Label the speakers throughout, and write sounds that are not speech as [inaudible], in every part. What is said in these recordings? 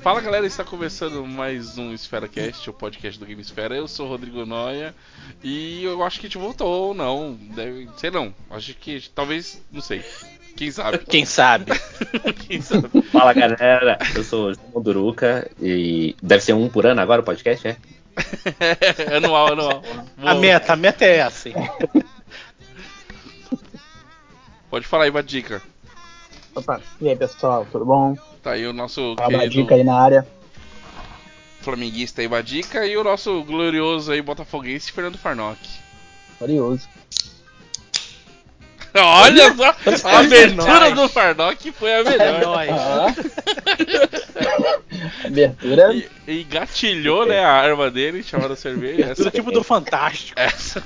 Speaker 1: Fala galera, tá está começando mais um EsferaCast, o podcast do Game Esfera. Eu sou o Rodrigo Noia e eu acho que a gente voltou ou não. Deve, sei não, acho que talvez, não sei. Quem sabe?
Speaker 2: [laughs] Quem
Speaker 1: [laughs]
Speaker 2: sabe?
Speaker 1: Quem sabe?
Speaker 3: Fala galera, eu sou o João Munduruca e deve ser um por ano agora o podcast, é?
Speaker 1: É anual, anual.
Speaker 2: A
Speaker 1: Vou-
Speaker 2: meta, a meta é essa. hein?
Speaker 1: Pode falar aí uma dica.
Speaker 4: Opa, e aí pessoal, tudo bom?
Speaker 1: Tá aí o nosso
Speaker 4: Dá uma
Speaker 1: querido
Speaker 4: dica aí na área.
Speaker 1: flamenguista aí, uma dica, e o nosso glorioso aí botafoguense Fernando Farnock. [laughs]
Speaker 4: Curioso.
Speaker 1: Olha só, a abertura
Speaker 2: Tá É nóis.
Speaker 1: do Farnock foi a
Speaker 2: É
Speaker 1: melhor.
Speaker 2: nóis.
Speaker 4: Ah. [laughs] Abertura.
Speaker 1: E, e gatilhou, né, a arma dele, chamada
Speaker 2: [laughs]
Speaker 1: cerveja.
Speaker 2: Do
Speaker 1: Essa,
Speaker 2: tipo do Fantástico.
Speaker 1: essa.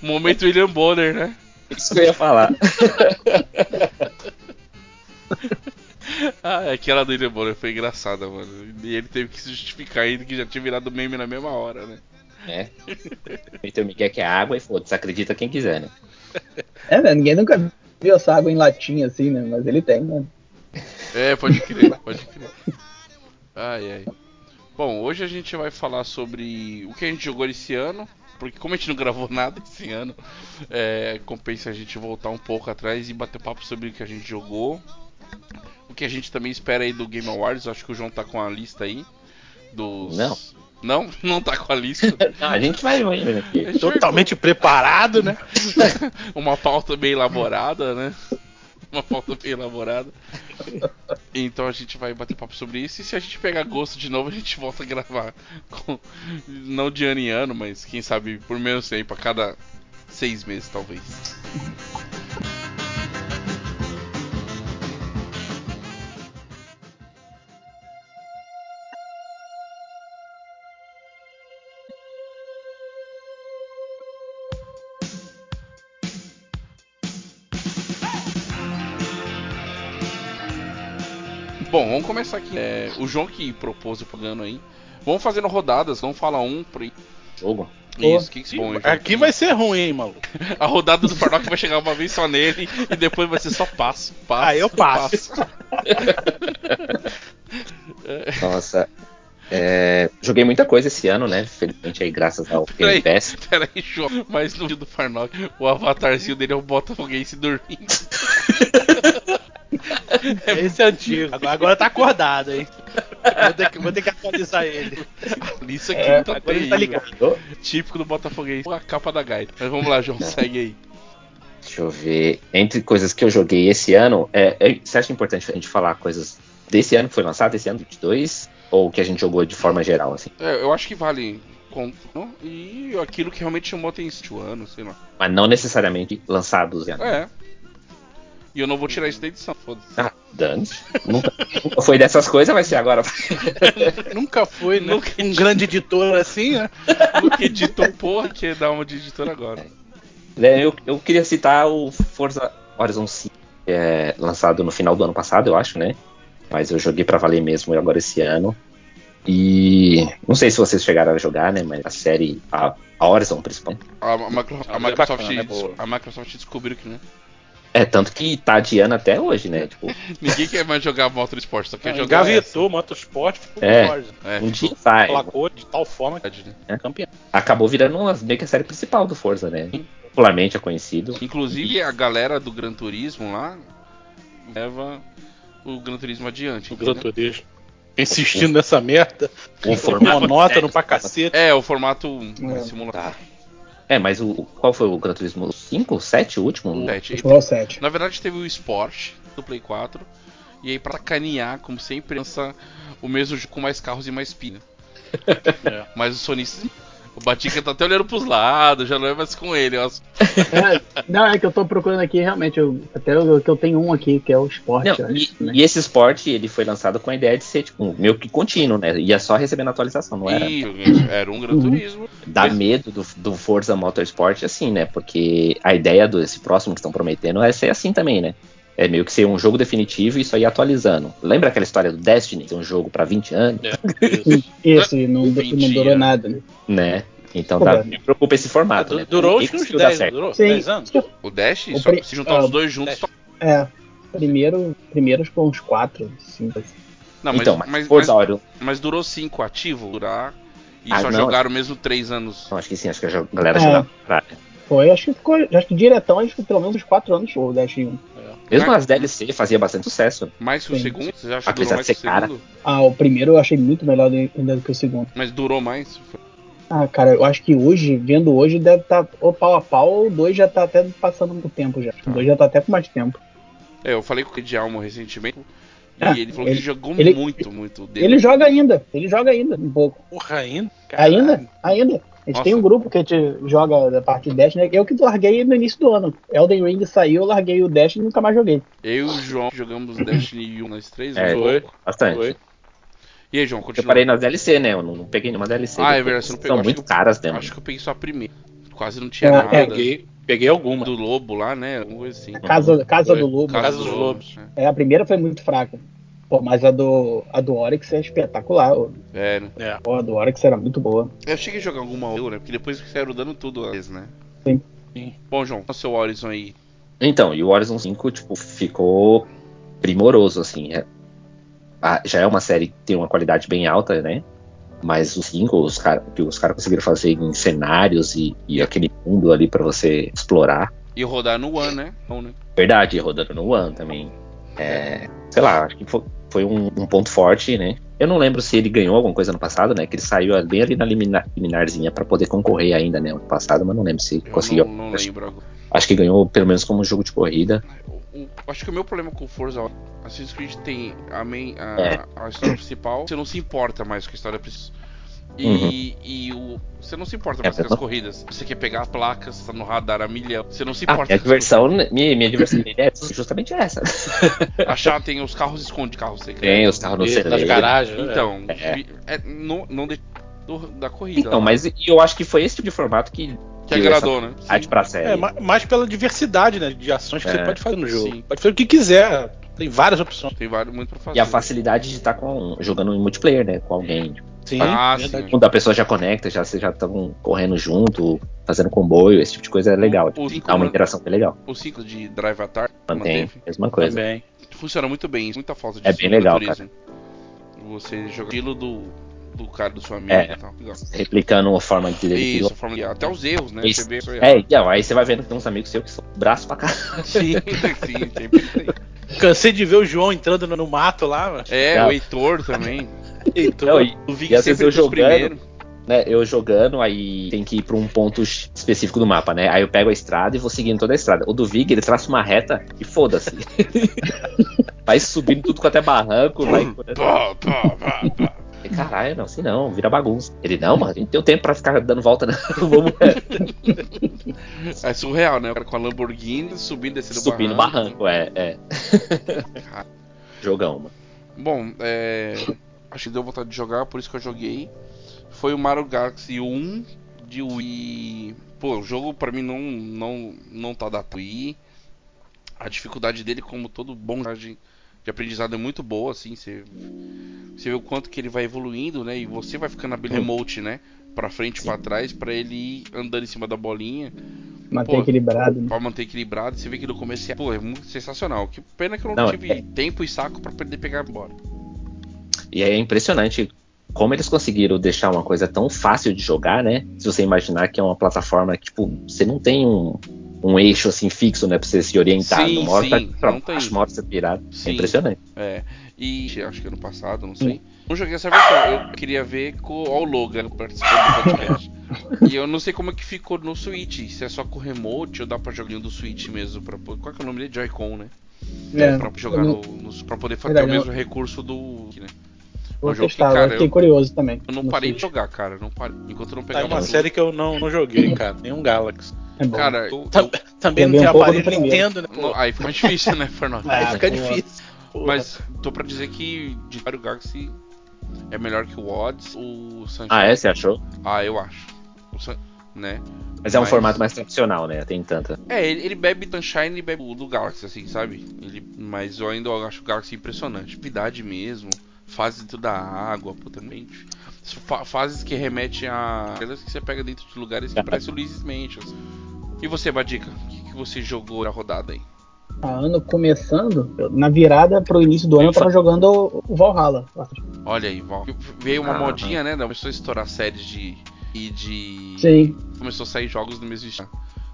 Speaker 1: Momento William Bonner, né?
Speaker 3: Isso que eu ia falar.
Speaker 1: Ah, aquela do William Bonner foi engraçada, mano. E ele teve que se justificar ainda que já tinha virado meme na mesma hora, né?
Speaker 3: É. Então me quer que é água e foda-se, acredita quem quiser, né?
Speaker 4: É, né? Ninguém nunca viu essa água em latinha assim, né? Mas ele tem, né?
Speaker 1: É, pode crer, [laughs] pode crer. Ai, ai. Bom, hoje a gente vai falar sobre o que a gente jogou esse ano, porque como a gente não gravou [laughs] nada esse ano, é, compensa a gente voltar um pouco atrás e bater papo sobre o que a gente jogou. O que a gente também espera aí do Game Awards, acho que o João tá com a lista aí. Dos...
Speaker 3: Não.
Speaker 1: Não? [laughs] Não tá com a lista.
Speaker 3: Não, a gente vai vai vendo aqui.
Speaker 1: A gente vai-
Speaker 2: Totalmente preparado, né?
Speaker 1: uma pauta bem elaborada, né? Uma pauta bem elaborada. Então a gente vai bater papo sobre isso. E se a gente pegar gosto de novo, a gente volta a gravar. com- Não de ano em ano, mas quem sabe por menos tempo, a cada seis meses, talvez. Bom, vamos começar aqui. É, o João que propôs o pagano aí. Vamos fazendo rodadas, vamos falar um por aí.
Speaker 3: Jogo.
Speaker 4: Boa.
Speaker 1: Isso, que que bom, então. hein, João?
Speaker 2: Aqui vai ser ruim, hein, maluco.
Speaker 1: A rodada do Farnock vai chegar uma vez só nele e depois vai ser só passo, passo.
Speaker 2: Aí Ah, eu passo.
Speaker 3: Nossa. É, joguei muita coisa esse ano, né? Felizmente aí, graças ao Game
Speaker 1: Peraí.
Speaker 3: Pass.
Speaker 1: Pera aí, João, mas no vídeo do Farnock, o avatarzinho dele é o Botafoguense dormindo.
Speaker 2: Esse é antigo. Agora, agora tá acordado, hein? Vou ter que, vou ter que atualizar ele.
Speaker 1: Isso aqui
Speaker 4: É,
Speaker 1: tá
Speaker 2: Agora ele tá
Speaker 1: terrível.
Speaker 2: ligado.
Speaker 3: Ô,
Speaker 1: Típico do Botafoguense. A capa da gaita. Mas vamos lá, João, segue aí.
Speaker 3: Deixa eu ver. Entre coisas que eu joguei esse ano, é, é, você acha importante a gente falar coisas desse ano que foi lançado, desse ano, 22? Ou que a gente jogou de forma geral, assim?
Speaker 1: É, eu acho que vale. com- não? E aquilo que realmente chamou atenção do ano, sei lá.
Speaker 3: Mas não necessariamente lançados. Né?
Speaker 1: É. E eu não vou tirar isso da edição, foda-se.
Speaker 3: Ah, dane nunca, nunca foi dessas coisas, vai ser agora.
Speaker 2: Nunca foi, né?
Speaker 1: Nunca
Speaker 2: Um grande editor assim, né?
Speaker 1: Nunca editou porra que dá uma de editor agora.
Speaker 3: Né, eu, eu queria citar o Forza Horizon 5, que é lançado no final do ano passado, eu acho, né? Mas eu joguei pra valer mesmo agora esse ano. E não sei se vocês chegaram a jogar, né? Mas a série, a, a Horizon principalmente.
Speaker 1: A, Macro- a
Speaker 5: Ah, mas é
Speaker 1: Microsoft,
Speaker 5: bacana, é boa.
Speaker 1: a Microsoft descobriu que, né?
Speaker 3: É, tanto que tá adiando até hoje, né? Tipo,
Speaker 1: Ninguém quer mais jogar Motorsport, só
Speaker 2: Ah,
Speaker 1: quer jogar.
Speaker 2: Gavetou, Motorsport,
Speaker 3: É.
Speaker 2: Forza.
Speaker 1: É,
Speaker 3: um
Speaker 1: ficou
Speaker 3: dia sai.
Speaker 2: Placou de tal forma que
Speaker 1: verdade, né?
Speaker 2: é campeão.
Speaker 3: Acabou virando uma, meio que a série principal do Forza, né? Popularmente é conhecido.
Speaker 1: Inclusive a galera do Gran Turismo lá leva o Gran Turismo adiante.
Speaker 5: O
Speaker 1: entendeu?
Speaker 5: Gran Turismo.
Speaker 2: Insistindo nessa merda.
Speaker 3: O formato.
Speaker 2: Monótono pra
Speaker 1: [laughs]
Speaker 2: cacete.
Speaker 1: É, o formato
Speaker 4: É.
Speaker 5: Tá.
Speaker 1: simulado.
Speaker 3: É, mas o, qual foi o Gran Turismo 5, 7, o último?
Speaker 1: Tipo, O patch.
Speaker 4: Futebol 7.
Speaker 1: um Na verdade teve o Sport do Play 4. E aí pra canear, como sempre, lança o mesmo jogo com mais carros e
Speaker 5: [laughs]
Speaker 1: mais pina.
Speaker 2: É.
Speaker 1: Mas o Sonista. O Batica tá até olhando pros lados, já não é mais com ele. ó.
Speaker 4: não, é que eu tô procurando aqui, realmente, eu- até eu, que eu tenho um aqui, que é o esporte,
Speaker 3: Não,
Speaker 4: eu
Speaker 3: e,
Speaker 4: acho, né?
Speaker 3: e esse esporte ele foi lançado com a ideia de ser tipo, meio que contínuo, né? Ia só recebendo atualização, não era?
Speaker 1: E era um Gran
Speaker 4: é? Uhum.
Speaker 1: Turismo.
Speaker 3: Dá medo do, do Forza Motorsport assim, né? Porque a ideia desse próximo que estão prometendo é ser assim também, né? É meio que ser um jogo definitivo e só ir atualizando. Lembra aquela história do Destiny? Ser um jogo pra 20 anos,
Speaker 4: Isso, e não,
Speaker 1: Mentira.
Speaker 4: não durou nada. né?
Speaker 3: né? Então
Speaker 4: Pô,
Speaker 3: dá,
Speaker 4: velho.
Speaker 3: me preocupa esse formato, né?
Speaker 2: Durou
Speaker 3: Ninguém
Speaker 2: acho que uns
Speaker 3: conseguiu dar
Speaker 2: 10,
Speaker 3: certo.
Speaker 2: durou
Speaker 4: Sim.
Speaker 2: 10 anos?
Speaker 1: O Dash,
Speaker 4: O
Speaker 1: só
Speaker 4: pri-
Speaker 1: se juntar os tá-
Speaker 4: ah,
Speaker 1: dois juntos,
Speaker 2: Dash.
Speaker 4: É, primeiro, primeiro acho que foi uns 4, 5,
Speaker 1: Não,
Speaker 3: então, mas, Forza Horizon.
Speaker 1: Ah, mas durou 5 ativo, durar. E
Speaker 3: Ah,
Speaker 1: só
Speaker 3: não.
Speaker 1: jogaram mesmo 3 anos.
Speaker 3: Não, acho que sim, acho que a galera
Speaker 4: É.
Speaker 3: jogava pra caralho.
Speaker 4: Foi, acho que ficou. Acho que diretão ele ficou pelo menos uns 4 anos né? ou 10 em 1.
Speaker 3: Mesmo
Speaker 1: Mas-
Speaker 3: as DLC fazia bastante sucesso.
Speaker 1: Mais que o
Speaker 4: Sim.
Speaker 1: segundo? Você acha que
Speaker 3: Apesar
Speaker 1: durou
Speaker 3: de
Speaker 1: mais que
Speaker 3: ser
Speaker 1: o
Speaker 3: cara.
Speaker 1: segundo?
Speaker 4: Ah, o primeiro eu achei muito melhor do- ainda do que o segundo.
Speaker 1: Mas durou mais?
Speaker 4: Ah, cara, eu acho que hoje, vendo hoje, deve estar tá, ou pau a pau, ou dois já tá até passando muito tempo já. Acho que o dois já tá até com mais tempo.
Speaker 1: É, eu falei com o de Almo recentemente. E
Speaker 4: Ah,
Speaker 1: ele falou
Speaker 4: ele-
Speaker 1: que jogou
Speaker 4: ele-
Speaker 1: muito, muito dele.
Speaker 4: Ele joga ainda, ele joga ainda um pouco.
Speaker 2: Porra, ainda?
Speaker 4: Ainda? Ainda. A gente
Speaker 1: Nossa.
Speaker 4: tem um grupo que a gente joga da parte de Dash, né? Eu que larguei no início do ano. Elden Ring saiu, eu larguei o Dash e nunca mais joguei.
Speaker 1: Eu e o João jogamos Destiny 1 nós três.
Speaker 3: É,
Speaker 1: um pouco.
Speaker 3: Bastante.
Speaker 5: Foi.
Speaker 1: E aí, João,
Speaker 3: Eu
Speaker 1: continua.
Speaker 3: parei nas DLC, né? Eu não, não peguei nenhuma DLC.
Speaker 1: Ah, é
Speaker 3: porque
Speaker 1: verdade, você não pegou.
Speaker 3: São
Speaker 1: Acho
Speaker 3: muito
Speaker 1: que-
Speaker 3: caras né, mesmo.
Speaker 1: Acho que eu peguei só a primeira. Quase não tinha
Speaker 4: É,
Speaker 1: nada.
Speaker 4: é,
Speaker 5: Peguei, peguei alguma.
Speaker 1: Do lobo lá, né? Alguma coisa assim.
Speaker 4: Casa, Casa
Speaker 5: Foi.
Speaker 4: do Lobo.
Speaker 1: Casa
Speaker 5: dos
Speaker 1: do
Speaker 5: Lobos.
Speaker 1: Lobo,
Speaker 4: É, a primeira foi muito fraca. Pô, mas a do, a do Oryx é espetacular.
Speaker 1: É, É, né?
Speaker 4: Pô, a do Oryx era muito boa.
Speaker 1: Eu cheguei a jogar alguma outra, né? Porque depois que saíram dando tudo às vezes, né?
Speaker 4: Sim.
Speaker 5: Sim.
Speaker 1: Bom, João, o seu Horizon aí.
Speaker 3: Então, e o Horizon 5, tipo, ficou primoroso, assim. é- Ah, já é uma série que tem uma qualidade bem alta, né? Mas o 5, os cara, que os caras conseguiram fazer em cenários e, e aquele mundo ali pra você explorar.
Speaker 1: E rodar no One, né? Não, né?
Speaker 3: Verdade, rodando no One também. É, sei lá, acho que fo- foi, um, um ponto forte, né? Eu não lembro se ele ganhou alguma coisa no passado, né? Que ele saiu bem ali na limina- liminarzinha pra poder concorrer ainda, né? No passado, mas não lembro se
Speaker 1: Eu
Speaker 3: conseguiu.
Speaker 1: não, não
Speaker 3: acho,
Speaker 1: lembro agora.
Speaker 3: acho que ganhou pelo menos como um jogo de corrida.
Speaker 1: O- o- acho que o meu problema com o Forza Assassin's Creed tem a, main, a,
Speaker 3: É.
Speaker 1: a história principal, você não se importa mais com a história principal. E, e o, você não se importa
Speaker 3: Uhum. É,
Speaker 1: mais
Speaker 3: eu
Speaker 1: com
Speaker 3: não-
Speaker 1: as corridas. Você quer pegar as placas, tá no radar a milhão. Você não se
Speaker 3: Ah,
Speaker 1: importa.
Speaker 3: minha diversão, minha, minha diversão é justamente essa.
Speaker 1: [laughs] Achar tem os carros esconde carro secreto.
Speaker 3: Tem os carros no
Speaker 5: Nas
Speaker 3: celeiro.
Speaker 5: garagens. né?
Speaker 1: Então,
Speaker 3: É.
Speaker 1: vi- é, não, não deixa do- da corrida.
Speaker 3: Então,
Speaker 1: lá,
Speaker 3: mas eu acho que foi esse tipo de formato que,
Speaker 1: que agradou, né?
Speaker 3: essa parte pra série.
Speaker 2: É, ma- mais pela diversidade né, de ações que
Speaker 3: É.
Speaker 2: você pode fazer no jogo.
Speaker 1: Sim.
Speaker 2: Pode fazer o que quiser. Tem várias opções.
Speaker 1: Tem vários muito pra fazer.
Speaker 3: E a facilidade de estar com, jogando em multiplayer, né? Com alguém.
Speaker 2: Sim,
Speaker 1: Ah,
Speaker 2: verdade.
Speaker 1: sim.
Speaker 3: Quando a pessoa já conecta, já vocês já estão correndo junto, fazendo comboio, esse tipo de coisa é legal.
Speaker 1: O- o-
Speaker 3: Dá uma interação bem legal.
Speaker 1: O ciclo de Drive Atar
Speaker 3: Mantém
Speaker 1: manteve.
Speaker 3: a mesma coisa.
Speaker 2: Também.
Speaker 1: Funciona muito bem, isso, muita falta de
Speaker 3: É
Speaker 1: isso
Speaker 3: bem
Speaker 1: no
Speaker 3: legal,
Speaker 1: turismo. Você joga estilo do, do cara do seu amigo
Speaker 3: É.
Speaker 1: e tal. Legal.
Speaker 3: Replicando a forma de dele.
Speaker 1: Isso, a forma de. Até os erros, né?
Speaker 3: Isso.
Speaker 1: Você vê. você-
Speaker 3: É, então, aí você vai vendo que tem uns amigos seus que são braço pra caralho.
Speaker 1: [laughs] Sim, sim, sempre tem.
Speaker 2: Cansei de ver o João entrando no, no mato lá. mano.
Speaker 1: É,
Speaker 3: Não.
Speaker 1: o Heitor também.
Speaker 3: Não, e-
Speaker 1: O Vic
Speaker 3: e às vezes
Speaker 1: sempre
Speaker 3: eu
Speaker 1: dos
Speaker 3: jogando,
Speaker 1: primeiros.
Speaker 3: né, eu jogando, aí tem que ir pra um ponto x- específico do mapa, né? Aí eu pego a estrada e vou seguindo toda a estrada. O do Vig, ele traça uma reta e foda-se. vai subindo tudo com até barranco, vai.
Speaker 1: Pá, pá, pá, pá.
Speaker 3: E, Caralho, não, assim não, vira bagunça. Ele, não, mano, não tem tempo pra ficar dando volta, não. [laughs] Vamos
Speaker 1: É surreal, né? O cara com a Lamborghini subindo, descendo
Speaker 3: subindo barranco, é, é.
Speaker 1: [laughs] Cara.
Speaker 3: Jogão, mano.
Speaker 1: Bom, é... acho que deu vontade de jogar, por isso que eu joguei. Foi o Mario Galaxy 1 de Wii. Pô, o jogo pra mim não, não, não tá da Wii. A dificuldade dele, como todo bom jogo de de aprendizado, é muito boa, assim. Você, você vê o quanto que ele vai evoluindo, né? E você vai ficando habilidoso, remote, né? Pra frente e pra trás, pra ele ir andando em cima da bolinha
Speaker 4: Mantém
Speaker 1: Pô.
Speaker 4: equilibrado. né?
Speaker 1: pra manter equilibrado. Você vê que no começo é, pô, é muito sensacional. Que pena que eu não,
Speaker 3: Não,
Speaker 1: tive
Speaker 3: é-
Speaker 1: tempo e saco pra poder pegar embora.
Speaker 3: E é impressionante como eles conseguiram deixar uma coisa tão fácil de jogar, né? Se você imaginar que é uma plataforma que, tipo, você não tem um, um eixo assim fixo, né? Pra você se orientar.
Speaker 1: Sim,
Speaker 3: uma hora tá
Speaker 1: sim,
Speaker 3: pra
Speaker 1: não tem.
Speaker 3: baixo, uma hora você tá virado.
Speaker 1: Sim.
Speaker 3: É impressionante.
Speaker 1: É. E acho que ano passado,
Speaker 4: Hum.
Speaker 1: não sei. Não joguei essa versão. Eu queria ver com ó, o Logan participando do podcast.
Speaker 4: [laughs]
Speaker 1: e eu não sei como é que ficou no Switch. Se é só com o remote ou dá pra jogar do Switch mesmo. Pra, pô- qual que é o nome dele? Joy-Con, né?
Speaker 4: É,
Speaker 1: pra jogar
Speaker 4: eu
Speaker 1: no, no- Pra poder fazer
Speaker 4: Verdade,
Speaker 1: o
Speaker 4: eu-
Speaker 1: mesmo recurso do. Né?
Speaker 4: Vou
Speaker 1: um jogo que,
Speaker 4: testar,
Speaker 1: cara,
Speaker 4: eu fiquei
Speaker 1: eu-
Speaker 4: curioso também.
Speaker 1: Eu não
Speaker 4: No
Speaker 1: parei de
Speaker 4: Switch.
Speaker 1: jogar, cara. eu Não parei. Enquanto eu não
Speaker 2: Tá
Speaker 1: pegar
Speaker 2: aí uma
Speaker 1: uma.
Speaker 2: série que eu não, não joguei, cara. Nenhum Galaxy.
Speaker 4: É bom.
Speaker 1: Cara, eu-
Speaker 2: Tam- Tá, Também não
Speaker 4: Joguei
Speaker 2: tem
Speaker 4: um pouco do
Speaker 2: aparelho
Speaker 4: primeiro.
Speaker 2: Nintendo, né?
Speaker 1: eu- aí fica difícil,
Speaker 2: [laughs]
Speaker 1: né, Fernando?
Speaker 4: Ah,
Speaker 2: Aí
Speaker 4: [laughs]
Speaker 2: fica
Speaker 4: porra.
Speaker 2: difícil. Porra.
Speaker 1: Mas tô pra dizer que de Mario Galaxy é melhor que o Odds, o Sunshine.
Speaker 3: Ah, é? Você achou?
Speaker 1: Ah, eu acho. O Sun... né?
Speaker 3: Mas é um
Speaker 1: Mas-
Speaker 3: formato mais tradicional, né? Tem tanta.
Speaker 1: É, ele, ele bebe Sunshine e bebe o do Galaxy, assim, sabe? Ele... Mas eu ainda acho o Galaxy impressionante. Pidade mesmo, fase dentro da água, puta, é muito difícil. Fa- fases que remetem a coisas que você pega dentro de lugares que parece o Luigi's Mansion. E você, Badica? O que, que você jogou na rodada aí?
Speaker 4: a Tá, ano começando, eu- na virada pro início do ano eu tava jogando o- o Valhalla.
Speaker 1: Olha aí, Val. Veio uma
Speaker 3: Ah.
Speaker 1: modinha, né? Começou a estourar séries de. E de.
Speaker 4: Sim.
Speaker 1: Começou a sair jogos do mesmo estilo.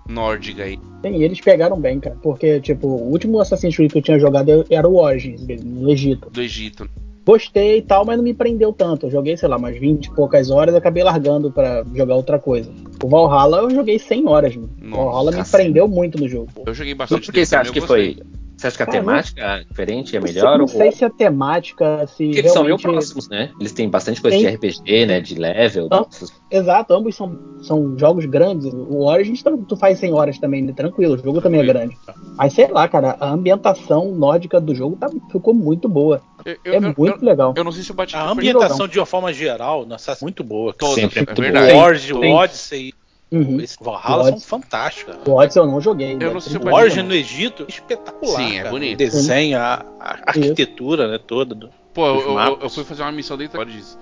Speaker 1: Nórdica aí.
Speaker 4: Sim, e eles pegaram bem, cara. Porque, tipo, o último Assassin's Creed que eu tinha jogado era o Origins, no Egito.
Speaker 1: Do Egito.
Speaker 4: Gostei e tal, mas não me prendeu tanto. Eu joguei, sei lá, umas 20 e poucas horas acabei largando pra jogar outra coisa. O Valhalla eu joguei 100 horas, mano. O
Speaker 1: Nossa,
Speaker 4: Valhalla me
Speaker 3: cacete.
Speaker 4: prendeu muito no jogo.
Speaker 1: Eu joguei
Speaker 3: Mas
Speaker 1: bastante.
Speaker 3: por que
Speaker 1: dele
Speaker 3: você acha
Speaker 1: também,
Speaker 3: que
Speaker 1: eu
Speaker 3: foi? Você acha que a
Speaker 4: Ah,
Speaker 3: temática é diferente é
Speaker 4: Eu
Speaker 3: melhor?
Speaker 4: Não
Speaker 3: Ou...
Speaker 4: sei se a temática, se
Speaker 3: Porque eles são meio
Speaker 4: realmente... é.
Speaker 3: próximos, né? Eles têm bastante coisa
Speaker 4: Sim.
Speaker 3: de RPG, né? De level.
Speaker 4: Ah.
Speaker 3: dessas-
Speaker 4: Exato, ambos são, são jogos grandes. O Origins tá, tu tu faz 100 horas também, né? tranquilo, o jogo também é
Speaker 1: Tranquilo.
Speaker 4: grande. Mas sei lá, cara, a ambientação nórdica do jogo tá- ficou muito boa.
Speaker 1: gostei. Eu,
Speaker 4: é
Speaker 1: eu- eu-
Speaker 4: muito legal.
Speaker 1: eu não sei se eu bati
Speaker 2: A
Speaker 1: aqui, foi-
Speaker 2: ambientação de uma forma geral, nossa, muito boa.
Speaker 1: Todas,
Speaker 3: Sempre
Speaker 1: é
Speaker 3: muito boa.
Speaker 1: verdade.
Speaker 2: O Origin, o
Speaker 4: Sim.
Speaker 2: Odyssey,
Speaker 4: Uhum.
Speaker 2: esse Valhalla são
Speaker 4: Odyssey.
Speaker 2: fantásticas.
Speaker 4: O Odyssey eu não joguei. né?
Speaker 1: não sei é
Speaker 4: Tem
Speaker 1: se
Speaker 2: O
Speaker 1: eu
Speaker 4: Origin,
Speaker 2: Origin no Egito, espetacular.
Speaker 1: Sim, é
Speaker 2: cara.
Speaker 1: bonito.
Speaker 2: O desenho, a, a arquitetura, né, toda. do-
Speaker 1: Pô, eu,
Speaker 2: Os
Speaker 1: eu-
Speaker 2: mapas.
Speaker 1: eu fui fazer uma missão dentro disso.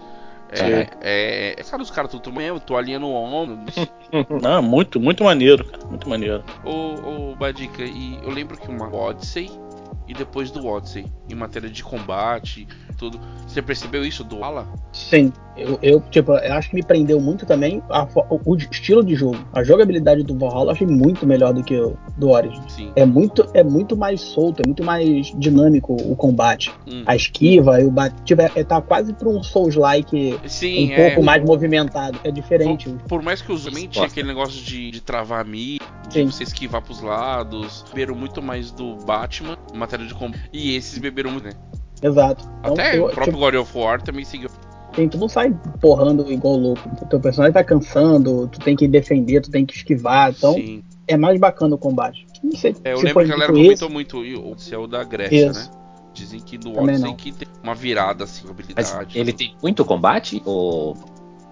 Speaker 3: Sim.
Speaker 1: É, é, é, sabe os caras tudo mesmo, toalhinha no ombro.
Speaker 2: Não, é muito, muito maneiro, cara. Muito maneiro.
Speaker 1: Ô, ô Badica, e eu lembro que uma Odyssey e depois do Odyssey, em matéria de combate, tudo. Você percebeu isso do Ala?
Speaker 4: Sim, eu, eu, tipo, eu acho que me prendeu muito também a fo- o, o estilo de jogo. A jogabilidade do Valhalla eu achei muito melhor do que o do Origin.
Speaker 1: Sim.
Speaker 4: É muito, é muito mais solto, é muito mais dinâmico o combate.
Speaker 1: Hum.
Speaker 4: A esquiva, eu bate, tipo, é, é- tá quase pra um Souls-like
Speaker 1: Sim,
Speaker 4: um
Speaker 1: é.
Speaker 4: pouco mais movimentado. É diferente.
Speaker 1: Por, por mais que os homens tinha aquele negócio de, de travar a mira, de
Speaker 4: Sim.
Speaker 1: você esquivar pros lados, beberam muito mais do Batman em matéria de combate. E esses beberam muito, né?
Speaker 4: Exato. Então,
Speaker 1: Até o
Speaker 4: tu,
Speaker 1: próprio
Speaker 4: tipo,
Speaker 1: God of War também seguiu.
Speaker 4: assim, tu não sai porrando igual louco. O teu personagem tá cansando, tu tem que defender, tu tem que esquivar. Então
Speaker 1: Sim.
Speaker 4: é mais bacana o combate. Não sei
Speaker 1: É, eu
Speaker 4: se
Speaker 1: lembro
Speaker 4: foi
Speaker 1: que a galera
Speaker 4: dito
Speaker 1: comentou
Speaker 4: isso.
Speaker 1: muito e o céu da Grécia,
Speaker 4: Isso.
Speaker 1: né? Dizem que do
Speaker 4: Também
Speaker 1: Odyssey
Speaker 4: não.
Speaker 1: que tem uma virada assim,
Speaker 3: Mas
Speaker 1: habilidade.
Speaker 3: ele tem muito combate ou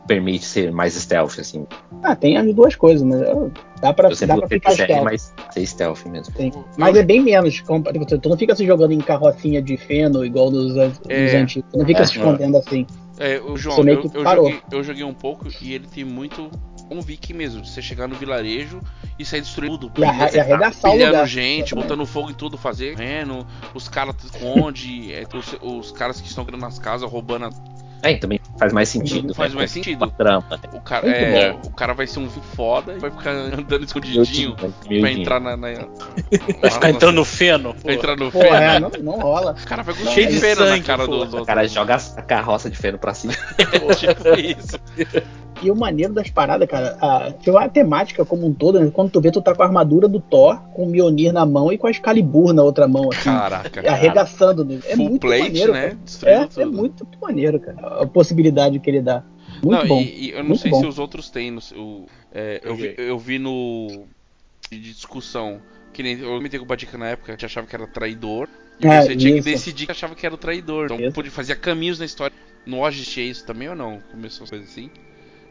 Speaker 3: permite ser mais stealth, assim?
Speaker 4: Ah, tem as duas coisas, mas eu- dá pra,
Speaker 3: Eu sempre
Speaker 4: dá pra
Speaker 3: gostei
Speaker 4: ficar
Speaker 3: de série,
Speaker 4: stealth.
Speaker 3: mas ser stealth mesmo.
Speaker 4: Sim. Mas é bem menos. compa- tipo, Tu tu não fica se jogando em carrocinha de feno igual nos, an-
Speaker 1: É.
Speaker 4: nos antigos. Tu não fica
Speaker 3: É,
Speaker 4: se escondendo assim.
Speaker 1: É, o João,
Speaker 4: Você meio
Speaker 1: eu,
Speaker 4: que
Speaker 1: eu
Speaker 4: parou.
Speaker 1: joguei, eu joguei um pouco e ele tem muito um viking mesmo. de Você chegar no vilarejo e sair destruindo tudo. tá
Speaker 4: E, arra- e arregaçar o lugar.
Speaker 1: gente,
Speaker 4: Exatamente.
Speaker 1: botando fogo em tudo, fazer correndo, os caras esconde, é, os, os caras que estão nas casas roubando, a-
Speaker 3: É, e também faz mais sentido.
Speaker 1: faz
Speaker 3: né?
Speaker 1: mais
Speaker 3: Com
Speaker 1: sentido.
Speaker 3: a Trama, né?
Speaker 1: o cara,
Speaker 4: Muito
Speaker 1: é, o cara vai ser um foda e vai ficar [laughs] andando escondidinho pra
Speaker 3: Miudinho.
Speaker 1: entrar na, na,
Speaker 2: Vai ficar Ah, entrando no feno. pô.
Speaker 1: pra entrar no
Speaker 4: Porra,
Speaker 1: feno.
Speaker 4: é, não, não rola.
Speaker 1: Os caras vai com
Speaker 4: Não,
Speaker 1: cheio
Speaker 4: é
Speaker 1: de
Speaker 4: de
Speaker 1: pena na
Speaker 2: sangue,
Speaker 1: cara do,
Speaker 2: porra.
Speaker 1: do
Speaker 3: O cara joga a carroça de feno pra cima.
Speaker 1: [laughs] tipo isso.
Speaker 4: E o maneiro das paradas, cara, a, tipo, a temática como um todo, né? quando tu vê, tu tá com a armadura do Thor, com o Mjolnir na mão e com a Excalibur na outra mão, assim,
Speaker 1: Caraca, cara.
Speaker 4: arregaçando. né? É
Speaker 1: Full
Speaker 4: muito
Speaker 1: plate,
Speaker 4: maneiro,
Speaker 1: né?
Speaker 4: cara.
Speaker 1: Destruindo
Speaker 4: É, é
Speaker 1: tudo.
Speaker 4: muito, muito maneiro, cara, a possibilidade que ele dá. Muito
Speaker 1: não,
Speaker 4: bom.
Speaker 1: E, e eu não
Speaker 4: muito
Speaker 1: sei
Speaker 4: bom.
Speaker 1: se os outros têm. No, o, é, eu, vi, eu vi no. de discussão. Que nem eu me com o Batica na época, que achava que era traidor. E
Speaker 4: É,
Speaker 1: você tinha que
Speaker 4: isso.
Speaker 1: decidir que achava que era o traidor. Então
Speaker 4: Isso.
Speaker 1: podia fazer caminhos na história. No Oz tinha isso também ou não? Começou as coisas assim?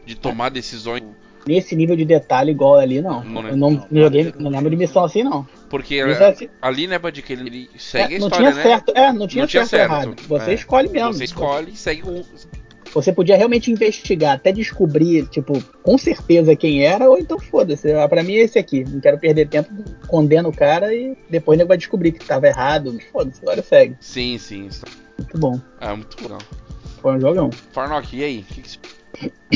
Speaker 1: De tomar decisões.
Speaker 4: Nesse nível de detalhe igual ali, não.
Speaker 1: Não, né?
Speaker 4: Eu não, não joguei, não lembro de missão assim, não.
Speaker 1: Porque
Speaker 4: Isso é assim-
Speaker 1: ali, né, Batica, ele, ele segue
Speaker 4: é,
Speaker 1: a
Speaker 4: não
Speaker 1: história,
Speaker 4: tinha
Speaker 1: né?
Speaker 4: certo, é, não tinha
Speaker 1: Não tinha
Speaker 4: certo,
Speaker 1: certo.
Speaker 4: errado. Você
Speaker 1: É.
Speaker 4: escolhe mesmo. né?
Speaker 1: Você escolhe e segue um.
Speaker 4: Você podia realmente investigar, até descobrir, tipo, com certeza quem era, ou então foda-se. ah, Pra mim é esse aqui. Não quero perder tempo, condena o cara e depois ele vai descobrir que tava errado. mas Foda-se, agora segue.
Speaker 1: Sim, sim. isso.
Speaker 4: Muito bom.
Speaker 1: Ah, muito legal.
Speaker 4: Foi um jogão.
Speaker 1: Farnock, e aí? Que que você-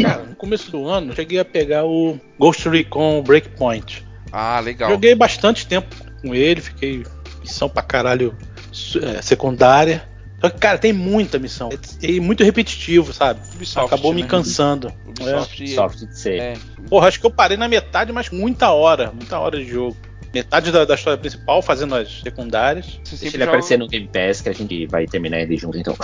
Speaker 2: Cara, no começo do ano, eu cheguei a pegar o Ghost Recon Breakpoint.
Speaker 1: Ah, legal.
Speaker 2: Joguei bastante tempo com ele, fiquei missão pra caralho su- é, secundária. Só que, cara, tem muita missão. E e muito repetitivo, sabe?
Speaker 1: Ubisoft,
Speaker 2: Acabou me
Speaker 1: né?
Speaker 2: cansando. É.
Speaker 1: Ubisoft,
Speaker 3: Soft de ser.
Speaker 1: é.
Speaker 2: Porra, acho que eu parei na metade, mas muita hora. Muita hora de jogo. Metade da, da história principal, fazendo as secundárias.
Speaker 1: Você
Speaker 3: Deixa
Speaker 1: sempre
Speaker 3: ele
Speaker 1: joga-
Speaker 3: aparecer no Game Pass que a gente vai terminar ele
Speaker 1: [laughs]
Speaker 3: junto então.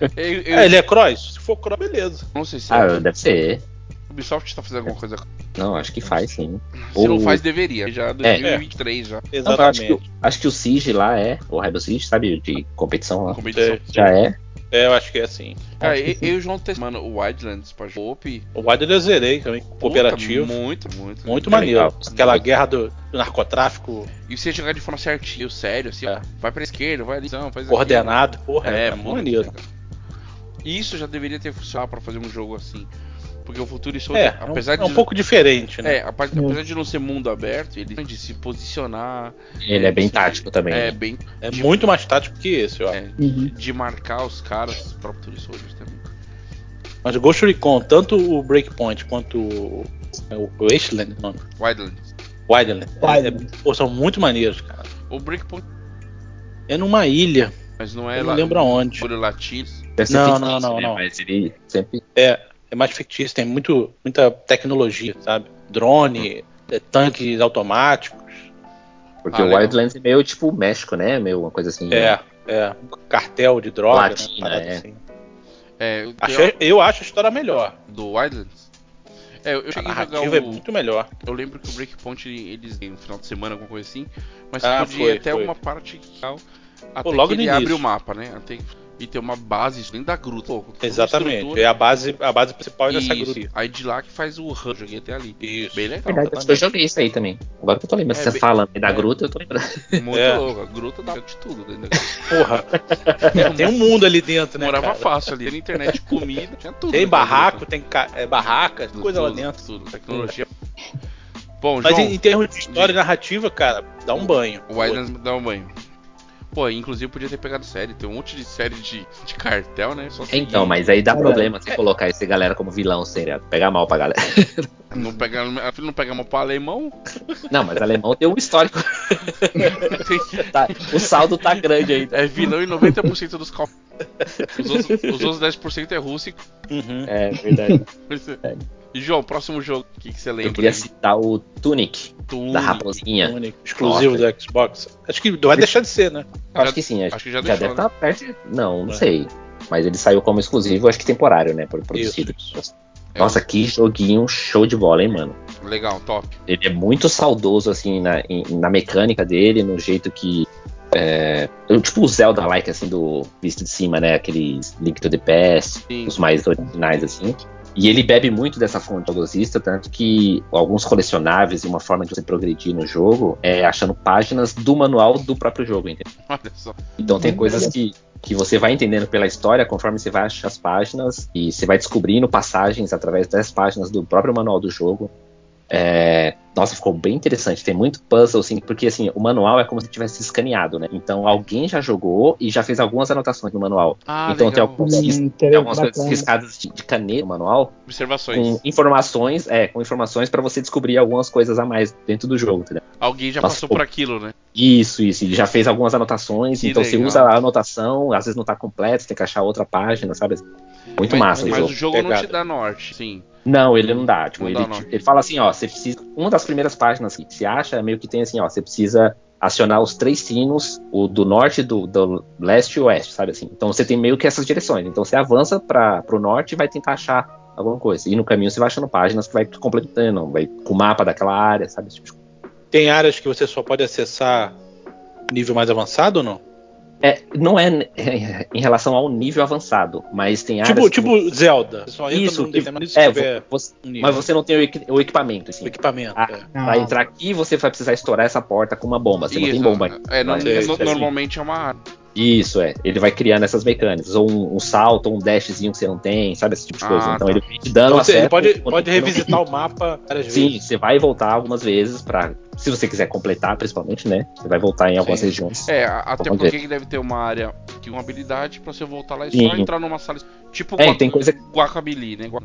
Speaker 1: Eu, eu-
Speaker 2: É, ele é cross? Se for cross, beleza.
Speaker 1: Não sei se
Speaker 3: Ah, deve ser.
Speaker 1: a Ubisoft tá fazendo alguma coisa.
Speaker 3: Não, acho que faz sim.
Speaker 1: Se não
Speaker 3: Ou-
Speaker 1: faz, deveria. Já 2023, já.
Speaker 3: Não, eu acho,
Speaker 2: Exatamente.
Speaker 3: que, acho que o Siege lá é, o Rebel Siege, sabe, de competição lá.
Speaker 1: Competição.
Speaker 2: É.
Speaker 3: Já é.
Speaker 2: É, eu acho que é assim.
Speaker 1: Cara, eu, eu e o João testamos, mano, o Wildlands pra Jope.
Speaker 2: O Wild eu zerei também. Cooperativo.
Speaker 1: Muito, muito.
Speaker 2: Muito
Speaker 3: é
Speaker 2: maneiro.
Speaker 3: legal.
Speaker 2: Aquela guerra do, do narcotráfico
Speaker 1: E você jogar de forma certinha, sério, assim, ó.
Speaker 2: É.
Speaker 1: Vai pra esquerda, vai ali, não, faz aquilo.
Speaker 2: coordenado, porra,
Speaker 1: É,
Speaker 2: é,
Speaker 1: muito
Speaker 2: maneiro.
Speaker 1: legal. Isso já deveria ter funcionado pra fazer um jogo assim. Porque o Futuro Soldier,
Speaker 2: É, é um,
Speaker 1: apesar
Speaker 2: é um
Speaker 1: de.
Speaker 2: pouco diferente, né?
Speaker 1: É, apa-
Speaker 4: Hum.
Speaker 1: apesar de não ser mundo aberto, ele tem de se posicionar.
Speaker 3: Ele é bem
Speaker 1: de-
Speaker 3: tático também.
Speaker 1: É,
Speaker 3: né?
Speaker 1: bem.
Speaker 2: É,
Speaker 1: de-
Speaker 2: muito mais tático que esse, ó.
Speaker 1: é,
Speaker 4: Uhum.
Speaker 1: de marcar os caras pra Futuro Soldier também.
Speaker 2: Mas o Ghost Recon, tanto o Breakpoint quanto o, é, o Wasteland, não,
Speaker 1: Wildlands.
Speaker 2: Wildland, é-
Speaker 4: Wildland.
Speaker 2: é- pô, são muito maneiros, cara.
Speaker 1: O Breakpoint,
Speaker 2: É numa ilha,
Speaker 1: mas não é
Speaker 2: eu
Speaker 1: lá.
Speaker 2: não lembro aonde.
Speaker 1: Olho latino.
Speaker 3: Deve
Speaker 2: Não,
Speaker 3: fictício,
Speaker 2: não, não,
Speaker 3: né?
Speaker 2: não.
Speaker 3: Mas ele sempre.
Speaker 2: É, é mais fictício, tem muito, muita tecnologia, sabe? Drone, é, tanques automáticos,
Speaker 3: Porque
Speaker 1: Ah,
Speaker 3: o
Speaker 1: legal.
Speaker 3: Wildlands é meio tipo o México, né? Meio uma coisa assim.
Speaker 2: é, é, cartel de droga, né,
Speaker 3: Platina,
Speaker 2: parada
Speaker 3: é.
Speaker 2: assim.
Speaker 1: É, eu, tenho
Speaker 2: Achei- eu acho a história melhor.
Speaker 1: a- do Wildlands. É, eu eu
Speaker 2: A
Speaker 1: cheguei a jogar
Speaker 2: narrativa é
Speaker 1: o,
Speaker 2: muito melhor.
Speaker 1: Eu lembro que o Breakpoint eles no final de semana, alguma coisa assim, mas
Speaker 2: Ah,
Speaker 1: podia
Speaker 2: foi,
Speaker 1: ir até
Speaker 2: foi.
Speaker 1: uma parte que até
Speaker 2: Pô, logo
Speaker 1: que
Speaker 2: no
Speaker 1: ele
Speaker 2: início.
Speaker 1: abre o mapa, né? Até, e tem uma base dentro da gruta. Pô, toda uma
Speaker 2: Exatamente.
Speaker 1: estrutura.
Speaker 2: É a base, a base principal é dessa
Speaker 1: Isso.
Speaker 2: gruta.
Speaker 1: Aí de lá que faz o run, joguei até ali.
Speaker 2: Isso.
Speaker 1: Bem legal.
Speaker 3: Verdade, acho que eu joguei isso aí também. Agora que eu tô lembrando,
Speaker 1: É,
Speaker 3: você
Speaker 1: bem-
Speaker 3: fala da
Speaker 1: é.
Speaker 3: gruta, eu tô lembrando.
Speaker 1: Muito
Speaker 2: É.
Speaker 1: louco. A gruta dá de tudo.
Speaker 2: [laughs]
Speaker 1: Né? [laughs]
Speaker 2: Porra. É, tem um mundo ali dentro, né?
Speaker 1: Morava
Speaker 2: cara?
Speaker 1: fácil ali. Tinha internet, comida, tinha tudo.
Speaker 2: Tem
Speaker 1: naquela
Speaker 2: barraco,
Speaker 1: gruta.
Speaker 2: tem ca- é, barracas,
Speaker 1: Tudo,
Speaker 2: coisa lá
Speaker 1: tudo,
Speaker 2: dentro.
Speaker 1: Tudo, tecnologia. Bom,
Speaker 2: Mas
Speaker 1: João,
Speaker 2: em, em termos de história e narrativa, cara, dá um banho.
Speaker 1: O Islands me dá um banho. Pô, inclusive podia ter pegado série. Tem um monte de série de, de cartel, né? Só seguir.
Speaker 3: [laughs] Então, mas
Speaker 2: É.
Speaker 3: aí dá
Speaker 4: Caralho.
Speaker 3: problema você colocar esse galera como vilão, seria pegar mal pra galera. [laughs]
Speaker 1: Não pega, a filha não pega mal pra alemão.
Speaker 3: Não, mas alemão tem
Speaker 1: [laughs]
Speaker 3: um histórico.
Speaker 1: tem-
Speaker 3: Tá, o saldo tá grande ainda.
Speaker 1: é vilão em 90% dos copos. Os outros, os outros 10% é russo. e-
Speaker 2: Uhum.
Speaker 3: É, verdade.
Speaker 1: E João, próximo jogo, o que, que você lembra?
Speaker 3: É. Eu queria citar o Tunic,
Speaker 1: Hum, Tunic.
Speaker 3: da raposinha.
Speaker 2: Único, exclusivo do Xbox. Acho que vai deixar de ser, né?
Speaker 3: Acho que sim, acho,
Speaker 1: Acho que já
Speaker 3: já
Speaker 1: deixou,
Speaker 3: deve
Speaker 1: né?
Speaker 3: estar perto. de- Não, não
Speaker 2: É.
Speaker 3: sei. Mas ele saiu como exclusivo, acho que temporário, né? pro- Produzido.
Speaker 1: É
Speaker 3: Nossa, que joguinho show de bola, hein, mano?
Speaker 1: um- Legal, top.
Speaker 3: Ele é muito saudoso, assim, na, em- na mecânica dele, no jeito que. É, eu- tipo o Zelda-like, assim, do visto de cima, né? Aqueles Link to the Past,
Speaker 1: Sim. [laughs]
Speaker 3: os mais originais, assim. E ele bebe muito dessa fonte saudosista, tanto que alguns colecionáveis e uma forma de você progredir no jogo é achando páginas do manual do próprio jogo, entendeu?
Speaker 1: Olha só.
Speaker 3: Então tem
Speaker 4: Hum,
Speaker 3: coisas
Speaker 4: olha.
Speaker 3: que, que você vai entendendo pela história conforme você vai achando as páginas e você vai descobrindo passagens através das páginas do próprio manual do jogo. É, nossa, ficou bem interessante. Tem muito puzzle, assim, porque assim, o manual é como se tivesse escaneado, né? Então alguém já jogou e já fez algumas anotações no manual.
Speaker 1: Ah,
Speaker 3: então tem
Speaker 1: legal.
Speaker 3: alguns ris-
Speaker 4: Hum,
Speaker 3: tem algumas
Speaker 4: bacana.
Speaker 3: coisas riscadas de, de caneta no manual com um-
Speaker 1: Observações.
Speaker 3: informações, é, com informações para você descobrir algumas coisas a mais dentro do jogo, entendeu?
Speaker 1: Alguém já
Speaker 3: Nossa,
Speaker 1: passou
Speaker 3: pô.
Speaker 1: por aquilo, né?
Speaker 3: Isso, isso. Ele já fez algumas anotações,
Speaker 1: Que
Speaker 3: então você
Speaker 1: legal.
Speaker 3: usa a anotação, às vezes não tá completo, você tem que achar outra página, sabe? Muito
Speaker 1: mas,
Speaker 3: massa É o
Speaker 1: Mas
Speaker 3: jogo.
Speaker 1: o jogo não te
Speaker 2: Pegada.
Speaker 1: dá norte, sim.
Speaker 3: Não, ele não dá. Tipo,
Speaker 1: Não
Speaker 3: ele,
Speaker 1: dá, não.
Speaker 3: ele fala assim, ó, você precisa. Uma das primeiras páginas que se acha meio que tem assim, ó, você precisa acionar os três sinos, o do norte, do, do leste e oeste, sabe assim? Então você tem meio que essas direções. Então você avança para pro norte e vai tentar achar alguma coisa. E no caminho você vai achando páginas que vai completando, vai com o mapa daquela área, sabe? Esse tipo de coisa.
Speaker 2: Tem áreas que você só pode acessar nível mais avançado ou não?
Speaker 3: É, não é né, em relação ao nível avançado, mas tem áreas.
Speaker 2: Tipo,
Speaker 3: que-
Speaker 2: tipo Zelda. Você só entra
Speaker 3: Isso,
Speaker 2: num determinado nível se
Speaker 3: É,
Speaker 2: tiver
Speaker 3: vo- você-
Speaker 2: um nível.
Speaker 3: mas você não tem o equi- o equipamento,
Speaker 2: O
Speaker 3: assim.
Speaker 2: equipamento.
Speaker 3: Ah,
Speaker 2: é.
Speaker 4: Ah,
Speaker 3: Pra entrar aqui, você vai precisar estourar essa porta com uma bomba. Você não tem
Speaker 1: Isso,
Speaker 3: bomba.
Speaker 2: né?
Speaker 1: É, não-
Speaker 3: Mas-
Speaker 1: no-
Speaker 2: Sim, sim.
Speaker 1: normalmente é uma arma.
Speaker 3: Isso, é. Ele vai criando essas mecânicas. Ou um, um salto, ou um dashzinho que você não tem, sabe? Esse tipo de
Speaker 1: Ah,
Speaker 3: coisa. Então
Speaker 1: tá.
Speaker 3: ele vai te dando
Speaker 2: Então, você
Speaker 3: acesso
Speaker 2: ele pode,
Speaker 3: quando
Speaker 2: pode
Speaker 3: você não-
Speaker 2: revisitar o mapa várias
Speaker 3: Sim, é
Speaker 2: vezes.
Speaker 3: você vai voltar algumas vezes pra. Se você quiser completar, principalmente, né? Você vai voltar em algumas
Speaker 2: Sim.
Speaker 3: regiões.
Speaker 1: É, a- até
Speaker 3: Vamos
Speaker 1: porque que deve ter uma área que uma habilidade pra você voltar lá e só
Speaker 3: Sim.
Speaker 1: entrar numa sala. Tipo
Speaker 3: É,
Speaker 1: gua-
Speaker 3: tem coisa-
Speaker 1: Guacamole, né? Gua-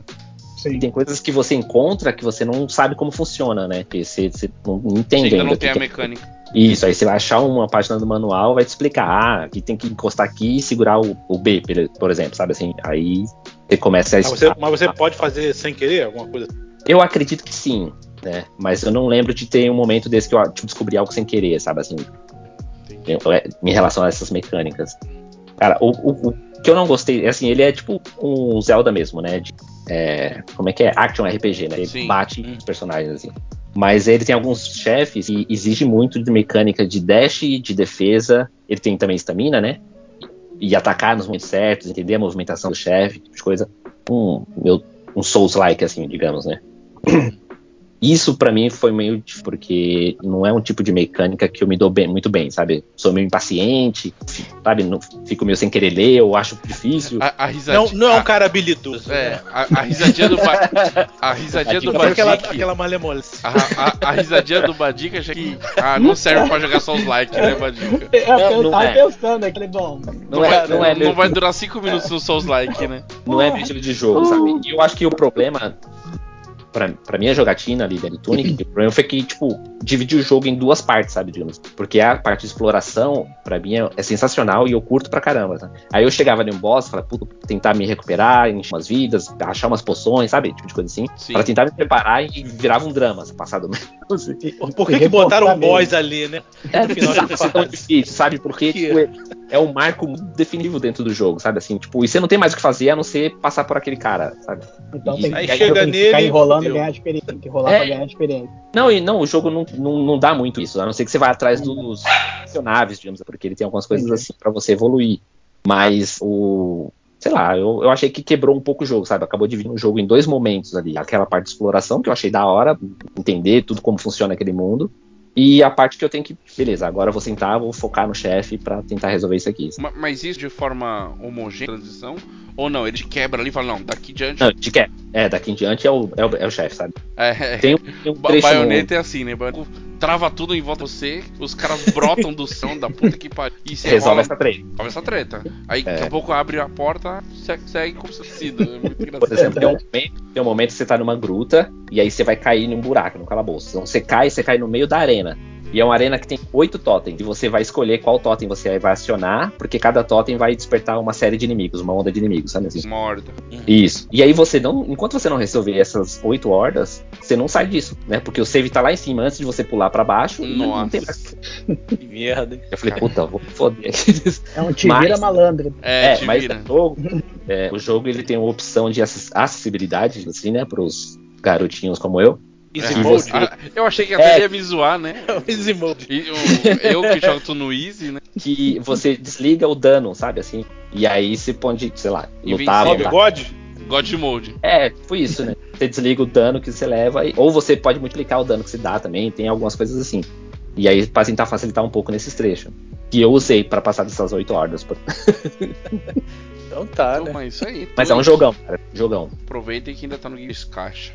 Speaker 4: Sim.
Speaker 3: E tem coisas que você encontra que você não sabe como funciona, né? Porque você, você não entende
Speaker 1: Ainda
Speaker 3: ainda
Speaker 1: não
Speaker 3: o que
Speaker 1: tem a
Speaker 3: que é.
Speaker 1: mecânica.
Speaker 3: Isso, aí você vai achar uma página do manual, vai te explicar, ah, que tem que encostar aqui e segurar o, o B, por- por exemplo, sabe assim? Aí você começa a
Speaker 2: Mas Ah, você,
Speaker 3: estudar.
Speaker 2: mas você pode fazer sem querer alguma coisa?
Speaker 3: Eu acredito que sim, né? Mas eu não lembro de ter um momento desse que eu tipo, descobri algo sem querer, sabe assim? Em, em relação a essas mecânicas. Cara, o, o- o que eu não gostei, é assim, ele é tipo um Zelda mesmo, né? De- é, como é que é? Action RPG, né? Ele
Speaker 1: Sim.
Speaker 3: bate os personagens, assim. Mas ele tem alguns chefes e exige muito de mecânica de dash, de defesa. Ele tem também estamina, né? E atacar nos momentos certos, entender a movimentação do chefe, tipo de coisa. Um, meu, um Souls-like, assim, digamos, né? [clears throat] Isso pra mim foi meio dif- porque não é um tipo de mecânica que eu me dou bem, muito bem, sabe? Sou meio impaciente, sabe? Não, fico meio sem querer ler, eu acho difícil.
Speaker 1: A, a
Speaker 2: Não,
Speaker 1: risadinha.
Speaker 2: não é
Speaker 1: a-
Speaker 2: um cara habilidoso.
Speaker 1: Ah. É, a, a risadinha do ba... A risadinha do
Speaker 3: Aquela-
Speaker 2: Mas é aquela,
Speaker 1: Badic.
Speaker 2: aquela malemolência.
Speaker 1: A, a, a risadinha do Badica já que. Ah, não
Speaker 3: é.
Speaker 1: serve pra jogar só os likes, né, Badica?
Speaker 4: Eu, eu
Speaker 3: não
Speaker 4: tava
Speaker 3: é.
Speaker 4: pensando aqui, falei, bom.
Speaker 3: Não, é,
Speaker 1: vai,
Speaker 3: não, é, meu-
Speaker 1: vai durar 5 minutos no só os likes, né?
Speaker 3: não é meu estilo de jogo, sabe? E eu acho que o problema, pra, pra minha jogatina ali do Tunic, o problema foi que, tipo, dividir o jogo em duas partes, sabe? Digamos. Porque a parte de exploração, pra mim, é, é sensacional e eu curto pra caramba, tá? Aí eu chegava ali um boss, falava, puta, tentar me recuperar, encher umas vidas, achar umas poções, sabe? Tipo de coisa assim.
Speaker 1: Sim.
Speaker 3: Pra tentar me preparar e virava um drama, passado menos.
Speaker 2: Por que, que botaram um boss ali, né?
Speaker 3: É,
Speaker 2: No final de
Speaker 3: precisava ser tão difícil, sabe? Porque
Speaker 2: Que-
Speaker 3: tipo, é- é um marco muito definitivo dentro do jogo, sabe? Assim, tipo, e você não tem mais o que fazer a não ser passar por aquele cara, sabe?
Speaker 4: Então tem que,
Speaker 3: Aí
Speaker 4: tem
Speaker 2: chega
Speaker 4: que ficar
Speaker 2: nele,
Speaker 4: enrolando e
Speaker 2: fudeu.
Speaker 4: ganhar experiência. Tem que enrolar
Speaker 3: É.
Speaker 4: pra ganhar experiência.
Speaker 3: Não, e não, o jogo não, não, não dá muito isso, a não ser que você vá atrás dos funcionários, digamos, porque ele tem algumas coisas
Speaker 1: Uhum.
Speaker 4: Entendi.
Speaker 3: assim pra você evoluir. Mas o. Sei lá, eu, eu achei que quebrou um pouco o jogo, sabe? Acabou dividindo o jogo em dois momentos ali. Aquela parte de exploração, que eu achei da hora, entender tudo como funciona aquele mundo. E a parte que eu tenho que. Beleza, agora eu vou sentar, vou focar no chefe pra tentar resolver isso aqui.
Speaker 1: Ma- Mas isso de forma homogênea, transição? Ou não? Ele te quebra ali e fala, não, daqui em diante.
Speaker 3: Não, de que é, daqui em diante é o, é o, é o chefe, sabe?
Speaker 1: É,
Speaker 3: Tem um, tem um
Speaker 1: Ba-
Speaker 3: trecho no-
Speaker 1: Baioneta é assim, né? Baioneta trava tudo em volta de você, os caras brotam do chão da puta que pariu. E você
Speaker 3: resolve
Speaker 1: resolve
Speaker 3: essa treta.
Speaker 1: resolve essa treta. Aí
Speaker 3: É.
Speaker 1: daqui a pouco abre a porta, segue, segue como se fosse sido. É muito
Speaker 3: Por
Speaker 1: engraçado.
Speaker 3: exemplo, tem um, momento, tem um momento que você tá numa gruta e aí você vai cair num buraco, num calabouço. Então você cai, você cai no meio da arena. E é uma arena que tem oito totens. E você vai escolher qual totem você vai acionar, porque cada totem vai despertar uma série de inimigos, uma onda de inimigos, sabe? Assim?
Speaker 1: Morda.
Speaker 3: Isso. E aí você não. Enquanto você não resolver essas oito hordas, você não sai disso, né? Porque o save tá lá em cima antes de você pular pra baixo. E não tem mais.
Speaker 1: Nossa.
Speaker 2: Que merda, hein?
Speaker 3: Eu falei, puta, vou me foder aqui.
Speaker 4: É um te
Speaker 3: Mas-
Speaker 4: vira malandro.
Speaker 1: [laughs] É,
Speaker 3: É,
Speaker 1: te
Speaker 3: mas
Speaker 1: vira.
Speaker 3: o jogo, é, o jogo ele tem uma opção de acess- acessibilidade, assim, né, pros garotinhos como eu.
Speaker 2: Easy
Speaker 1: É.
Speaker 2: mode.
Speaker 1: Ah, eu achei que até
Speaker 3: É.
Speaker 1: ele ia me zoar, né?
Speaker 2: [laughs] Easy mode.
Speaker 1: E eu, eu que jogo tudo no Easy, né?
Speaker 3: Que você desliga o dano, sabe, assim. E aí você pode, sei lá, lutar,
Speaker 1: Invencível.
Speaker 2: Sobe o
Speaker 3: lutar.
Speaker 2: God?
Speaker 1: God Mode.
Speaker 3: É, foi isso, né? Você desliga o dano que você leva, e- ou você pode multiplicar o dano que você dá também, tem algumas coisas assim. E aí, pra tentar facilitar um pouco nesses trechos. Que eu usei pra passar dessas oito hordas. por-
Speaker 2: Então tá,
Speaker 1: Então,
Speaker 2: né?
Speaker 1: mas isso aí.
Speaker 3: Mas é
Speaker 1: tudo.
Speaker 3: um jogão, cara. Jogão.
Speaker 1: Aproveitem que ainda tá no Guinness Caixa.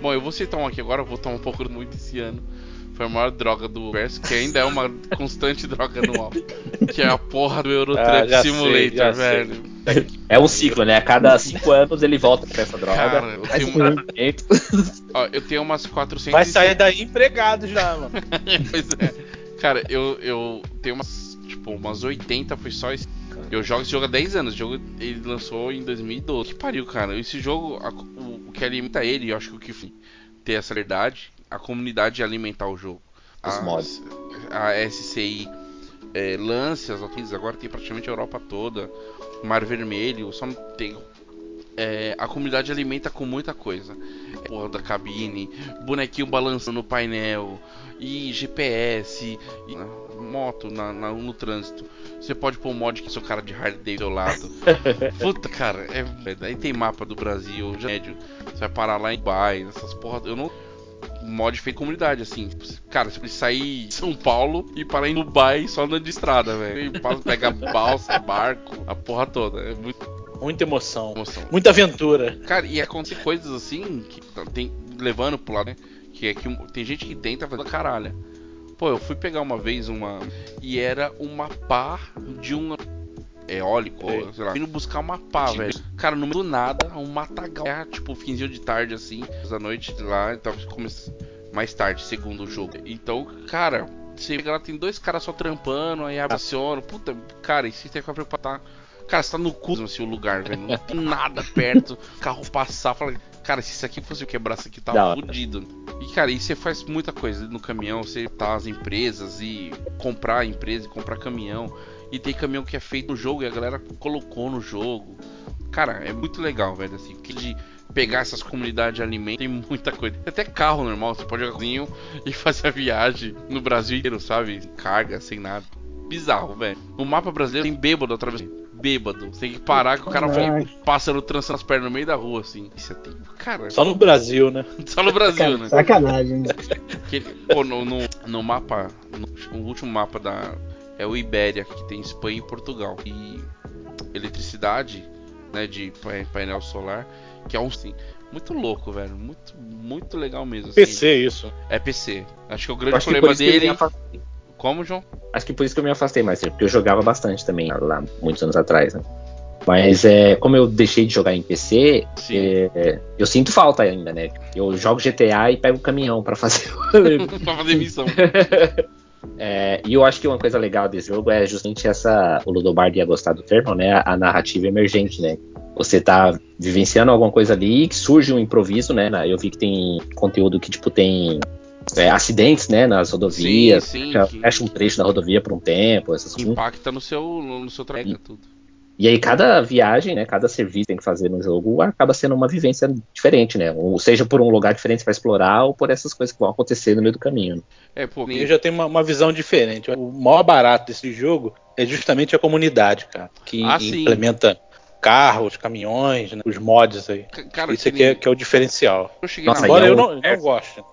Speaker 1: Bom, eu vou citar um aqui agora, eu vou tomar um pouco do muito esse ano. Foi a maior droga do universo, que ainda é
Speaker 3: [laughs]
Speaker 1: uma constante droga anual. Que é a porra do
Speaker 2: Ah,
Speaker 1: Eurotrip
Speaker 2: já sei,
Speaker 1: Simulator,
Speaker 2: já sei.
Speaker 1: velho.
Speaker 3: É um ciclo, né? A cada cinco anos ele volta pra essa droga.
Speaker 1: Cara, eu
Speaker 3: Faz
Speaker 1: tenho,
Speaker 3: um
Speaker 4: tipo
Speaker 3: tratamento.
Speaker 1: ó, eu tenho umas 400.
Speaker 2: Vai sair daí empregado já, mano.
Speaker 1: [laughs] Pois é. Cara, eu, eu tenho umas. Tipo, umas 80 foi só esse. Eu jogo esse jogo há 10 anos. O jogo ele lançou em 2012. Que pariu, cara. Esse jogo, a- o, o que alimenta ele, eu acho que o que enfim, ter essa verdade, a comunidade alimentar o jogo.
Speaker 3: Os
Speaker 1: As-
Speaker 3: mods.
Speaker 1: A SCI é, lança as atualizações, agora tem praticamente a Europa toda. Mar Vermelho, só não tem. É, a comunidade alimenta com muita coisa. Porra da cabine, bonequinho balançando no painel, e GPS, e né, moto na, na- no trânsito. Você pode pôr um mod que seu cara de hard day do seu lado. Puta, cara, é. Aí tem mapa do Brasil, já é médio. Você vai parar lá em Dubai, essas porra. Eu não. Mod feito comunidade, assim. Cara, você precisa sair de São Paulo e parar em Dubai só andando de estrada, velho. E passa- Pega balsa, barco, a porra toda. É muita
Speaker 2: Muita emoção.
Speaker 1: emoção.
Speaker 2: Muita aventura.
Speaker 1: Cara, e acontecem coisas assim que tá- tem levando pro lado, né? Que é que tem gente que tenta fazer caralho. Pô, eu fui pegar uma vez uma e era uma pá de um eólico, ou, sei lá. Vindo buscar uma pá, velho. Cara, no meio do nada, um matagal, é, tipo, finzinho de tarde assim, da noite lá, então comece... mais tarde, segundo o jogo. Então, cara, você vê lá tem dois caras só trampando, aí abre aciona, puta, cara, isso tem que ficar preocupado. tá? Cara, você tá no cu assim, o lugar, velho. Não tem nada perto. Carro passar, fala. Cara, se isso aqui fosse eu quebrar, isso aqui
Speaker 3: Da
Speaker 1: tava
Speaker 3: hora.
Speaker 1: fudido. E, cara, e você faz muita coisa no caminhão. Você tá as empresas e comprar empresa e comprar caminhão. E tem caminhão que é feito no jogo e a galera colocou no jogo. Cara, é muito legal, velho. Assim, que de pegar essas comunidades de alimento tem muita coisa. Tem até carro normal, você pode jogar sozinho e fazer a viagem no Brasil inteiro, sabe? Sem Carga, sem nada. Bizarro, velho. No mapa brasileiro tem bêbado através. Bêbado. Você tem que parar que o cara vai
Speaker 4: Caraca.
Speaker 1: pássaro trançando as pernas no meio da rua, assim. Isso tem. Cara,
Speaker 2: Só no Brasil, né?
Speaker 1: só no Brasil,
Speaker 4: Cara,
Speaker 1: né?
Speaker 4: sacanagem. né?
Speaker 1: Que ele- pô, no, no, no mapa, no, o último mapa da é o Ibéria, que tem Espanha e Portugal. E eletricidade, né, de pa- painel solar, que é um sim. Muito louco, velho. Muito, muito legal mesmo. assim.
Speaker 2: PC, isso.
Speaker 1: É PC. Acho que o
Speaker 3: Eu
Speaker 1: grande
Speaker 3: acho que por
Speaker 1: problema
Speaker 3: isso que eu me
Speaker 1: dele.
Speaker 3: afastei.
Speaker 1: Como, João?
Speaker 3: Acho que por isso que eu me afastei mais, porque eu jogava bastante também lá muitos anos atrás, né? Mas é, como eu deixei de jogar em PC,
Speaker 1: Sim.
Speaker 3: É, eu sinto falta ainda, né? Eu jogo GTA e pego o caminhão pra fazer o
Speaker 1: [laughs]
Speaker 3: rolê.
Speaker 1: pra fazer
Speaker 3: [laughs]
Speaker 1: missão.
Speaker 3: É, e eu acho que uma coisa legal desse jogo é justamente essa. O Ludobardo ia gostar do termo, né? A narrativa emergente, né? Você tá vivenciando alguma coisa ali e que surge um improviso, né? na- Eu vi que tem conteúdo que, tipo, tem é, acidentes, né? Nas rodovias.
Speaker 1: sim,
Speaker 3: fecha-
Speaker 1: que-
Speaker 3: Fecha um trecho da rodovia por um tempo, essas
Speaker 1: Que
Speaker 3: coisas.
Speaker 1: impacta no seu, no seu trabalho, tudo.
Speaker 3: E aí cada viagem, né, cada serviço que tem que fazer no jogo acaba sendo uma vivência diferente, né? Ou seja, por um lugar diferente para explorar ou por essas coisas que vão acontecer no meio do caminho.
Speaker 1: É, pô,
Speaker 2: Eu já tenho uma, uma visão diferente. O maior barato desse jogo é justamente a comunidade, cara. Que
Speaker 1: Ah, sim.
Speaker 2: implementa carros, caminhões, né, os mods aí.
Speaker 1: ca- cara,
Speaker 2: Isso
Speaker 1: que
Speaker 2: aqui é,
Speaker 1: nem-
Speaker 2: que é o diferencial.
Speaker 1: eu cheguei
Speaker 3: Nossa,
Speaker 1: na
Speaker 2: Agora
Speaker 3: aí é
Speaker 2: eu
Speaker 3: o-
Speaker 2: não, eu não gosto.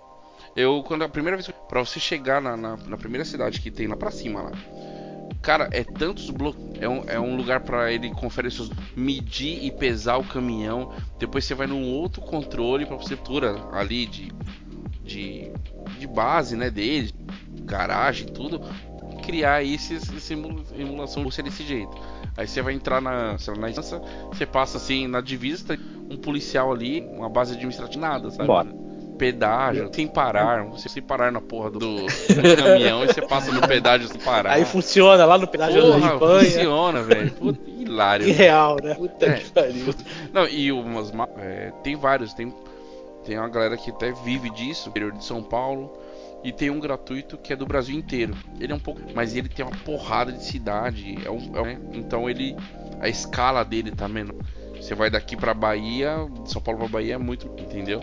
Speaker 1: Eu, quando a primeira vez. que- Pra você chegar na, na, na primeira cidade que tem lá pra cima lá. Cara, é tantos blocos. É um, é um lugar pra ele conferências medir e pesar o caminhão. Depois você vai num outro controle pra você tura ali de, de, de base, né? Dele, garagem, tudo. Criar esse, essa emu- emulação você desse jeito. Aí você vai entrar na, sei lá, na instância, você passa assim na divisa, tá um policial ali, uma base administrativa, nada, sabe?
Speaker 3: Bora.
Speaker 1: pedágio sem parar. Você se parar na porra do, do caminhão e você passa no pedágio sem parar.
Speaker 2: Aí funciona lá no pedágio da
Speaker 1: Ah. Porra,
Speaker 2: Espanha.
Speaker 1: funciona, velho. Puta, Hilário.
Speaker 2: Que real, né? Puta
Speaker 1: É.
Speaker 2: que pariu.
Speaker 1: Não, e umas. ma- é, tem vários, tem. Tem uma galera que até vive disso, interior de São Paulo. E tem um gratuito que é do Brasil inteiro. Ele é um pouco. Mas ele tem uma porrada de cidade. É um, é um- né? Então ele. A escala dele tá menor. Você vai daqui pra Bahia, de São Paulo pra Bahia é muito. Entendeu?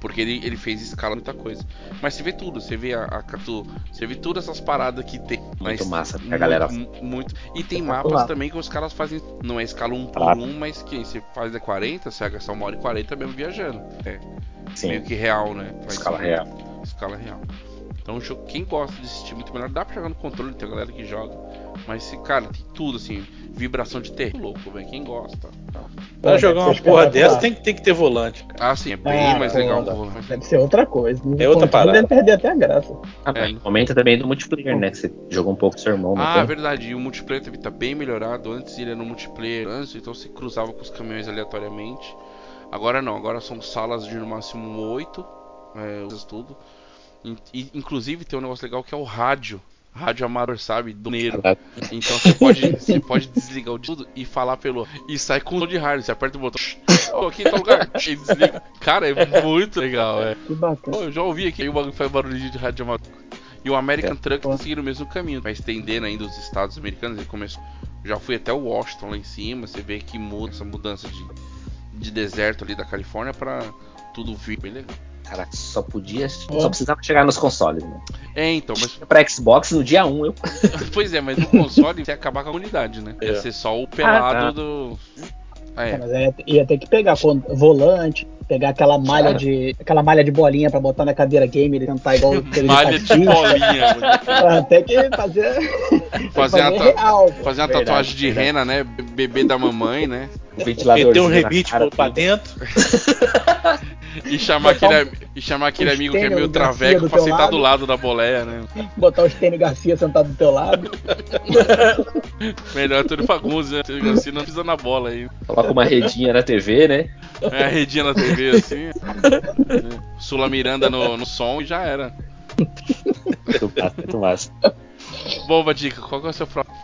Speaker 1: Porque ele, ele fez escala muita coisa. Mas você vê tudo, você vê a, a Catu, você vê todas essas paradas que tem.
Speaker 3: Muito
Speaker 1: mas-
Speaker 3: massa que a
Speaker 1: muito,
Speaker 3: galera
Speaker 1: mu- Muito. E tem
Speaker 3: Espetacular.
Speaker 1: mapas também que os caras fazem. Não é escala 1 por
Speaker 3: Claro.
Speaker 1: 1, mas que você faz da 40, você vai gastar uma hora e 40 mesmo viajando. É meio
Speaker 3: sim,
Speaker 1: que real, né? Faz
Speaker 3: escala
Speaker 1: uma
Speaker 3: real.
Speaker 1: Escala real. Então, o jogo- quem gosta desse tipo muito melhor, dá pra jogar no controle, tem galera que joga. Mas, cara, tem tudo assim: vibração de terra. Louco, velho. Quem gosta.
Speaker 2: Pra
Speaker 4: Pô,
Speaker 2: jogar
Speaker 4: deve
Speaker 2: uma
Speaker 4: ser
Speaker 2: porra
Speaker 4: espetacular.
Speaker 2: dessa tem, que- tem que ter volante, cara.
Speaker 1: Ah, sim, é bem
Speaker 4: Ah,
Speaker 1: mais
Speaker 4: pô,
Speaker 1: legal que
Speaker 4: dá.
Speaker 1: o volante.
Speaker 4: Deve ser outra coisa. No
Speaker 2: É outra
Speaker 4: controle
Speaker 2: parada.
Speaker 4: Deve perder até a graça.
Speaker 3: Ah,
Speaker 1: É.
Speaker 3: mas Comenta também do multiplayer, né? Que você jogou um pouco com seu irmão, não
Speaker 1: Ah,
Speaker 3: foi?
Speaker 1: verdade. E o multiplayer também tá bem melhorado. Antes ele era no multiplayer, antes, então você cruzava com os caminhões aleatoriamente. Agora não, agora são salas de no máximo 8. É, coisas tudo. In- e, inclusive tem um negócio legal que é o rádio. Rádio amador, sabe? Do
Speaker 3: [laughs]
Speaker 1: Neiro. Então você pode, você pode desligar o de tudo e falar pelo. E sai com o som de rádio. Você aperta o botão. [laughs] Oh, aqui tá o lugar. [laughs] E desliga. Cara, é muito legal, é.
Speaker 4: Que bacana.
Speaker 1: Pô, eu já ouvi aqui, aí o bagulho faz barulho de rádio amador. E o American Truck
Speaker 4: Pô.
Speaker 1: seguiu o mesmo caminho. Vai estendendo ainda os estados americanos. Ele começou. Já fui até Washington lá em cima. Você vê que muda essa mudança de, de deserto ali da Califórnia pra tudo vir bem legal.
Speaker 3: Caraca, só podia. Só precisava chegar nos consoles, né?
Speaker 1: É, então,
Speaker 3: [laughs]
Speaker 1: mas. [laughs]
Speaker 3: Pra Xbox no dia 1, eu.
Speaker 1: pois é, mas no console você ia acabar com a unidade, né? Ia
Speaker 2: É.
Speaker 1: ser só o pelado
Speaker 3: tá.
Speaker 1: do. Ah,
Speaker 4: É,
Speaker 1: é.
Speaker 4: mas aí ia- ia ter que pegar con- volante, pegar aquela malha
Speaker 3: Cara.
Speaker 4: de aquela malha de bolinha pra botar na cadeira gamer e tentar igual
Speaker 1: [laughs]
Speaker 4: aquele
Speaker 1: Malha de
Speaker 4: patinho.
Speaker 1: bolinha. mano.
Speaker 4: Até Ah, que fazer
Speaker 1: Fazer
Speaker 4: [laughs] fazer um
Speaker 1: uma, ta-
Speaker 4: real. pô.
Speaker 1: fazer uma
Speaker 3: Verdade,
Speaker 1: tatuagem de
Speaker 3: verdade.
Speaker 1: rena, né? Bebê da mamãe, né?
Speaker 3: O
Speaker 2: Meter
Speaker 3: ventilador.
Speaker 2: um rebite pra, pra dentro.
Speaker 1: [laughs] E chamar
Speaker 4: Botar
Speaker 1: aquele, am- e chamar aquele
Speaker 4: um
Speaker 1: amigo que é
Speaker 4: estênio,
Speaker 1: meio
Speaker 4: um gracinha
Speaker 1: traveco
Speaker 4: do
Speaker 1: pra
Speaker 4: teu
Speaker 1: sentar
Speaker 4: lado.
Speaker 1: do lado da boleia, né?
Speaker 4: Botar o Stênio Garcia sentado do teu lado.
Speaker 1: Melhor tudo bagunça, né? Você- Assim não pisa na bola aí.
Speaker 3: Coloca uma redinha na TV, né?
Speaker 1: É a redinha na TV, assim. É. Sula Miranda no, no som e já era.
Speaker 3: Muito massa, muito massa.
Speaker 4: Tipo
Speaker 1: Boba dica, qual que é o seu próximo?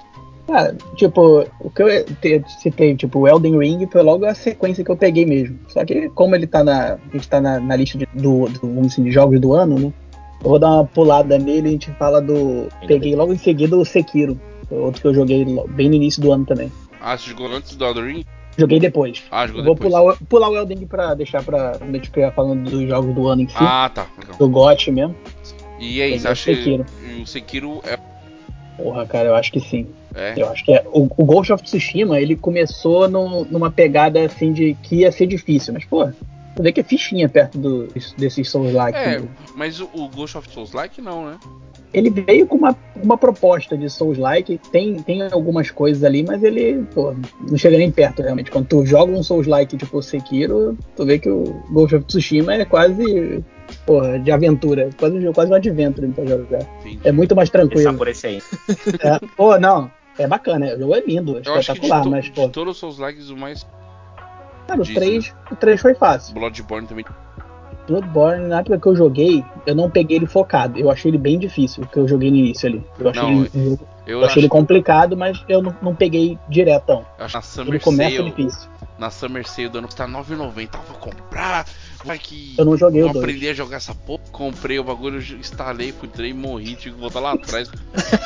Speaker 4: Cara, tipo, o que eu te- citei, tipo, o Elden Ring foi logo a sequência que eu peguei mesmo. Só que como ele tá na. A gente tá na, na lista de, do, do- vamos assim, de jogos do ano, né? Eu vou dar uma pulada nele e a gente fala do. Peguei logo em seguida o Sekiro. Outro que eu joguei lo- bem no início do ano também.
Speaker 1: Ah, você jogou antes do Elden Ring?
Speaker 4: Joguei depois.
Speaker 1: Ah, jogou
Speaker 4: Vou
Speaker 1: depois.
Speaker 4: pular, o- pular o Elden Ring pra deixar pra. Quando a gente ficar falando dos jogos do ano em si.
Speaker 1: Ah, tá. legal.
Speaker 4: Do GOT mesmo.
Speaker 1: E aí,
Speaker 4: Peguei
Speaker 1: você
Speaker 4: o
Speaker 1: acha que
Speaker 4: Sekiro.
Speaker 1: o Sekiro é...
Speaker 4: Porra, cara, eu acho que sim.
Speaker 1: é.
Speaker 4: Eu acho que é. o, o Ghost of Tsushima, ele começou no- numa pegada assim de que ia ser difícil, mas pô, tu vê que é fichinha perto do, desses Souls like.
Speaker 1: É, mas o, o Ghost of Souls like não, né?
Speaker 4: Ele veio com uma, uma proposta de Souls-like, tem, tem algumas coisas ali, mas ele pô, não chega nem perto realmente. Quando tu joga um Souls-like tipo Sekiro, tu vê que o Ghost of Tsushima é quase porra, de aventura, quase, um jogo- quase um adventure pra jogar.
Speaker 1: Entendi.
Speaker 4: É muito mais
Speaker 3: Esse
Speaker 4: tranquilo.
Speaker 3: sabor esse aí.
Speaker 4: É, pô, não, é bacana, o jogo é lindo,
Speaker 1: Eu acho que de,
Speaker 4: espetacular,
Speaker 1: to-
Speaker 4: mas
Speaker 1: de
Speaker 4: pô,
Speaker 1: todos os seus likes, o mais
Speaker 4: cara, o
Speaker 1: dizem.
Speaker 4: 3, Tá, o 3 foi fácil.
Speaker 1: Bloodborne também.
Speaker 4: Bloodborne, na época que eu joguei, eu não peguei ele focado. Eu achei ele bem difícil, o que eu joguei no início ali. Eu achei,
Speaker 1: Não,
Speaker 4: ele,
Speaker 1: Eu
Speaker 4: eu achei
Speaker 1: acho
Speaker 4: ele complicado, mas eu não, não peguei diretão.
Speaker 1: acho que na
Speaker 4: Ele
Speaker 1: Summer
Speaker 4: começa
Speaker 1: Sale,
Speaker 4: difícil.
Speaker 1: na Summer Sale do ano tá 9,90. Vou comprar. Vai que
Speaker 4: Eu não joguei
Speaker 1: não
Speaker 4: o 2.
Speaker 1: aprendi a jogar essa porra. Comprei o bagulho, instalei, fui trem, morri. Tive que voltar lá atrás.
Speaker 4: [laughs]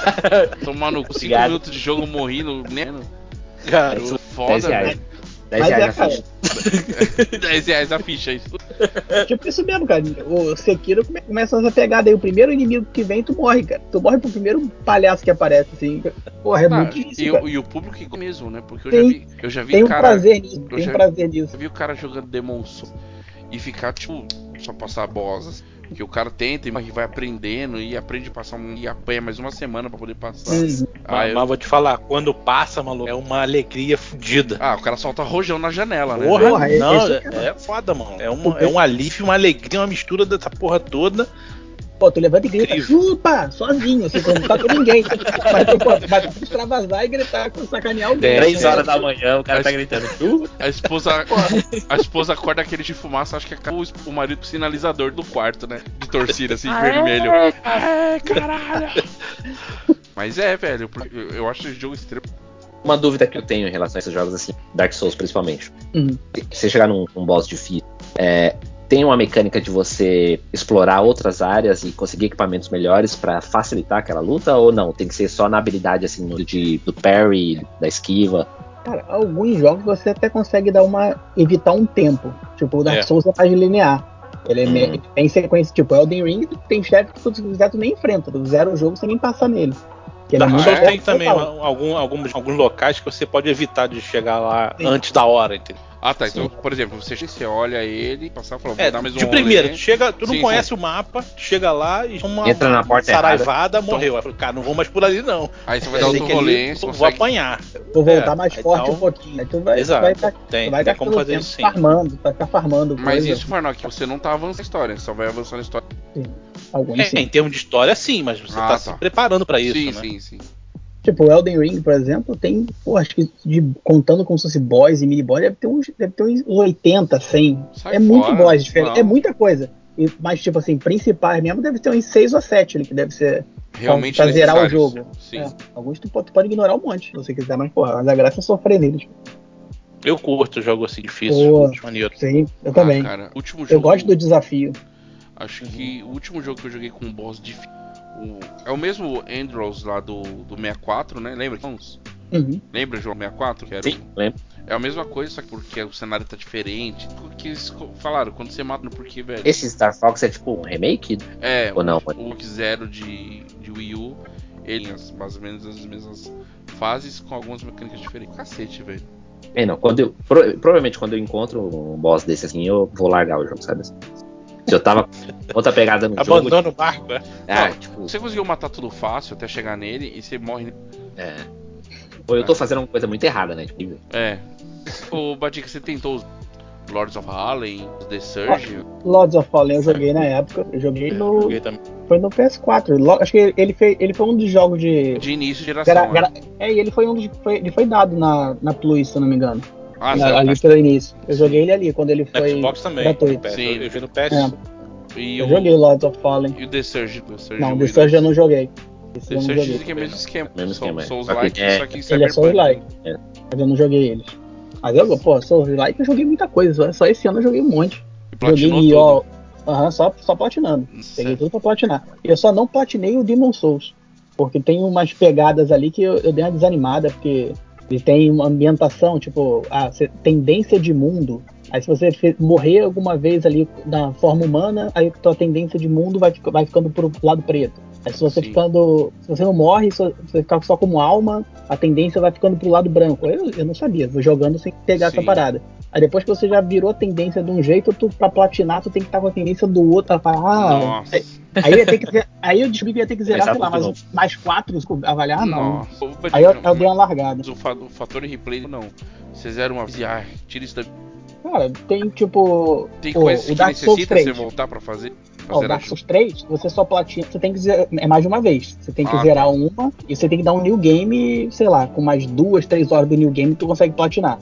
Speaker 1: Tomar no 5
Speaker 3: Obrigado.
Speaker 1: minutos de jogo, morri no. Né?
Speaker 2: Cara,
Speaker 1: Eu-
Speaker 3: 10
Speaker 1: Foda,
Speaker 3: reais.
Speaker 1: velho.
Speaker 3: 10
Speaker 4: Mas é,
Speaker 3: reais já
Speaker 4: cara,
Speaker 1: [laughs]
Speaker 3: fiz.
Speaker 1: 10 reais a ficha. Isso.
Speaker 4: Tipo isso mesmo, cara. O Sekiro come- começa essa pegada aí. O primeiro inimigo que vem, tu morre, cara. Tu morre pro primeiro palhaço que aparece, assim. Porra, é
Speaker 1: Ah,
Speaker 4: muito
Speaker 1: e,
Speaker 4: difícil, cara.
Speaker 1: o- e o público é mesmo, né? Porque eu
Speaker 4: Tem-
Speaker 1: já vi, eu já vi
Speaker 4: Tem um
Speaker 1: cara.
Speaker 4: prazer nisso,
Speaker 1: eu
Speaker 4: tem
Speaker 1: já-
Speaker 4: um prazer nisso.
Speaker 1: Eu vi o cara jogando Demon Souls e ficar, tipo, só passar bosses. Que o cara tenta e vai aprendendo e aprende a passar um, e apanha mais uma semana pra poder passar.
Speaker 4: Uhum.
Speaker 1: Ah,
Speaker 2: mas,
Speaker 1: eu-
Speaker 2: mas vou te falar, quando passa, maluco, é uma alegria fudida.
Speaker 1: ah, o cara solta rojão na janela, né?
Speaker 2: Porra,
Speaker 1: velho?
Speaker 4: Porra, é-
Speaker 2: não,
Speaker 4: esse
Speaker 2: é, é foda, mano. É, uma, é um alívio, uma alegria, uma mistura dessa porra toda.
Speaker 4: Pô, tu levanta e grita,
Speaker 2: Incrível.
Speaker 4: chupa, sozinho, assim, quando não tá com ninguém. Mas tu pode mas tu pode extravasar e gritar, com sacanear alguém.
Speaker 3: Três
Speaker 4: né?
Speaker 3: horas da manhã, o cara tá
Speaker 1: Acho-
Speaker 3: gritando. "Uh,
Speaker 1: A esposa, a esposa acorda aquele de fumaça, acho que é o, esp- o marido com o sinalizador do quarto, né? De torcida, assim, vermelho. É, caralho! Mas é, velho, porque eu eu acho esse jogo extremo.
Speaker 3: Uma dúvida que eu tenho em relação a esses jogos assim, Dark Souls principalmente.
Speaker 4: Uhum.
Speaker 3: Se você chegar num, num boss difícil, é, tem uma mecânica de você explorar outras áreas e conseguir equipamentos melhores pra facilitar aquela luta ou não? Tem que ser só na habilidade assim no- de, do parry, da esquiva.
Speaker 4: Cara, alguns jogos você até consegue dar uma. evitar um tempo. Tipo, o Dark
Speaker 2: É.
Speaker 4: Souls é mais linear. Ele é
Speaker 3: Hum.
Speaker 4: me- tem sequência, tipo, Elden Ring, tem chefe que tu, se quiser, tu nem enfrenta, tu zera o jogo sem nem passar nele. Que ele é
Speaker 2: Dark
Speaker 4: muito
Speaker 2: Souls
Speaker 1: é?
Speaker 2: Ah, tem também
Speaker 4: total.
Speaker 2: uma- algum, alguns, alguns locais que você pode evitar de chegar lá
Speaker 4: Sim.
Speaker 2: antes da hora, entendeu?
Speaker 1: Ah, tá. Então, por exemplo, você, você olha ele, passar e fala, vou
Speaker 2: É,
Speaker 1: dar mais um
Speaker 2: de
Speaker 1: rolê.
Speaker 2: primeira, tu chega, tu não
Speaker 1: Sim,
Speaker 2: conhece o mapa, tu chega lá e uma,
Speaker 3: Entra na
Speaker 2: uma
Speaker 3: porta
Speaker 2: saraivada, morreu. Aí eu falo, cara, não vou mais por ali não.
Speaker 1: Aí Então, você vai dar
Speaker 2: Tem
Speaker 1: outro
Speaker 2: que ali,
Speaker 1: rolê, você
Speaker 2: vou
Speaker 1: consegue
Speaker 2: apanhar.
Speaker 4: Vou voltar
Speaker 2: É,
Speaker 4: mais
Speaker 2: aí
Speaker 4: forte
Speaker 2: tá um-
Speaker 4: um pouquinho. Aí tu vai, tu
Speaker 2: Exato.
Speaker 4: vai, tá-
Speaker 2: Tem,
Speaker 4: tu vai
Speaker 2: tem como
Speaker 4: gastando
Speaker 2: fazer
Speaker 4: tempo
Speaker 2: isso sim.
Speaker 4: farmando, vai ficar farmando
Speaker 1: Mas
Speaker 4: coisa.
Speaker 1: isso, Farnock, você não tá avançando a história, você só vai avançando a história.
Speaker 4: Alguns
Speaker 2: É,
Speaker 4: sim.
Speaker 2: em termos de história, sim, mas você
Speaker 1: Ah,
Speaker 2: tá,
Speaker 1: tá.
Speaker 2: se preparando
Speaker 4: É
Speaker 2: pra isso,
Speaker 1: sim,
Speaker 2: né?
Speaker 1: sim, sim.
Speaker 4: Tipo, o Elden Ring, por exemplo, tem, pô, acho que de- contando como se fosse boss e mini boss, deve ter uns, deve ter uns 80, 100.
Speaker 1: Sai
Speaker 4: é muito
Speaker 1: Tá fora,
Speaker 4: boss, diferente,
Speaker 1: não.
Speaker 4: é muita coisa. E, mas, tipo assim, principais mesmo, deve ter uns 6 ou 7 ali, que deve ser
Speaker 1: Realmente
Speaker 4: pra zerar o
Speaker 1: necessários.
Speaker 4: jogo.
Speaker 1: Sim.
Speaker 4: É, alguns tu pode, tu pode ignorar um monte, se você quiser, mas, porra, mas a graça é sofrer neles.
Speaker 2: Eu curto jogo assim difícil,
Speaker 4: Boa.
Speaker 2: acho maneiro.
Speaker 4: Sim, eu
Speaker 1: Ah,
Speaker 4: também.
Speaker 1: cara, o último jogo,
Speaker 4: eu gosto do desafio.
Speaker 1: Acho que
Speaker 3: Uhum.
Speaker 1: o último jogo que eu joguei com um boss difícil. o- É o mesmo Andros lá do, do 64, né? Lembra? Irmãos?
Speaker 4: Uhum.
Speaker 1: Lembra o jogo 64? Que era
Speaker 3: Sim, lembro.
Speaker 1: o- É a mesma coisa, só que porque o cenário tá diferente. O que eles co- falaram, quando você mata, porque, velho.
Speaker 3: Esse Star Fox é tipo um remake
Speaker 1: É,
Speaker 3: ou não? né?
Speaker 1: o Hulk Zero de, de Wii U, ele tem as- mais ou menos as mesmas fases com algumas mecânicas diferentes. Cacete, velho.
Speaker 3: É, não. Quando eu, pro- provavelmente quando eu encontro um boss desse assim, eu vou largar o jogo, sabe? Se eu tava com outra pegada no jogo.
Speaker 2: Abandona o barco, é.
Speaker 3: Ah,
Speaker 1: Não,
Speaker 3: tipo,
Speaker 1: Você conseguiu matar tudo fácil até chegar nele e você morre. né?
Speaker 3: é. Ou eu tô fazendo uma coisa muito errada, né? Tipo, [laughs]
Speaker 1: É. Ô, Batica, você tentou os Lords of Allen, os The Surge?
Speaker 4: Lords of Fallen eu joguei na época, eu joguei no,
Speaker 2: Joguei também.
Speaker 4: foi no PS4. Lo- acho que ele, fez, ele foi um dos jogos de...
Speaker 1: De início de geração.
Speaker 4: Gra,
Speaker 1: né?
Speaker 4: gra- é, e ele foi um dos. Foi, ele foi dado na, na Plus, se eu não me engano.
Speaker 1: Ah,
Speaker 4: Na-
Speaker 1: tá.
Speaker 4: ali pelo início. Eu joguei ele ali, quando ele
Speaker 2: No
Speaker 4: foi.
Speaker 2: Xbox também. Tipo,
Speaker 4: gratuito.
Speaker 2: no PS.
Speaker 1: Sim.
Speaker 2: Eu, eu vi no PS.
Speaker 4: É.
Speaker 1: E
Speaker 4: Eu
Speaker 1: o,
Speaker 4: joguei Lords of Fallen.
Speaker 1: e o The Surge? The Surge
Speaker 4: Não,
Speaker 1: Wii,
Speaker 4: The Surge eu não joguei. Esse
Speaker 1: The
Speaker 4: eu não
Speaker 1: Surge dizem
Speaker 4: joguei.
Speaker 1: que é o mesmo esquema.
Speaker 3: Mesmo esquema, é.
Speaker 1: São os
Speaker 3: Só que-
Speaker 1: likes,
Speaker 3: é.
Speaker 1: só que em
Speaker 4: Ele é só
Speaker 1: Cyberpunk.
Speaker 4: like.
Speaker 3: É.
Speaker 4: Mas eu não joguei eles. Mas eu, pô, sou like eu joguei muita coisa. Só, só esse ano eu joguei um monte.
Speaker 1: E platinou
Speaker 4: joguei
Speaker 1: tudo.
Speaker 4: ó, Aham, só, só platinando. Peguei
Speaker 1: Nossa,
Speaker 4: tudo pra platinar. E eu só não platinei o Demon Souls. Porque tem umas pegadas ali que eu, eu dei uma desanimada, porque ele tem uma ambientação, tipo, a cê- tendência de mundo. Aí se você fe- morrer alguma vez ali na forma humana, aí tua tendência de mundo vai, fica- vai ficando pro lado preto. Aí se você
Speaker 1: Sim.
Speaker 4: ficando. Se você não morre, se você ficar só como alma, a tendência vai ficando pro lado branco. Eu, eu não sabia, vou jogando sem pegar
Speaker 1: Sim.
Speaker 4: essa parada. Aí depois que você já virou a tendência de um jeito, tu, pra platinar, tu tem que estar com a tendência do outro. Pra, ah,
Speaker 1: Nossa.
Speaker 4: aí, aí, ia ter que, zer- aí eu descobri que ia ter que zerar,
Speaker 3: Começar
Speaker 4: sei lá,
Speaker 3: tudo de
Speaker 4: mais, um- mais quatro, avaliar, ah, não.
Speaker 1: Nossa. Opa,
Speaker 4: Aí eu,
Speaker 1: não,
Speaker 4: eu dei uma largada.
Speaker 1: mas o, fa- o fator replay não. Você zera uma vez e ai, tira isso da.
Speaker 4: Cara, tem tipo.
Speaker 1: Tem
Speaker 4: o,
Speaker 1: coisas
Speaker 4: o
Speaker 1: que
Speaker 4: Dark Souls
Speaker 1: necessita você
Speaker 4: 3.
Speaker 1: voltar pra fazer. Pra
Speaker 4: Ó, o
Speaker 1: zerar
Speaker 4: Dark
Speaker 1: tudo.
Speaker 4: Souls 3, você só platina, você tem que zerar. É mais de uma vez. Você tem que
Speaker 1: Ah,
Speaker 4: zerar uma e você tem que dar um new game, sei lá, com umas duas, três horas do new game, tu consegue platinar.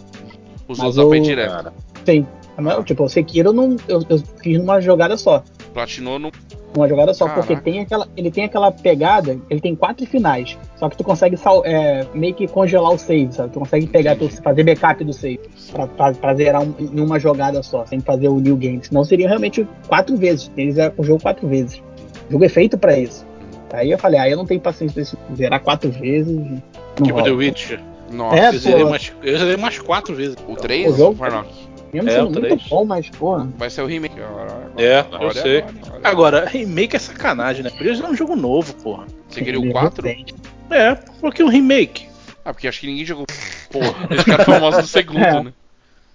Speaker 1: Os outros
Speaker 4: mas
Speaker 1: dá pra ir
Speaker 4: o-
Speaker 1: direto.
Speaker 3: Cara,
Speaker 4: Sim. Mas, Tipo, o Sekiro eu não, eu, eu fiz numa jogada só.
Speaker 1: Platinou no.
Speaker 4: Uma jogada só,
Speaker 1: Caraca.
Speaker 4: porque tem aquela, ele tem aquela pegada, ele tem quatro finais. Só que tu consegue sal- é, meio que congelar o save, sabe? Tu consegue pegar, tu,
Speaker 1: Entendi.
Speaker 4: fazer backup do save pra, pra, pra zerar um- em uma jogada só, sem fazer o new game. Senão seria realmente quatro vezes. Eles zeram o jogo quatro vezes. O jogo é feito pra isso. Aí eu falei, ah, eu não tenho paciência desse zerar quatro vezes. Não
Speaker 2: Tipo The
Speaker 4: rola.
Speaker 2: Witcher.
Speaker 1: Nossa.
Speaker 4: É,
Speaker 2: eu, zerei
Speaker 4: pô.
Speaker 2: umas, eu zerei umas quatro vezes.
Speaker 1: O
Speaker 4: O
Speaker 1: 3,
Speaker 4: jogo-
Speaker 1: Farnock.
Speaker 4: Mesmo
Speaker 2: É, o
Speaker 4: sendo
Speaker 2: três.
Speaker 4: muito bom, mas, porra.
Speaker 1: Vai ser o remake. Agora-
Speaker 2: É,
Speaker 1: agora
Speaker 2: eu
Speaker 1: é
Speaker 2: sei.
Speaker 1: agora, agora.
Speaker 2: Agora, remake é sacanagem, né? Podia zerar um jogo novo, porra.
Speaker 1: Você queria o
Speaker 4: ele
Speaker 1: 4?
Speaker 4: tem.
Speaker 2: É, porque um remake.
Speaker 1: Ah, porque acho que ninguém jogou. [laughs] Porra, eles ficaram famosos
Speaker 3: [laughs]
Speaker 1: no segundo,
Speaker 4: É.
Speaker 1: né?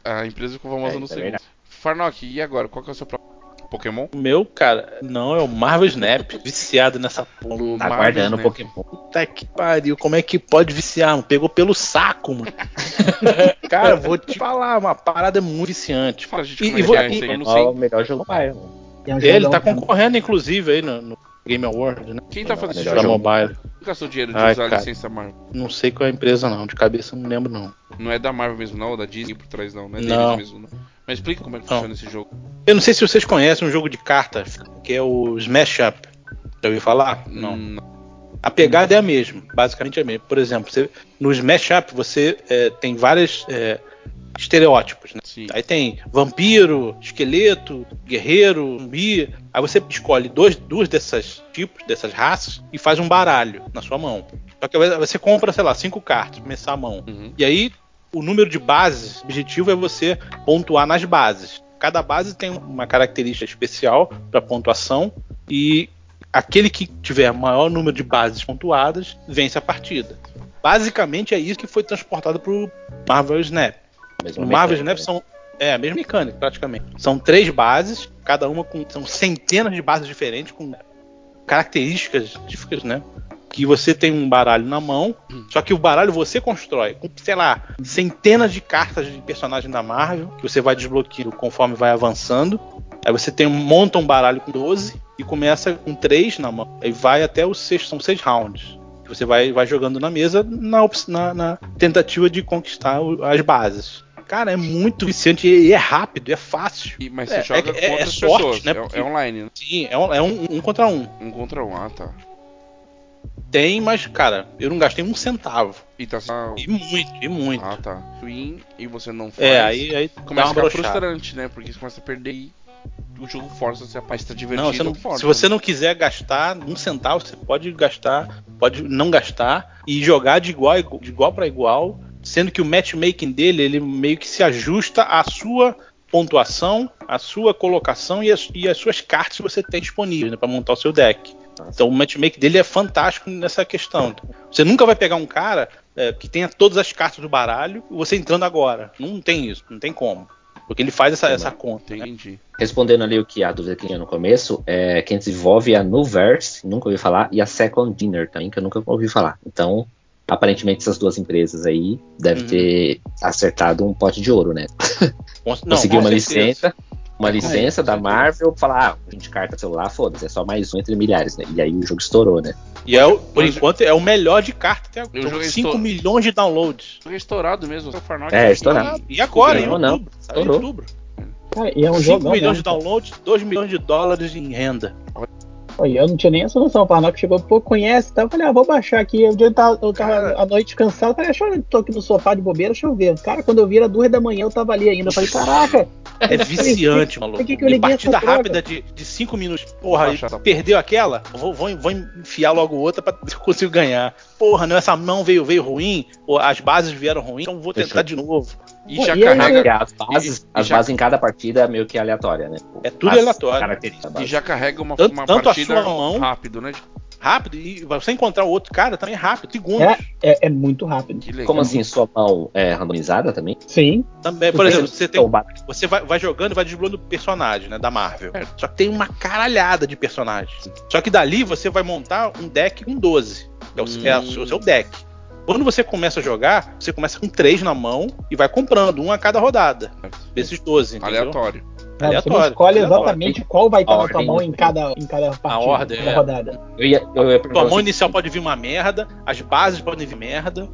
Speaker 1: A empresa ficou famosa
Speaker 3: É,
Speaker 1: no
Speaker 3: isso é
Speaker 1: segundo. Farnock, e agora? Qual que é o seu próximo? Pokémon?
Speaker 2: O meu, cara, não é o Marvel Snap. Viciado nessa porra.
Speaker 1: Pelo
Speaker 3: tá
Speaker 1: Marvel
Speaker 3: guardando o
Speaker 1: Snap.
Speaker 3: Pokémon.
Speaker 2: Puta que pariu, como é que pode viciar? mano? Pegou pelo saco,
Speaker 1: [laughs]
Speaker 2: mano. cara, vou te falar, uma parada muito viciante.
Speaker 1: Fala, gente,
Speaker 2: E-
Speaker 1: como
Speaker 2: e
Speaker 1: é
Speaker 2: vou-
Speaker 1: que é isso aí? Eu não
Speaker 3: Ó, o
Speaker 1: sei.
Speaker 3: melhor jogo mobile.
Speaker 4: É um
Speaker 2: Ele
Speaker 4: jogão,
Speaker 2: tá
Speaker 4: cara.
Speaker 2: concorrendo, inclusive, aí no, no Game Award, né?
Speaker 1: Quem tá fazendo esse
Speaker 3: Melhor
Speaker 2: Pra
Speaker 1: jogo?
Speaker 3: jogo.
Speaker 2: mobile.
Speaker 1: Quem gastou dinheiro de
Speaker 2: Ai,
Speaker 1: usar a
Speaker 2: cara.
Speaker 1: licença Marvel?
Speaker 2: Não sei qual é a empresa, não. De cabeça não lembro, não.
Speaker 1: Não é da Marvel mesmo, não? Ou da Disney por trás, não? Não é
Speaker 2: Não.
Speaker 1: deles mesmo, não? Mas explica como é que
Speaker 2: Não.
Speaker 1: funciona esse jogo.
Speaker 2: Eu não sei se vocês conhecem um jogo de carta, que é o Smash Up. Já ouviu falar?
Speaker 1: Hum,
Speaker 2: A pegada é a mesma, basicamente é a mesma. Por exemplo, você- no Smash Up você é, tem vários estereótipos, né?
Speaker 1: sim.
Speaker 2: Aí tem vampiro, esqueleto, guerreiro, zumbi. Aí você escolhe dois, duas dessas tipos, dessas raças, e faz um baralho na sua mão. Só que você compra, sei lá, cinco cartas, pra começar a mão.
Speaker 1: Uhum.
Speaker 2: E aí, o número de bases, o objetivo é você pontuar nas bases. Cada base tem uma característica especial para pontuação e aquele que tiver maior número de bases pontuadas vence a partida. Basicamente é isso que foi transportado para o Marvel Snap.
Speaker 3: Mesmo né?
Speaker 2: No Marvel Snap
Speaker 3: mecânico,
Speaker 2: são é a mesma mecânica praticamente. São três bases, cada uma com são centenas de bases diferentes com características específicas, né? Que você tem um baralho na mão, só que o baralho você constrói com, sei lá, centenas de cartas de personagem da Marvel, que você vai desbloqueando conforme vai avançando. Aí você tem um, monta um baralho com 12 e começa com 3 na mão. Aí vai até os seis, são seis rounds. Que você vai, vai jogando na mesa na, ops- na- na tentativa de conquistar o- as bases. Cara, é muito viciante e é rápido, é fácil.
Speaker 1: E- mas
Speaker 2: É,
Speaker 1: você joga
Speaker 2: é que-
Speaker 1: com
Speaker 2: é- é
Speaker 1: outras
Speaker 2: sorte,
Speaker 1: pessoas.
Speaker 2: né,
Speaker 1: É-
Speaker 2: porque-
Speaker 1: É, online, né?
Speaker 2: Sim, é um, é um- um contra um.
Speaker 1: Um contra um, ah tá.
Speaker 2: Tem, mas, cara, eu não gastei um centavo.
Speaker 1: E tá ah,
Speaker 2: E muito, e muito.
Speaker 1: ah, tá. Win e você não faz.
Speaker 2: é, aí, aí dá
Speaker 1: começa
Speaker 2: uma
Speaker 1: a ficar
Speaker 2: brochada.
Speaker 1: frustrante, né? Porque você começa a perder e o jogo força você a parte tá divertido.
Speaker 2: Não, você não-
Speaker 1: força.
Speaker 2: se você não quiser gastar um centavo, você pode gastar, pode não gastar e jogar de igual, a igu- de igual para igual, sendo que o matchmaking dele ele meio que se ajusta à sua pontuação, à sua colocação e as, e as suas cartas que você tem disponíveis né, para montar o seu deck. Então o matchmaking dele é fantástico nessa questão. Você nunca vai pegar um cara é, que tenha todas as cartas do baralho e você entrando agora. Não tem isso, não tem como. Porque ele faz essa,
Speaker 3: Tem,
Speaker 2: essa conta. né?
Speaker 1: Entendi.
Speaker 3: Respondendo ali o que a dúvida que tinha no começo, é, quem desenvolve é a Nuverse, nunca ouvi falar, e a Second Dinner também, que eu nunca ouvi falar. Então, aparentemente essas duas empresas aí devem
Speaker 2: Uhum.
Speaker 3: ter acertado um pote de ouro, né?
Speaker 2: Não,
Speaker 3: Conseguir
Speaker 2: com certeza.
Speaker 3: uma licença, uma
Speaker 2: Com
Speaker 3: licença da
Speaker 2: certeza.
Speaker 3: Marvel, falar, ah, 20 cartas celular, foda-se, é só mais um entre milhares, né? E aí o jogo estourou, né?
Speaker 2: E é o- por
Speaker 1: Mas-
Speaker 2: enquanto é o melhor de carta até
Speaker 1: Eu
Speaker 2: agora. São
Speaker 1: joguei
Speaker 2: 5
Speaker 1: só-
Speaker 2: milhões de downloads.
Speaker 1: Foi estourado mesmo. o Farnock
Speaker 3: É,
Speaker 1: e-
Speaker 4: Tá.
Speaker 3: estourado.
Speaker 2: E agora, em
Speaker 3: Não, não.
Speaker 2: outubro? Saiu em
Speaker 3: Estourou.
Speaker 2: outubro.
Speaker 4: Cara, e é um
Speaker 2: 5
Speaker 4: jogão.
Speaker 2: milhões de
Speaker 4: mesmo.
Speaker 2: downloads, 2 milhões de dólares em renda.
Speaker 4: Olha, eu não tinha nem essa noção. O Parnock chegou, pô, conhece, tá? Eu falei, ah, vou baixar aqui. Eu, eu tava, eu tava
Speaker 2: Cara.
Speaker 4: à noite cansado, falei, deixa eu tô aqui no sofá de bobeira, deixa eu ver. Cara, quando eu vi era duas da manhã, eu tava ali ainda. Eu falei, caraca, [laughs]
Speaker 2: É viciante, maluco.
Speaker 4: por que que eu
Speaker 2: E
Speaker 4: liguei
Speaker 2: partida
Speaker 4: essa droga?
Speaker 2: rápida de 5 minutos. Porra,
Speaker 1: Vou baixar essa-
Speaker 2: perdeu aquela? Vou, vou- vou enfiar logo outra pra [laughs] ver se eu consigo ganhar. Porra, não, essa mão veio, veio ruim, ou as bases vieram ruim, então vou tentar
Speaker 3: Fechou.
Speaker 2: de novo.
Speaker 1: E
Speaker 4: Pô,
Speaker 1: já
Speaker 4: e aí,
Speaker 1: carrega.
Speaker 3: Porque as bases,
Speaker 1: é e- e
Speaker 3: as
Speaker 1: já-
Speaker 3: bases em cada partida é meio que aleatória, né?
Speaker 2: É tudo
Speaker 3: As
Speaker 2: aleatório.
Speaker 3: características da
Speaker 1: E
Speaker 3: base.
Speaker 1: já carrega uma,
Speaker 2: Tanto-
Speaker 1: uma
Speaker 2: tanto a
Speaker 1: partida
Speaker 2: sua mão-
Speaker 1: rápido, né?
Speaker 2: rápido e você encontrar o outro cara também é rápido, segundos.
Speaker 4: É, é, é muito rápido.
Speaker 1: Que legal.
Speaker 3: Como assim, sua mão é randomizada também?
Speaker 4: Sim.
Speaker 2: Também, É, por exemplo, você tem
Speaker 3: Então, ba-
Speaker 2: Você vai, vai jogando e vai desbloqueando personagem, né? Da Marvel.
Speaker 4: É.
Speaker 2: Só que tem uma caralhada de personagens. Só que dali você vai montar um deck com 12. É o, é
Speaker 4: Hum.
Speaker 2: o seu- seu deck. Quando você começa a jogar, você começa com três na mão e vai comprando, um a cada rodada. Desses 12. Entendeu?
Speaker 1: Aleatório.
Speaker 4: Né? Você não
Speaker 2: Aleatório,
Speaker 4: escolhe
Speaker 2: aleatório.
Speaker 4: exatamente qual vai estar
Speaker 3: A
Speaker 4: na tua
Speaker 3: ordem,
Speaker 4: mão em
Speaker 3: né?
Speaker 4: cada, em cada partida,
Speaker 2: ordem,
Speaker 4: em cada
Speaker 2: é.
Speaker 4: rodada.
Speaker 3: Eu ia, eu ia perguntar
Speaker 2: Tua mão
Speaker 3: assim,
Speaker 2: inicial pode vir uma merda, as bases podem vir merda.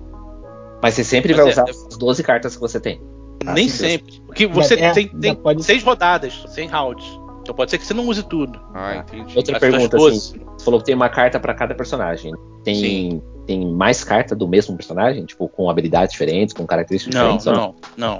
Speaker 3: Mas você sempre
Speaker 2: Mas
Speaker 3: vai
Speaker 2: é,
Speaker 3: usar
Speaker 2: é-
Speaker 3: as 12 cartas que você tem. Ah,
Speaker 2: Nem
Speaker 3: sim,
Speaker 2: sempre. Porque você
Speaker 4: É,
Speaker 2: tem,
Speaker 4: já
Speaker 2: tem
Speaker 4: pode-
Speaker 2: seis rodadas, 100 rounds. Então pode ser que você não use tudo.
Speaker 1: Ah, entendi.
Speaker 3: Outra
Speaker 2: As suas
Speaker 3: pergunta,
Speaker 2: 12.
Speaker 3: assim, você falou que tem uma carta pra cada personagem. Tem, tem mais carta do mesmo personagem? Tipo, com habilidades diferentes, com características
Speaker 2: Não,
Speaker 3: diferentes? ou
Speaker 2: não, não.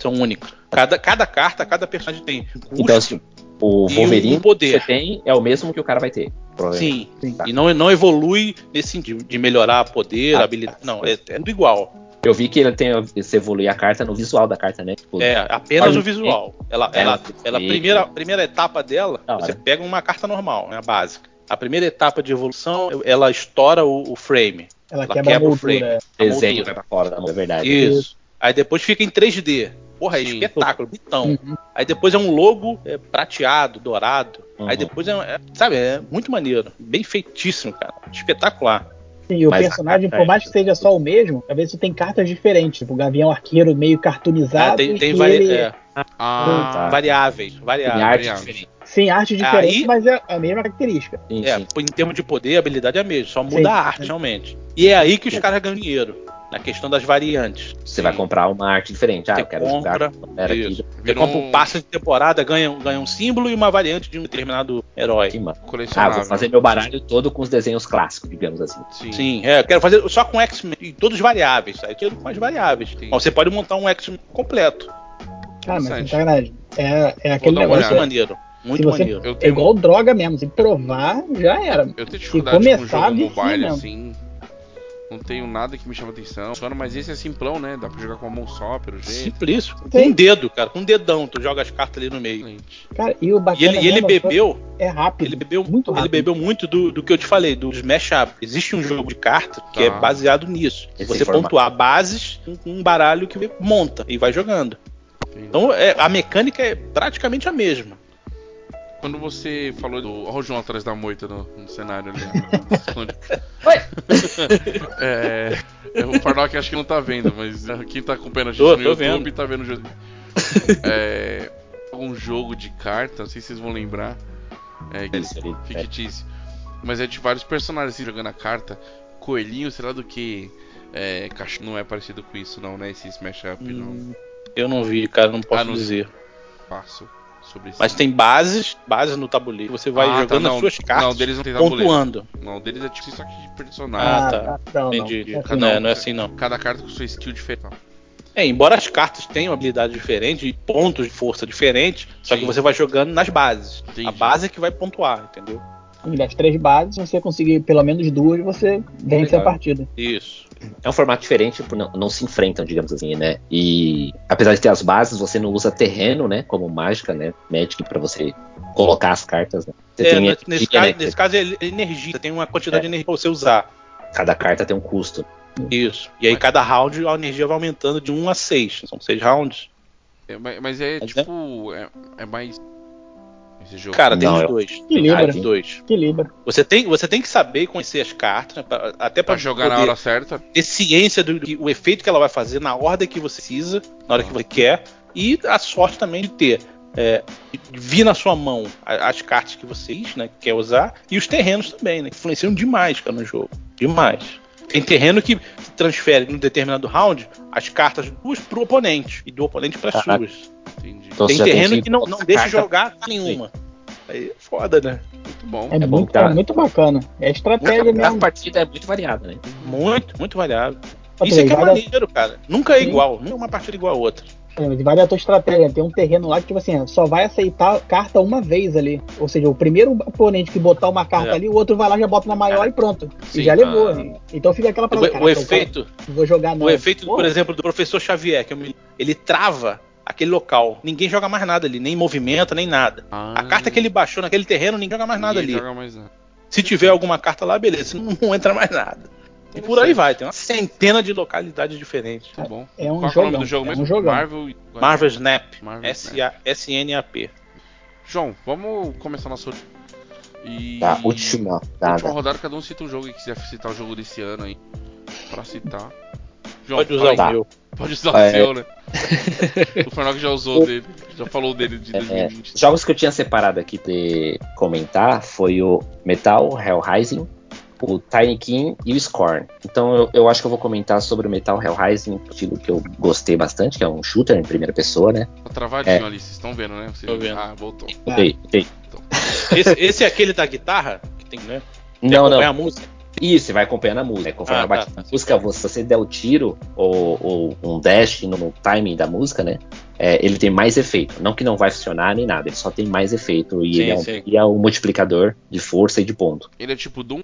Speaker 2: São únicos. Cada, cada carta, cada personagem tem um custo.
Speaker 3: Então, assim, o
Speaker 2: E
Speaker 3: Wolverine
Speaker 2: um poder.
Speaker 3: que você tem é o mesmo que o cara vai ter. provavelmente.
Speaker 2: Sim.
Speaker 4: Sim.
Speaker 2: E não, não evolui nesse sentido de melhorar poder,
Speaker 3: Ah,
Speaker 2: habilidade. Não, é, é tudo igual.
Speaker 3: Eu vi que ele tem, você evolui a carta no visual da carta, né? Tipo,
Speaker 2: É apenas
Speaker 3: Olha,
Speaker 2: o visual. Ela,
Speaker 3: é,
Speaker 2: ela,
Speaker 3: sim. é.
Speaker 2: ela primeira, primeira etapa dela,
Speaker 3: Da
Speaker 2: você
Speaker 3: hora.
Speaker 2: pega uma carta normal, né, a básica. A primeira etapa de evolução, ela estoura o, o frame.
Speaker 4: Ela,
Speaker 2: Ela
Speaker 4: quebra, a
Speaker 2: quebra o
Speaker 4: moldura.
Speaker 2: a
Speaker 3: desenho
Speaker 2: moldura.
Speaker 3: pra fora da mão, é verdade.
Speaker 2: Isso. Aí depois fica em 3D. Porra, é
Speaker 1: Sim.
Speaker 2: espetáculo, bitão.
Speaker 4: Uhum.
Speaker 2: Aí depois é um logo é, prateado, dourado.
Speaker 3: Uhum.
Speaker 2: Aí depois é, é- sabe, é muito maneiro. Bem feitíssimo, cara. Espetacular.
Speaker 4: Sim, o
Speaker 3: Mas a
Speaker 4: personagem,
Speaker 3: carta
Speaker 4: por
Speaker 3: é-
Speaker 4: mais que seja só o mesmo, às vezes tu tem cartas diferentes, tipo o Gavião Arqueiro meio cartoonizado.
Speaker 2: É, tem tem
Speaker 4: que
Speaker 2: vari-
Speaker 4: ele-
Speaker 2: é,
Speaker 3: tá.
Speaker 1: Ah,
Speaker 2: variáveis,
Speaker 3: Tem
Speaker 2: variáveis.
Speaker 3: arte
Speaker 1: Variável.
Speaker 3: diferente.
Speaker 4: Sim, arte diferente,
Speaker 2: Aí-
Speaker 4: mas é a mesma característica.
Speaker 3: Sim,
Speaker 2: É,
Speaker 3: sim.
Speaker 2: em termos de poder e habilidade é a mesma, só muda
Speaker 4: Sim.
Speaker 2: a arte realmente. E é aí que os caras ganham dinheiro, na questão das variantes.
Speaker 3: Você vai comprar uma arte diferente. Ah,
Speaker 2: Você
Speaker 3: eu quero
Speaker 2: compra,
Speaker 3: jogar com a galera
Speaker 2: isso.
Speaker 3: aqui.
Speaker 2: Você compra um passe de temporada, ganha, um- ganha um símbolo e uma variante de um determinado herói.
Speaker 3: aqui, mano. Ah,
Speaker 1: colecionável.
Speaker 3: vou fazer meu baralho todo com os desenhos clássicos, digamos assim.
Speaker 1: Sim.
Speaker 2: Sim, é, eu quero fazer só com X-Men e todos variáveis, tá? aí tudo com as variáveis.
Speaker 1: Entendi.
Speaker 2: Mas você pode montar um X-Men completo.
Speaker 4: Cara, Ah, mas
Speaker 1: Interessante.
Speaker 4: sacanagem. É, é aquele
Speaker 1: dar uma
Speaker 2: Muito
Speaker 4: negócio.
Speaker 1: olhada.
Speaker 4: né?
Speaker 2: maneiro, muito
Speaker 4: Se você-
Speaker 2: maneiro.
Speaker 1: Eu
Speaker 4: É
Speaker 1: tenho,
Speaker 4: igual droga mesmo, se provar, já era.
Speaker 1: eu tenho dificuldade com o
Speaker 4: começar,
Speaker 1: jogo
Speaker 4: vicia
Speaker 3: né?
Speaker 1: mobile,
Speaker 4: mesmo.
Speaker 1: assim. Não tenho nada que me chama atenção. Funciona, mas esse é simplão, né? Dá pra jogar com a mão só, pelo jeito.
Speaker 2: Simplíssimo. Com
Speaker 4: Sim.
Speaker 2: um dedo, cara, com um dedão, tu joga as cartas ali no meio.
Speaker 1: Excelente.
Speaker 4: Cara, e o
Speaker 2: E
Speaker 4: bacana
Speaker 2: ele, e ele
Speaker 4: mesmo é só-
Speaker 2: bebeu
Speaker 4: É rápido.
Speaker 2: Ele bebeu
Speaker 4: muito
Speaker 2: muito,
Speaker 4: rápido.
Speaker 2: ele bebeu muito do, do que eu te falei, do smash up. Existe um jogo de carta que
Speaker 1: Tá.
Speaker 2: é baseado nisso.
Speaker 3: Esse
Speaker 2: você
Speaker 3: formato.
Speaker 2: pontuar bases com com um baralho que monta e vai jogando.
Speaker 1: Entendi.
Speaker 2: Então é- a mecânica é praticamente a mesma.
Speaker 1: Quando você falou do. Olha o João atrás da moita no, no
Speaker 2: [laughs]
Speaker 1: cenário ali. Esconde. é, é, o Farnock acho que não tá vendo, mas é, quem tá acompanhando a gente
Speaker 2: Tô,
Speaker 1: no
Speaker 2: tô
Speaker 1: YouTube
Speaker 2: vendo.
Speaker 1: tá vendo o
Speaker 2: [laughs]
Speaker 1: jogo. É, um jogo de carta, não sei se vocês vão lembrar. É, que
Speaker 3: Isso, ele- é.
Speaker 1: fictício. Mas é de vários personagens assim, jogando a carta. Coelhinho, sei lá do que. É, cach- Não é parecido com isso, não, né? Esse smash up, não
Speaker 2: Hum. Eu não vi, cara, não posso
Speaker 1: Ah, não
Speaker 2: dizer.
Speaker 1: faço sobre isso.
Speaker 2: Mas tem bases, bases no tabuleiro. Você vai
Speaker 1: Ah, tá,
Speaker 2: jogando
Speaker 1: não.
Speaker 2: as suas cartas,
Speaker 1: Não, deles não tem tabuleiro.
Speaker 2: pontuando.
Speaker 1: Não, deles é tipo isso aqui de personagem.
Speaker 2: Ah,
Speaker 4: Ah,
Speaker 2: tá.
Speaker 4: tá. Não, não.
Speaker 2: Entendi.
Speaker 4: É
Speaker 2: Não,
Speaker 4: assim,
Speaker 2: não, é,
Speaker 1: não.
Speaker 2: assim não.
Speaker 1: Cada carta com sua skill diferente.
Speaker 2: É, embora as cartas tenham habilidade diferente e pontos de força diferentes, só que
Speaker 1: Sim.
Speaker 2: você vai jogando nas bases.
Speaker 1: Entendi.
Speaker 2: A base é que vai pontuar, entendeu?
Speaker 4: E Das três bases, se você conseguir pelo menos duas, você vence
Speaker 3: Legal.
Speaker 4: a partida.
Speaker 2: Isso.
Speaker 3: É um formato diferente, tipo, não, não se enfrentam, digamos assim, né? E apesar de ter as bases, você não usa terreno, né? Como mágica, né? Magic pra você colocar as cartas, né? Você
Speaker 2: É,
Speaker 3: tem
Speaker 2: nesse,
Speaker 3: energia,
Speaker 2: caso,
Speaker 3: né?
Speaker 2: nesse caso é energia, você tem uma
Speaker 1: É.
Speaker 2: quantidade de energia pra você usar.
Speaker 3: Cada carta tem um custo.
Speaker 2: Isso. E aí cada round a energia vai aumentando de 1 a 6. São 6 rounds.
Speaker 1: É, mas, mas é
Speaker 2: Mas
Speaker 1: tipo. É, é mais. Esse jogo.
Speaker 2: Cara, tem
Speaker 3: Não, é um
Speaker 2: os
Speaker 3: eu-
Speaker 2: dois.
Speaker 4: Que
Speaker 2: Tem
Speaker 3: né?
Speaker 4: livre.
Speaker 2: os dois.
Speaker 4: Equilibra.
Speaker 2: Você tem, você tem que saber e conhecer as cartas, né, pra- até pra,
Speaker 1: pra jogar na
Speaker 2: poder
Speaker 1: hora certa.
Speaker 2: ter ciência do que- o efeito que ela vai fazer na ordem que você precisa, na hora que você quer, e a sorte também de ter. É, de vir na sua mão a- as cartas que vocês né, quer usar e os terrenos também, né? Que influenciam demais cara, no jogo. Demais. Tem terreno que transfere num determinado round as cartas duas pro oponente e do oponente para
Speaker 3: Caraca.
Speaker 2: suas.
Speaker 1: Entendi.
Speaker 3: Então
Speaker 2: tem
Speaker 3: você já
Speaker 2: terreno que,
Speaker 3: tem
Speaker 2: não, não deixa
Speaker 3: carta-
Speaker 2: jogar nenhuma. Aí é foda, né?
Speaker 1: Muito bom.
Speaker 4: É,
Speaker 3: É bom
Speaker 4: muito,
Speaker 3: que tá-
Speaker 4: é muito bacana. É estratégia
Speaker 3: né? A
Speaker 4: mesmo.
Speaker 3: partida é muito variada, né?
Speaker 2: Muito, muito variável.
Speaker 4: Pra
Speaker 2: Isso aqui
Speaker 4: tu
Speaker 2: é
Speaker 4: ver, várias-
Speaker 2: maneiro, cara. Nunca é
Speaker 4: Sim.
Speaker 2: igual, nunca é uma partida igual a outra.
Speaker 4: É, vale a tua estratégia. Tem um terreno lá que, tipo assim, só vai aceitar carta uma vez ali. Ou seja, o primeiro oponente que botar uma carta
Speaker 2: É.
Speaker 4: ali, o outro vai lá, já bota na maior e pronto.
Speaker 1: Sim,
Speaker 4: e já levou.
Speaker 2: ah.
Speaker 4: né? Então fica aquela
Speaker 2: O,
Speaker 4: parada.
Speaker 2: o
Speaker 4: caraca, eu
Speaker 2: efeito,
Speaker 4: quero- Vou jogar não.
Speaker 2: o efeito,
Speaker 4: Pô,
Speaker 2: por exemplo, do professor Xavier, que eu me- ele trava aquele local. Ninguém joga mais é nada ali, nem movimenta, nem nada. A carta que ele baixou naquele terreno, Ah. ninguém joga mais nada ali.
Speaker 1: Joga Ah, mais nada.
Speaker 2: Se tiver alguma carta lá, beleza, não, [laughs] não entra mais nada. E por aí vai, tem uma centena de localidades diferentes.
Speaker 1: Muito bom.
Speaker 4: É um
Speaker 1: Qual que é o
Speaker 4: jogão,
Speaker 1: nome do jogo
Speaker 4: é um
Speaker 1: mesmo?
Speaker 4: jogão.
Speaker 1: Marvel e...
Speaker 2: Marvel Snap,
Speaker 1: Marvel
Speaker 2: S A S N A P.
Speaker 1: João, vamos começar nosso último. E...
Speaker 3: Tá,
Speaker 1: Última
Speaker 3: última rodada.
Speaker 1: rodada, cada um cita um jogo que quiser citar o jogo desse ano aí. Pra citar. João,
Speaker 2: Pode usar
Speaker 1: fala
Speaker 2: o
Speaker 1: aí.
Speaker 2: meu.
Speaker 1: Pode usar
Speaker 3: É.
Speaker 1: o seu, né? o Farnock já usou o dele. Já falou o dele de
Speaker 3: É,
Speaker 1: 2020.
Speaker 3: jogos que eu tinha separado aqui de comentar foi o Metal Hellrising, o Tiny King e o Scorn. Então eu, eu acho que eu vou comentar sobre o Metal Hellrising, um estilo que eu gostei bastante, que é um shooter em primeira pessoa, né?
Speaker 1: Tá travadinho
Speaker 3: é.
Speaker 1: ali, vocês estão vendo, né? Vocês-
Speaker 2: Tô vendo.
Speaker 1: Ah, voltou.
Speaker 2: É.
Speaker 4: Ah.
Speaker 3: Tem- tem-
Speaker 2: Esse, esse é aquele da guitarra que tem, né?
Speaker 3: Não, não.
Speaker 2: É a música.
Speaker 3: Isso, você vai acompanhando a música. Conforme
Speaker 2: Ah,
Speaker 3: a batida
Speaker 2: tá, tá.
Speaker 3: da música, você- se você der o tiro ou, ou um dash no timing da música, né? é, ele tem mais efeito. Não que não vai funcionar nem nada, ele só tem mais efeito. E,
Speaker 2: Sim,
Speaker 3: ele é um,
Speaker 2: sim.
Speaker 3: e é um multiplicador de força e de ponto.
Speaker 1: Ele é tipo Doom.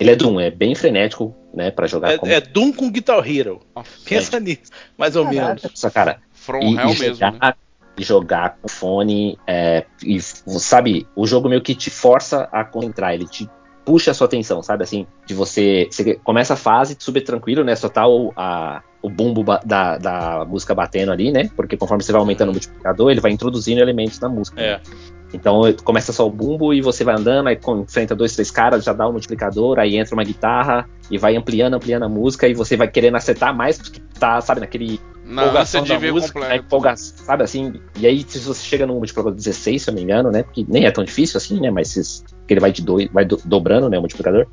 Speaker 3: Ele é Doom, é bem frenético, né? Pra jogar como.
Speaker 2: É, é Doom com Guitar Hero.
Speaker 1: Nossa,
Speaker 2: Pensa nisso, mais ou
Speaker 4: Caraca.
Speaker 2: menos.
Speaker 3: Só, cara,
Speaker 1: From
Speaker 3: e,
Speaker 4: é
Speaker 1: Hell
Speaker 3: e
Speaker 1: mesmo, né?
Speaker 3: jogar, e jogar com fone. é, e, sabe, o jogo meio que te força a concentrar, ele te puxa a sua atenção, sabe? Assim, de você. Você começa a fase super tranquilo, né? Só tá o, a- o bumbo ba- da, da música batendo ali, né? Porque conforme você vai aumentando o multiplicador, ele vai introduzindo elementos na música.
Speaker 2: É.
Speaker 3: né? Então começa só o bumbo e você vai andando, aí com- enfrenta dois, três caras, já dá um multiplicador, aí entra uma guitarra e vai ampliando, ampliando a música e você vai querendo acertar mais, porque tá, sabe, naquele
Speaker 1: Na ânsia de ver
Speaker 3: a
Speaker 1: completo.
Speaker 3: empolgação, sabe assim? E aí, se você chega num multiplicador 16, se eu não me engano, né? Porque nem é tão difícil assim, né? Mas se- porque ele vai, de doi- vai do- dobrando, né? O multiplicador.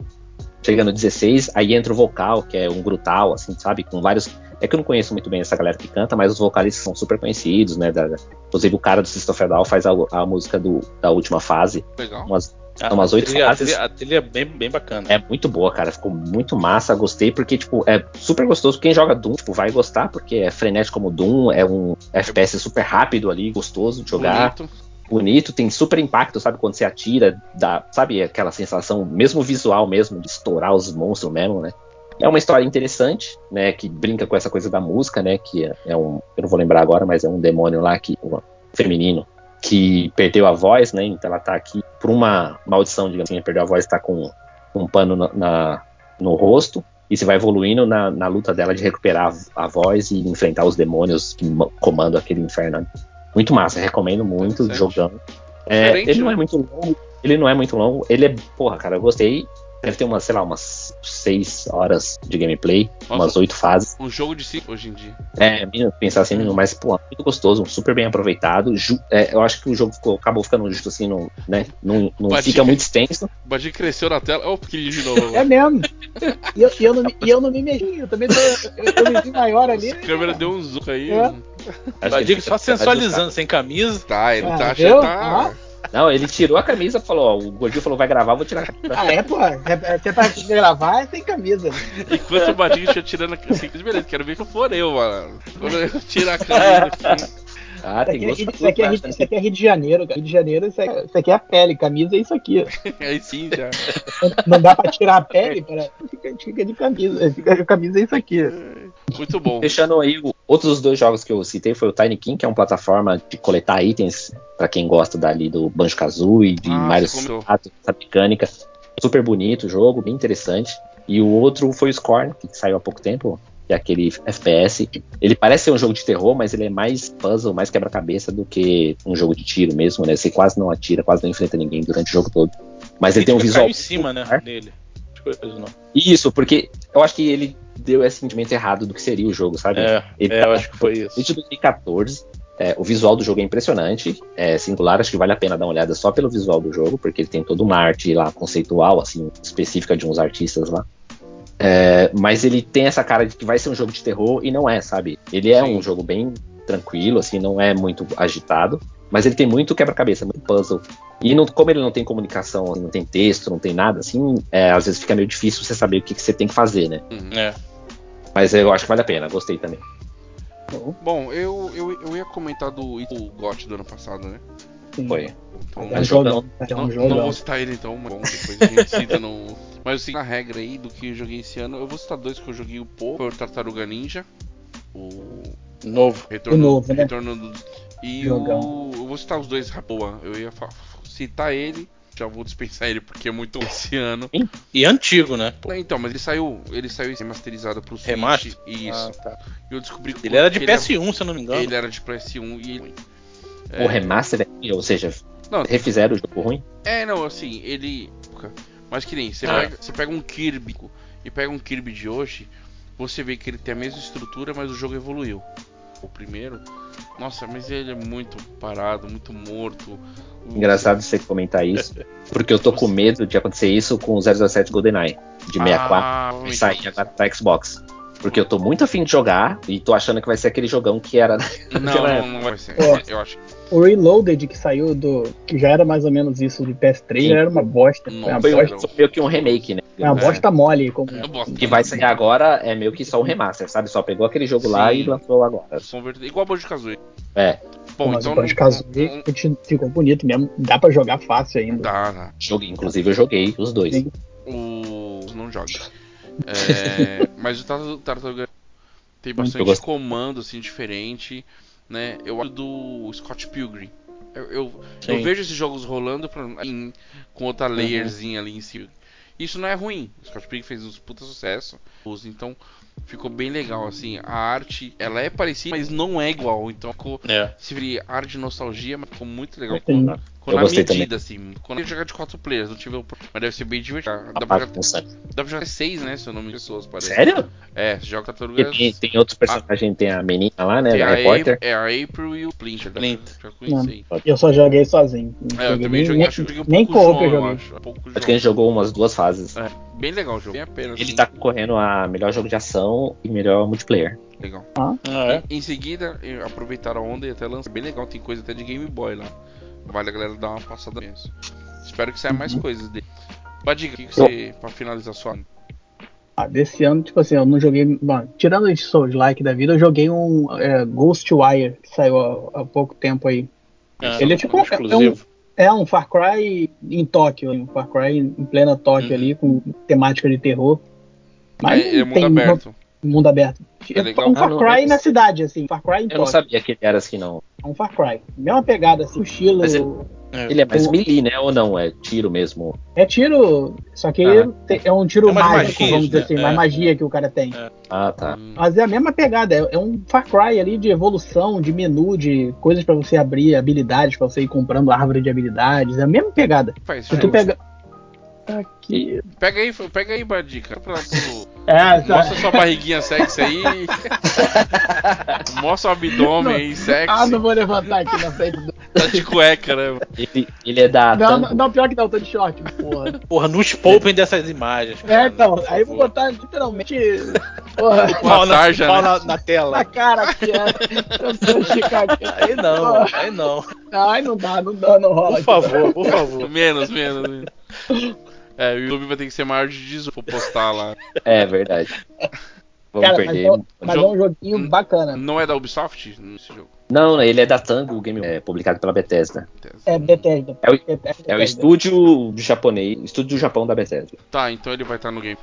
Speaker 3: Chega no 16, aí entra o vocal, que é um grutal, assim, sabe? Com vários. É que eu não conheço muito bem essa galera que canta, mas os vocalistas são super conhecidos, né? da- da- inclusive o cara do System of a Down faz a, a música do- da última fase.
Speaker 4: né?
Speaker 1: Legal.
Speaker 3: Umas
Speaker 2: A-
Speaker 3: umas
Speaker 2: a
Speaker 3: oito
Speaker 2: trilha-
Speaker 3: fases.
Speaker 2: A trilha, a trilha é bem, bem bacana.
Speaker 3: É muito boa, cara. Ficou muito massa. Gostei porque, tipo, é super gostoso. Quem joga Doom, tipo, vai gostar porque é frenético como Doom. É um FPS super rápido ali, gostoso de jogar.
Speaker 1: Bonito.
Speaker 3: Bonito. tem super impacto, sabe? Quando você atira, dá, sabe? Aquela sensação, mesmo visual mesmo, de estourar os monstros mesmo, né? É uma história interessante, né? Que brinca com essa coisa da música, né? Que é, é um. Eu não vou lembrar agora, mas é um demônio lá que. Um feminino. Que perdeu a voz, né? Então ela tá aqui por uma maldição, digamos assim. Perdeu a voz, tá com um pano na, na- no rosto e você vai evoluindo na, na luta dela de recuperar a, a voz e enfrentar os demônios que ma- comandam aquele inferno. Muito massa, recomendo muito
Speaker 1: Interessante.
Speaker 3: jogando. É,
Speaker 1: Diferente,
Speaker 3: ele não
Speaker 1: né?
Speaker 3: é muito longo, ele não é muito longo, ele é, porra, cara, eu gostei. Deve ter umas, sei lá, umas 6 horas de gameplay,
Speaker 1: Nossa.
Speaker 3: umas oito fases.
Speaker 1: Um jogo de cinco hoje em dia.
Speaker 3: É, menino, pensar assim, menino, mas, pô, muito gostoso, super bem aproveitado. Ju- é, eu acho que o jogo ficou- acabou ficando justo assim, não, né? Não, não
Speaker 1: Pode
Speaker 3: fica
Speaker 1: ir.
Speaker 3: muito extenso.
Speaker 1: O Badinho cresceu na tela. Ó, o pequenininho de novo.
Speaker 4: É mesmo. E eu, e eu não, me- e eu não me mexi, eu também tô, eu, eu me vi maior ali.
Speaker 1: A câmera deu um zoom aí.
Speaker 4: É.
Speaker 3: Acho
Speaker 2: A
Speaker 3: que ele
Speaker 2: Digo só
Speaker 3: fica-
Speaker 2: sensualizando, sem camisa.
Speaker 1: Tá, ele
Speaker 4: Ah,
Speaker 1: tá
Speaker 4: viu?
Speaker 1: achando. Tá...
Speaker 3: Não, ele tirou a camisa e falou, ó, o Gordinho falou, vai gravar, eu vou tirar a camisa.
Speaker 4: Ah, é, pô. É, é, se é pra gravar, é sem camisa.
Speaker 1: Enquanto o Badinho já tirando a assim, beleza, quero ver que eu for eu, mano. Quando eu tirar a câmera aqui. [laughs]
Speaker 3: Ah, tem gosto
Speaker 4: Isso aqui,
Speaker 3: pra
Speaker 4: isso, aqui é,
Speaker 3: tudo,
Speaker 4: Rio- isso aqui é Rio de Janeiro, cara. Rio de Janeiro, isso aqui, isso aqui é a pele. Camisa é isso aqui.
Speaker 1: Aí sim já.
Speaker 4: Não dá pra tirar a pele, cara. Fica, fica de camisa. Fica de camisa é isso aqui.
Speaker 1: Muito bom.
Speaker 3: Fechando aí, o- outros dois jogos que eu citei foi o Tiny King, que é uma plataforma de coletar itens pra quem gosta dali do Banjo Kazooie, de
Speaker 1: Ah,
Speaker 3: Mario
Speaker 1: você comentou.
Speaker 3: Kart, essa mecânica. Super bonito o jogo, bem interessante. E o outro foi o Scorn, que saiu há pouco tempo, que é aquele FPS. Ele parece ser um jogo de terror, mas ele é mais puzzle, mais quebra-cabeça do que um jogo de tiro mesmo, né? Você quase não atira, quase não enfrenta ninguém durante o jogo todo. Mas
Speaker 2: [laughs]
Speaker 3: ele tem um
Speaker 2: Caiu
Speaker 3: visual
Speaker 2: em cima, né?
Speaker 3: popular.
Speaker 2: Nele. As coisas não.
Speaker 3: Isso, porque eu acho que ele deu esse sentimento errado do que seria o jogo, sabe?
Speaker 2: É,
Speaker 3: Ele
Speaker 2: é,
Speaker 3: tá-
Speaker 2: eu acho que foi isso.
Speaker 3: Desde 2014, é, o visual do jogo é impressionante, é singular, acho que vale a pena dar uma olhada só pelo visual do jogo, porque ele tem toda uma arte lá conceitual, assim, específica de uns artistas lá. É, mas ele tem essa cara de que vai ser um jogo de terror e não é, sabe? Ele é
Speaker 1: Sim.
Speaker 3: um jogo bem tranquilo, assim, não é muito agitado, mas ele tem muito quebra-cabeça, muito puzzle. E não- como ele não tem comunicação, assim, não tem texto, não tem nada, assim, é, às vezes fica meio difícil você saber o que, que você tem que fazer, né?
Speaker 2: É.
Speaker 3: Mas eu acho que vale a pena, gostei também.
Speaker 4: Então,
Speaker 1: Bom, eu, eu, eu ia comentar do Ito GOT do ano passado, né?
Speaker 4: Sim.
Speaker 3: Foi.
Speaker 1: Então,
Speaker 4: É um
Speaker 3: Mas
Speaker 4: jogão. É
Speaker 1: não,
Speaker 4: um
Speaker 1: não
Speaker 4: jogão.
Speaker 1: vou citar ele então, mas bom, depois a gente cita
Speaker 4: [laughs]
Speaker 1: no. Mas assim, na regra aí do que eu joguei esse ano, eu vou citar dois que eu joguei o pouco, foi o Tartaruga Ninja, o
Speaker 2: Novo.
Speaker 1: Retorno,
Speaker 4: O novo, né?
Speaker 1: Retorno do... E
Speaker 4: Jogão.
Speaker 1: o... Eu vou citar os dois, boa. Eu ia fa- citar ele, já vou dispensar ele porque é muito oceano.
Speaker 2: E antigo, né?
Speaker 1: Ah, Então, mas ele saiu, ele saiu remasterizado pro Switch.
Speaker 2: Remaster?
Speaker 1: Isso.
Speaker 2: Ah, tá.
Speaker 1: E eu descobri que
Speaker 2: Ele era de
Speaker 4: é-
Speaker 1: que ele
Speaker 2: PS1, se eu não me engano.
Speaker 1: Ele era de PS1 e.
Speaker 3: O remaster, velho, ou seja,
Speaker 1: Não.
Speaker 3: refizeram o jogo ruim.
Speaker 1: É, não, assim, ele. Mas que nem, você,
Speaker 2: Ah.
Speaker 1: pega, você pega um Kirby e pega um Kirby de hoje, você vê que ele tem a mesma estrutura, mas o jogo evoluiu. O primeiro, nossa, mas ele é muito parado, muito morto. O-
Speaker 3: Engraçado você comentar isso, porque eu tô com medo de acontecer isso com o 007 GoldenEye de 64
Speaker 1: Ah,
Speaker 3: e né?
Speaker 1: provavelmente.
Speaker 3: sair agora pra Xbox. Porque eu tô muito afim de jogar e tô achando que vai ser aquele jogão que era.
Speaker 1: Não,
Speaker 3: que era-
Speaker 1: não, não vai ser.
Speaker 4: É.
Speaker 1: Eu acho.
Speaker 4: O Reloaded que saiu do. que já era mais ou menos isso do PS3, já era uma bosta. Foi
Speaker 1: Nossa,
Speaker 4: É uma
Speaker 3: Foi um-
Speaker 4: bosta,
Speaker 1: não.
Speaker 3: foi [laughs] meio que um remake, né?
Speaker 4: foi uma
Speaker 1: É.
Speaker 4: bosta mole. Como...
Speaker 1: Eu boto.
Speaker 3: que vai sair agora é meio que só um remaster, sabe? Só pegou aquele jogo lá
Speaker 1: Sim.
Speaker 3: e lançou agora.
Speaker 1: Som verde- né? Igual a Banjo Kazooie.
Speaker 3: É,
Speaker 1: Bom,
Speaker 4: mas
Speaker 1: então.
Speaker 4: o Banjo Kazooie ficou bonito mesmo. Dá pra jogar fácil
Speaker 1: não-
Speaker 4: ainda.
Speaker 1: Dá, né? dá.
Speaker 3: jogo, inclusive eu joguei os dois.
Speaker 4: Sim.
Speaker 1: O. Não joga. É, mas o Tartar- Tartaruga tem
Speaker 3: Eu
Speaker 1: bastante
Speaker 3: gosto.
Speaker 1: comando, assim, diferente. Né? Eu acho do Scott Pilgrim. Eu, eu, eu
Speaker 2: Sim.
Speaker 1: vejo esses jogos rolando pra- em- com outra layerzinha ali em cima. Isso não é ruim. O Scott Pilgrim fez uns puta sucesso. Os- Então ficou bem legal, assim. A arte, ela é parecida, mas não é igual. Então ficou
Speaker 2: É.
Speaker 1: se vira arte de nostalgia, mas ficou muito legal.
Speaker 4: Sim.
Speaker 1: Ficou, ficou na
Speaker 3: gostei
Speaker 1: medida, assim. Quando eu jogar de 4 players, não tive o pro- Mas deve ser bem divertido. Dá pra,
Speaker 3: Rapaz,
Speaker 1: jogar,
Speaker 3: não sabe.
Speaker 1: dá pra jogar 6, né? Se eu não me pessoas, parece.
Speaker 3: Ah, Sério?
Speaker 1: É, você joga Tartaruga.
Speaker 3: Porque tem, tem outros personagens, tem a menina lá, né?
Speaker 1: tem
Speaker 3: Da
Speaker 1: a
Speaker 3: repórter.
Speaker 1: April, é a April e o Splinter. Dá pra
Speaker 2: Splinter.
Speaker 1: jogar com isso aí.
Speaker 4: Eu só joguei sozinho. Não
Speaker 1: É, eu
Speaker 4: joguei
Speaker 1: também
Speaker 4: nem-
Speaker 1: joguei,
Speaker 4: nem-
Speaker 1: acho que joguei um
Speaker 4: nem
Speaker 1: pouco
Speaker 4: co-op
Speaker 1: o
Speaker 4: eu
Speaker 1: João, eu
Speaker 4: joguei.
Speaker 1: acho. Um pouco o
Speaker 3: Acho que a
Speaker 1: João.
Speaker 3: gente jogou umas duas fases.
Speaker 1: É, bem legal o jogo, bem a pena.
Speaker 3: Ele
Speaker 1: assim,
Speaker 3: tá concorrendo a melhor jogo de ação e melhor multiplayer.
Speaker 1: Legal.
Speaker 2: Ah, é?
Speaker 1: Em seguida, eh, aproveitaram a onda e até lançaram. Bem legal, tem coisa até de Game Boy lá. Vale a galera dar uma passada nisso. Espero que saia
Speaker 4: Uhum.
Speaker 1: mais coisas dele. Badiga, o que, que você. pra finalizar sua.
Speaker 4: Ah, desse ano, tipo assim, eu não joguei. Bom, tirando os Souls like da vida, eu joguei um é, Ghostwire que saiu há, há pouco tempo aí.
Speaker 2: É,
Speaker 4: Ele é tipo-
Speaker 2: exclusivo.
Speaker 4: É um Far Cry em Tóquio, um Far Cry em plena Tóquio
Speaker 2: Uhum.
Speaker 4: ali, com temática de terror. Mas
Speaker 1: é, ele é
Speaker 4: não
Speaker 1: mundo
Speaker 4: tem
Speaker 1: aberto.
Speaker 4: mundo aberto.
Speaker 1: É legal. É,
Speaker 4: um Far
Speaker 3: Ah, não,
Speaker 4: Cry
Speaker 3: eu-
Speaker 4: na cidade, assim, Far Cry em
Speaker 3: Eu não
Speaker 4: Tóquio.
Speaker 3: sabia que ele era assim, não.
Speaker 4: É um Far Cry. Mesma pegada, assim, o estilo.
Speaker 3: Mas Ele é mais
Speaker 4: O-
Speaker 3: melee, né? Ou não? É tiro mesmo.
Speaker 4: É tiro, só que
Speaker 3: Ah.
Speaker 4: te- é um tiro
Speaker 2: É mais
Speaker 4: mágico,
Speaker 2: magia,
Speaker 4: vamos dizer
Speaker 2: né?
Speaker 4: assim,
Speaker 2: É.
Speaker 4: mais magia que o cara tem.
Speaker 3: Ah, tá.
Speaker 1: Hum,
Speaker 4: Mas é a mesma pegada, é é um Far Cry ali de evolução, de menu, de coisas pra você abrir, habilidades pra você ir comprando árvore de habilidades, é a mesma pegada.
Speaker 1: faz,
Speaker 4: Se
Speaker 1: faz.
Speaker 2: É.
Speaker 4: tu pega aqui,
Speaker 1: Pega aí, pega aí, Badica. Pra- pro-
Speaker 4: é, tá.
Speaker 1: Mostra sua barriguinha sexy
Speaker 4: [laughs]
Speaker 1: aí. Mostra o abdômen aí, sexy.
Speaker 4: Ah, não vou levantar aqui na frente. do-
Speaker 1: Tá de cueca, né?
Speaker 3: Ele, ele é
Speaker 2: Ah,
Speaker 3: da.
Speaker 4: Não,
Speaker 3: Tango.
Speaker 2: tá.
Speaker 4: não, não, pior que não, eu tô de short, porra.
Speaker 2: Porra, nos poupem dessas imagens.
Speaker 4: É,
Speaker 2: cara.
Speaker 4: então,
Speaker 2: Por
Speaker 4: aí eu vou
Speaker 2: favor.
Speaker 4: botar literalmente. Porra, [laughs]
Speaker 2: Pau na,
Speaker 1: Tarja,
Speaker 2: pau
Speaker 1: né?
Speaker 2: na, na
Speaker 4: na [laughs]
Speaker 2: tela.
Speaker 4: cara aqui, é. Eu sou Chicago.
Speaker 2: Aí não, aí não.
Speaker 4: Ai, não dá, não dá, não rola.
Speaker 2: Por favor, por favor.
Speaker 1: Menos, menos. menos. É, o YouTube vai ter que ser maior de 18 pra postar lá.
Speaker 3: É verdade. Vamos
Speaker 4: Cara, mas,
Speaker 3: perder.
Speaker 4: é um- mas é
Speaker 1: Jogo-
Speaker 4: um
Speaker 3: Hum.
Speaker 4: joguinho bacana.
Speaker 1: Não é da Ubisoft? Esse jogo.
Speaker 3: Não, ele é da Tango o Game, é publicado pela Bethesda.
Speaker 4: É Bethesda.
Speaker 3: É o-
Speaker 4: Bethesda.
Speaker 3: É o estúdio japonês, estúdio do Japão da Bethesda.
Speaker 1: Tá, então ele vai estar no game.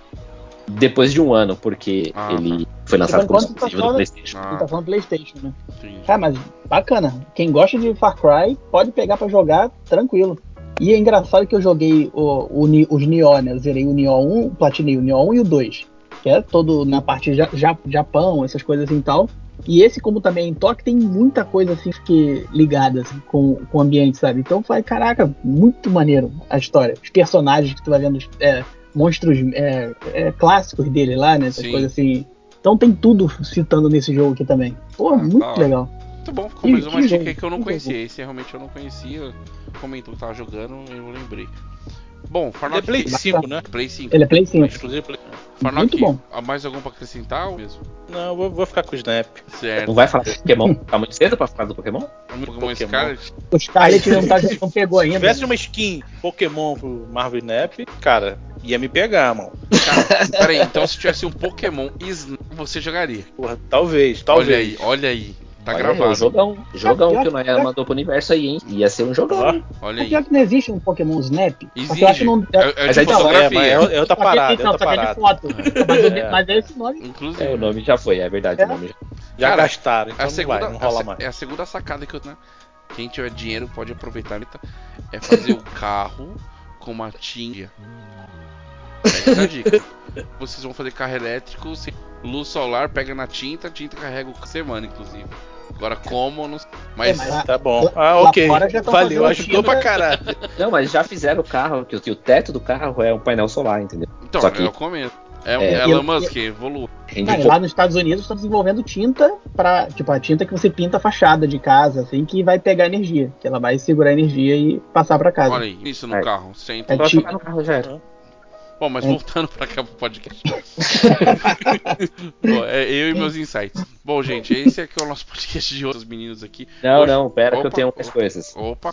Speaker 3: Depois de um ano, porque
Speaker 1: Ah,
Speaker 3: ele foi lançado como
Speaker 4: Enquanto tá
Speaker 3: exclusivo do
Speaker 4: fora-
Speaker 3: PlayStation.
Speaker 4: Ele
Speaker 1: Ah,
Speaker 4: tá falando Playstation, né?
Speaker 1: entendi.
Speaker 4: Cara, mas bacana. Quem gosta de Far Cry pode pegar pra jogar tranquilo. E é engraçado que eu joguei o- o Ni- os Nioh, né? Eu zerei o Nioh 1, platinei o Nioh 1 e o 2. Que é todo na parte ja, ja- Japão, essas coisas assim e tal. E esse, como também é em Tóquio, tem muita coisa assim que ligada assim, com, com o ambiente, sabe? Então vai, caraca, muito maneiro a história. Os personagens que tu vai vendo, os, é, monstros é, é, clássicos dele lá, né? Essas
Speaker 1: Sim.
Speaker 4: coisas assim. Então tem tudo citando nesse jogo aqui também. Pô,
Speaker 1: Ah,
Speaker 4: muito
Speaker 1: da hora.
Speaker 4: legal.
Speaker 1: Muito Tá bom, ficou mais
Speaker 4: Que-
Speaker 1: uma
Speaker 4: que
Speaker 1: dica
Speaker 4: jogo,
Speaker 1: aí que eu não
Speaker 4: que
Speaker 1: conhecia. Esse realmente eu não conhecia. Comentou que tava jogando e eu lembrei. Bom,
Speaker 2: Ele é
Speaker 1: Farnock.
Speaker 2: Play 5, né?
Speaker 1: Play 5.
Speaker 4: Ele é Play 5.
Speaker 2: Exclusivo Play
Speaker 1: Farnock,
Speaker 4: Muito bom.
Speaker 1: há mais algum pra acrescentar ou mesmo?
Speaker 2: Não, eu vou, vou ficar com o Snap.
Speaker 1: Certo.
Speaker 3: Não vai falar do Pokémon? Tá muito cedo pra falar do Pokémon?
Speaker 1: Pokémon
Speaker 2: Pokémon.
Speaker 1: Scarlet?
Speaker 4: O Scarlet não, tá, não pegou
Speaker 2: Se
Speaker 4: ainda.
Speaker 2: tivesse uma skin Pokémon pro Marvel Snap, cara, ia me pegar, mano.
Speaker 1: Cara, peraí, então se tivesse um Pokémon Snap, você jogaria.
Speaker 2: Porra, talvez,
Speaker 1: Olha
Speaker 2: talvez.
Speaker 1: aí, olha aí. Tá
Speaker 3: Olha, é um
Speaker 1: gravado.
Speaker 3: Jogão,
Speaker 4: Tá,
Speaker 3: jogão que o Naya mandou pro universo aí, hein? Ia ser um jogão. hein?
Speaker 1: Olha
Speaker 4: O
Speaker 1: aí.
Speaker 4: pior que não existe um Pokémon Snap. Só que eu acho
Speaker 1: Exige.
Speaker 4: que não.
Speaker 1: É, é
Speaker 3: Mas
Speaker 1: de
Speaker 3: aí tá
Speaker 2: Não, é, mas
Speaker 1: fotografia.
Speaker 2: é, é outra parada, é
Speaker 4: não,
Speaker 2: outra
Speaker 4: só que é
Speaker 2: parada.
Speaker 4: de foto. Mas,
Speaker 2: É.
Speaker 4: mas é esse nome.
Speaker 1: Inclusive.
Speaker 3: É, o nome já foi, é verdade.
Speaker 4: É.
Speaker 3: O nome já...
Speaker 2: Já
Speaker 1: Cara,
Speaker 2: gastaram,
Speaker 1: É
Speaker 2: então
Speaker 1: a segunda,
Speaker 2: não vai, não
Speaker 1: é a
Speaker 2: rola
Speaker 1: se-
Speaker 2: mais.
Speaker 1: é a segunda né? sacada que eu tenho. Quem tiver dinheiro pode aproveitar. né? É fazer o carro com uma tinga. Essa é a dica. Vocês vão fazer carro elétrico, se- luz solar, pega na tinta, a tinta carrega o semana, inclusive. Agora como, eu não sei.
Speaker 4: É,
Speaker 1: Mas.
Speaker 4: mas lá-
Speaker 2: Tá bom.
Speaker 4: Lá-
Speaker 2: Ah,
Speaker 4: lá
Speaker 2: ok.
Speaker 4: fora já tão
Speaker 2: Valeu,
Speaker 4: fazendo
Speaker 2: ajudou
Speaker 4: fibra.
Speaker 2: pra caralho.
Speaker 3: Não, mas já fizeram o carro, que o, que o teto do carro é um painel solar, entendeu?
Speaker 1: Então,
Speaker 3: só que-
Speaker 1: é o começo. É, um
Speaker 3: É.
Speaker 1: Elon
Speaker 4: Eu-
Speaker 1: Musk, evolui.
Speaker 3: Rende
Speaker 4: Cara, e
Speaker 3: pouco.
Speaker 4: lá nos Estados Unidos estão desenvolvendo tinta para tipo a tinta que você pinta a fachada de casa, assim, que vai pegar energia, que ela vai segurar a energia e passar para casa.
Speaker 1: Olha aí, isso no
Speaker 3: É.
Speaker 1: carro, sem
Speaker 4: É
Speaker 3: Agora
Speaker 4: ti-
Speaker 3: tocar no carro já era.
Speaker 1: Bom, mas
Speaker 4: É.
Speaker 1: voltando pra cá pro
Speaker 3: [laughs]
Speaker 1: podcast. Bom, é eu e meus insights. Bom, gente, esse aqui é o nosso podcast de outros meninos aqui.
Speaker 3: Não,
Speaker 1: Oxe.
Speaker 3: não, pera que eu
Speaker 1: Opa. ah,
Speaker 3: tenho umas coisas.
Speaker 1: Opa,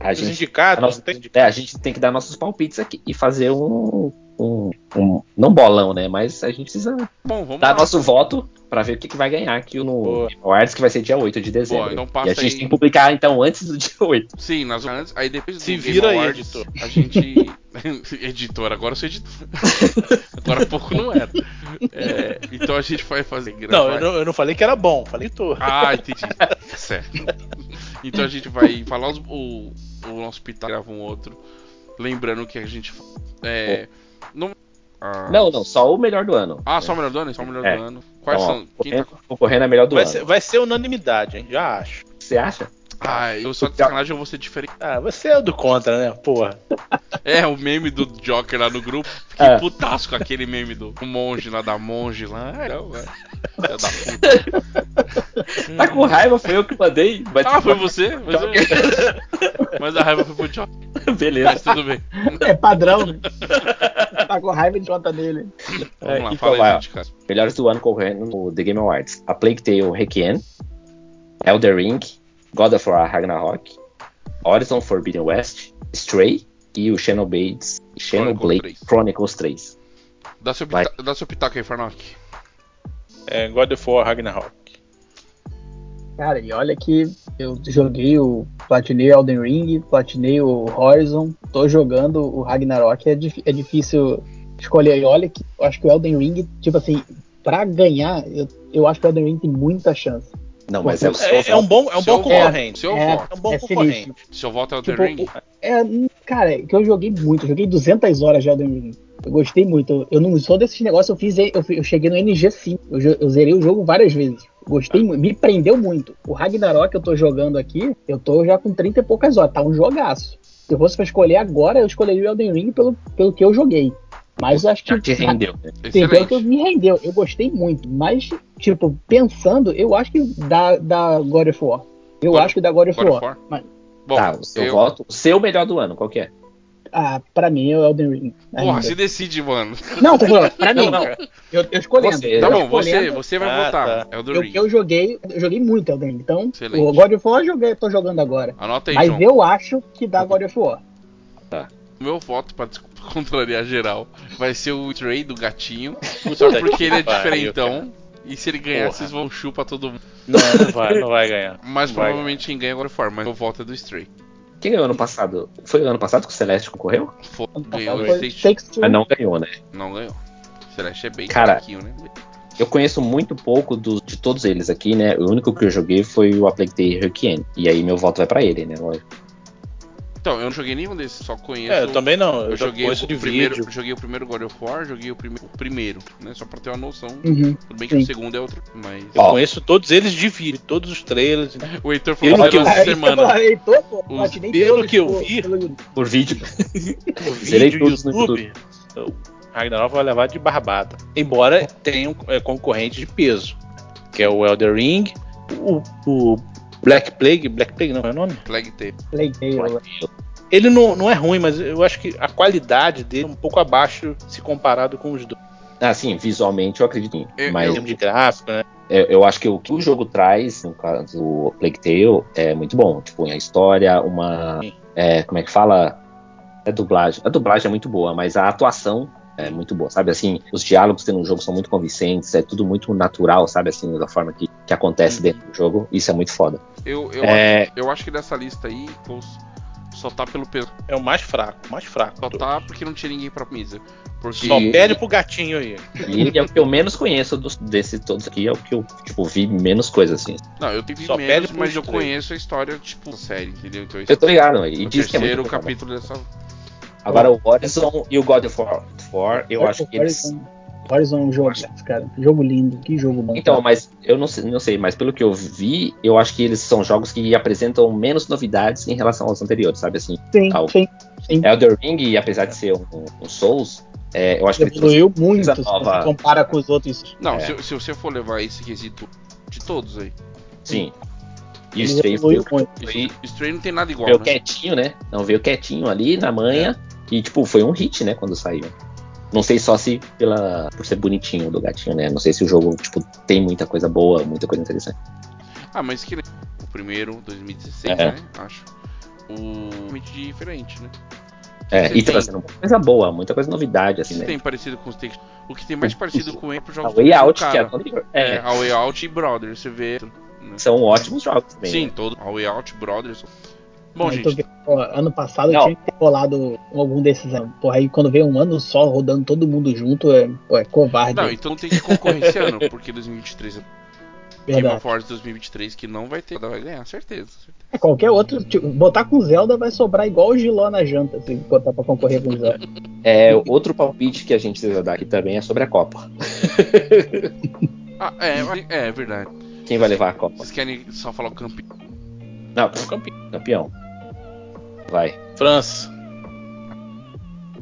Speaker 3: A
Speaker 2: Os
Speaker 3: gente A
Speaker 2: indicados,
Speaker 3: nossa-
Speaker 2: não tem indicado.
Speaker 3: é, a gente tem que dar nossos palpites aqui e fazer um. um- um- não bolão, né? Mas a gente precisa
Speaker 1: bom, vamos
Speaker 3: dar
Speaker 1: lá.
Speaker 3: nosso voto pra ver o que, que vai ganhar aqui no
Speaker 2: Boa.
Speaker 3: Awards, que vai ser dia 8 de dezembro.
Speaker 1: Boa, então
Speaker 3: e
Speaker 1: passa
Speaker 3: a gente
Speaker 1: aí.
Speaker 3: tem que publicar então antes do dia 8.
Speaker 1: Sim, nós vamos antes, aí depois
Speaker 2: Se
Speaker 1: do Game
Speaker 2: vira aí,
Speaker 1: Awards,
Speaker 2: editor.
Speaker 1: A gente. [laughs] editor, agora eu sou editor. [laughs] agora há pouco não era. É, então a gente vai fazer.
Speaker 2: Não,
Speaker 1: gravar-
Speaker 2: eu não, eu não falei que era bom, falei tô.
Speaker 1: Ah, entendi. certo. Então a gente vai falar os- o, o nosso pitaco grava um outro. Lembrando que a gente. É. Não. Ah,
Speaker 3: Oh. Não, não, só o melhor do ano.
Speaker 1: Ah, só o melhor do ano? Só o melhor
Speaker 3: É.
Speaker 1: do ano. Quais
Speaker 3: Então, ó,
Speaker 1: são? Quem tá...
Speaker 3: concorrendo- Concorrendo é melhor do
Speaker 2: Vai
Speaker 3: ano.
Speaker 2: ser, vai ser unanimidade, hein? Já acho.
Speaker 3: Você acha? Tá.
Speaker 1: Ah, eu só de sacanagem eu vou ser diferente.
Speaker 2: Ah, você é o do contra, né? Porra.
Speaker 1: É, o meme do Joker lá no grupo. Fiquei
Speaker 3: É.
Speaker 1: putasco com aquele meme do um monge lá da monge lá. Ah, não, é. Filha da puta.
Speaker 3: Tá com raiva, foi eu que mandei. Vai
Speaker 1: Hum. Ah, foi você?
Speaker 3: Tá
Speaker 1: Mas, eu- Mas a raiva foi pro Joker,
Speaker 3: [laughs] Beleza.
Speaker 1: mas tudo bem.
Speaker 4: [laughs] É padrão,
Speaker 2: [laughs]
Speaker 4: né? tá com raiva de conta nele.
Speaker 1: Vamos
Speaker 3: É,
Speaker 1: lá,
Speaker 3: então
Speaker 1: fala
Speaker 3: vai,
Speaker 1: aí,
Speaker 3: ó.
Speaker 1: gente, cara.
Speaker 3: Melhores do ano concorrendo no The Game Awards: A Plague Tale Requiem, Elder Ring, God of War Ragnarok, Horizon Forbidden West, Stray e o Xenoblades, Xenoblade
Speaker 1: Chronicles
Speaker 3: Chronicles 3.
Speaker 1: Dá seu,
Speaker 3: Vai.
Speaker 1: pita... Dá seu pitaco aí, Farnock.
Speaker 2: É, God of War Ragnarok.
Speaker 4: Cara, e olha que eu joguei o. Platinei o Elden Ring, platinei o Horizon, tô jogando o Ragnarok, é, dif- é difícil escolher. E olha que eu acho que o Elden Ring, tipo assim, pra ganhar, eu, eu acho que o Elden Ring tem muita chance.
Speaker 3: Não, mas é o
Speaker 2: É, é um bom, é um
Speaker 1: Seu
Speaker 2: bom
Speaker 1: voto,
Speaker 2: concorrente.
Speaker 1: Seu
Speaker 4: É.
Speaker 1: voto.
Speaker 2: É um bom
Speaker 4: É
Speaker 2: concorrente.
Speaker 4: sinistro.
Speaker 1: Seu voto é o The
Speaker 4: Tipo,
Speaker 1: Ring?
Speaker 4: É, hum, cara, que eu joguei muito, eu joguei 200 horas de Elden Ring. um. Eu gostei muito. Eu- Eu não sou desses negócios, eu fiz, eu, fi- eu cheguei no NG5, eu, jo- eu zerei o jogo várias vezes. Gostei muito, me prendeu muito. O Ragnarok que eu tô jogando aqui, eu tô já com 30 e poucas horas, tá um jogaço. Se eu fosse pra escolher agora, eu escolheria o Elden Ring pelo, pelo que eu joguei. Mas eu acho que.
Speaker 3: Já te rendeu. né?
Speaker 4: Sim, pelo
Speaker 1: Excelente.
Speaker 4: que eu me rendeu. Eu gostei muito. Mas, tipo, pensando, eu acho que dá, dá God of War. Eu
Speaker 1: God-
Speaker 4: acho que dá God of
Speaker 1: God
Speaker 4: War.
Speaker 1: of War.
Speaker 4: Mas-
Speaker 1: Bom,
Speaker 3: tá, o seu
Speaker 1: eu-
Speaker 3: voto, o seu melhor do ano, qual que é?
Speaker 4: Ah, pra mim é o Elden Ring.
Speaker 1: Porra,
Speaker 4: ainda.
Speaker 1: se decide, mano.
Speaker 4: Não, tô falando, pra mim,
Speaker 3: não.
Speaker 4: Eu, eu escolhendo.
Speaker 3: Você,
Speaker 1: Tá
Speaker 3: Eu
Speaker 1: bom, você,
Speaker 4: escolhendo,
Speaker 1: você vai
Speaker 2: Ah,
Speaker 1: votar. É o The
Speaker 4: Eu,
Speaker 1: Ring.
Speaker 4: eu joguei, eu joguei muito Elden Ring, então
Speaker 1: Excelente.
Speaker 4: o God of War eu joguei, tô jogando agora.
Speaker 1: Anota aí,
Speaker 4: Mas
Speaker 1: João.
Speaker 4: eu acho que dá God of War.
Speaker 1: O meu voto, [laughs] pra desculpa, contrariar geral, vai ser o Trey
Speaker 2: [laughs]
Speaker 1: do gatinho. Só porque ele é diferentão. E se ele ganhar,
Speaker 2: Porra.
Speaker 1: vocês vão chupar todo mundo.
Speaker 2: Não, não vai, não vai ganhar.
Speaker 1: Mas
Speaker 2: Vai.
Speaker 1: provavelmente quem ganha agora for, mas o voto é do Stray.
Speaker 3: Quem ganhou ano passado? Foi o ano passado que o Celeste concorreu?
Speaker 1: Fo-
Speaker 4: Então,
Speaker 1: Ganhou o
Speaker 4: Foi
Speaker 1: Station.
Speaker 4: Takes Two.
Speaker 3: Ah, não ganhou, né?
Speaker 1: Não ganhou. Celeste é bem
Speaker 3: Cara.
Speaker 1: fraquinho, né?
Speaker 3: Eu conheço muito pouco do- de todos eles aqui, né? O único que eu joguei foi o A Plague Tale Requiem. E aí meu voto vai pra ele, né?
Speaker 1: Então, eu não joguei nenhum desses, só conheço.
Speaker 2: É, eu também não. Eu,
Speaker 1: Eu joguei
Speaker 2: conheço
Speaker 1: o
Speaker 2: de
Speaker 1: primeiro,
Speaker 2: vídeo.
Speaker 1: joguei o primeiro God of War, joguei o, prime- o primeiro, né? Só pra ter uma noção.
Speaker 4: Uhum.
Speaker 1: Tudo bem que o
Speaker 4: Sim.
Speaker 1: segundo é outro, mas.
Speaker 2: Eu
Speaker 3: Ó.
Speaker 2: conheço todos eles de vídeo, todos os trailers.
Speaker 1: [laughs] O Heitor falou
Speaker 2: Pelo
Speaker 1: que
Speaker 2: que eu-
Speaker 1: essa
Speaker 4: Ah,
Speaker 1: semana.
Speaker 4: [laughs] eu tô, pô,
Speaker 1: Os-
Speaker 4: platinei
Speaker 2: pelo
Speaker 4: todos
Speaker 2: que eu
Speaker 4: pelo-
Speaker 2: vi-
Speaker 4: pelo-
Speaker 3: Por vídeo. [laughs] Zerei
Speaker 2: Vídeo,
Speaker 3: todos no
Speaker 2: YouTube. O Ragnarok vai levar de barbada. Embora tenha um é, concorrente de peso, que é o Elder Ring, o, o Black Plague, Black Plague não é o nome?
Speaker 1: Plague Tape.
Speaker 4: Plague Tale.
Speaker 2: Ele não, não é ruim, mas eu acho que a qualidade dele é um pouco abaixo se comparado com os dois.
Speaker 3: Ah, sim, visualmente eu acredito. em-
Speaker 1: Eu-
Speaker 2: Em
Speaker 3: mas eu,
Speaker 2: termos de gráfico, né?
Speaker 3: eu, acho que o que o jogo traz, no caso do Plague Tale, é muito bom. Tipo, a história, uma.
Speaker 2: Sim.
Speaker 3: é, como é que fala? É dublagem. A dublagem é muito boa, mas a atuação é muito boa, sabe? Assim, os diálogos dentro do jogo são muito convincentes, é tudo muito natural, sabe? Assim, da forma que, que acontece
Speaker 2: Uhum.
Speaker 3: dentro do jogo. Isso é muito foda.
Speaker 1: Eu, eu,
Speaker 3: É,
Speaker 1: acho, eu acho que dessa lista aí, pô, só tá pelo peso.
Speaker 2: É o mais fraco, o mais fraco.
Speaker 1: Só tá porque não tinha ninguém pra mesa. Porque.
Speaker 2: Só
Speaker 3: E-
Speaker 2: pede pro gatinho aí.
Speaker 3: e ele é o que eu menos conheço dos, desses todos aqui, é o que eu, tipo, vi menos coisa, assim.
Speaker 1: Não, eu tive
Speaker 2: Só
Speaker 1: menos,
Speaker 2: pede pro
Speaker 1: mas eu
Speaker 2: Stray.
Speaker 1: conheço a história, tipo, da série, entendeu? Então,
Speaker 3: Eu tô ligado, e
Speaker 1: o
Speaker 3: diz que é muito
Speaker 1: terceiro
Speaker 3: legal, né?
Speaker 1: capítulo dessa.
Speaker 3: Agora o Horizon e o God of War, War, eu acho que eles.
Speaker 4: Horizon, né? Horizon é um jogo, cara. Jogo lindo, que jogo bom.
Speaker 3: Então,
Speaker 4: cara.
Speaker 3: mas eu não sei, não sei, mas pelo que eu vi, eu acho que eles são jogos que apresentam menos novidades em relação aos anteriores, sabe assim?
Speaker 4: sim,
Speaker 3: ah, o-
Speaker 4: sim, sim.
Speaker 3: Elder Ring, apesar de ser um, um Souls, é, eu acho que ele trouxe
Speaker 4: Evoluiu muito
Speaker 3: coisa
Speaker 4: se
Speaker 3: nova.
Speaker 4: você compara com os outros.
Speaker 1: Não,
Speaker 3: É.
Speaker 1: se, se você for levar esse quesito de todos aí.
Speaker 3: Sim. E o
Speaker 4: Ele
Speaker 3: Stray
Speaker 4: evoluiu
Speaker 3: veio,
Speaker 4: muito.
Speaker 3: foi-
Speaker 1: Stray não tem nada igual,
Speaker 3: veio
Speaker 1: né?
Speaker 3: quietinho, né? Não, veio quietinho ali na manha. E, tipo, foi um hit, né? Quando saiu. Não sei só se pela, por ser bonitinho do gatinho, né? Não sei se o jogo, tipo, tem muita coisa boa, muita coisa interessante.
Speaker 1: Ah, mas que nem o primeiro, 2016,
Speaker 3: É.
Speaker 1: né? Acho. O realmente diferente, né?
Speaker 3: É,
Speaker 1: Você
Speaker 3: e
Speaker 1: tem-
Speaker 3: trazendo muita coisa boa, muita coisa novidade,
Speaker 1: O que
Speaker 3: assim, né?
Speaker 1: tem parecido com os textos? O que tem mais parecido com o Empo
Speaker 3: A
Speaker 1: jogos
Speaker 3: Way
Speaker 1: do
Speaker 3: Out, que é,
Speaker 1: cara.
Speaker 3: anterior,
Speaker 1: É,
Speaker 3: é,
Speaker 1: A Way Out e Brothers, você vê. né?
Speaker 3: são ótimos jogos também.
Speaker 1: Sim,
Speaker 3: né?
Speaker 1: todo. A Way Out, Brothers. Bom,
Speaker 4: Eu tô
Speaker 1: gente,
Speaker 4: vendo, Né, então, ó, ano passado
Speaker 3: Não.
Speaker 4: eu tinha que ter rolado algum desses anos. Porra, aí quando vem um ano só rodando todo mundo junto, é, pô, é covarde.
Speaker 1: não, então tem que concorrer esse
Speaker 3: [laughs]
Speaker 1: ano, porque 2023 é Game
Speaker 4: verdade.
Speaker 1: of Wars 2023 que não vai ter, vai ganhar, certeza. certeza.
Speaker 4: É, Qualquer outro, tipo, botar com Zelda vai sobrar igual o Giló na janta, se botar pra concorrer com Zelda.
Speaker 3: É, outro palpite que a gente precisa dar aqui também é sobre a Copa.
Speaker 1: Ah, é, vai- é, é verdade.
Speaker 3: Quem vai levar a Copa?
Speaker 1: Vocês querem só falar o campeão?
Speaker 3: Não,
Speaker 2: É o campeão.
Speaker 3: campeão. Vai.
Speaker 2: França.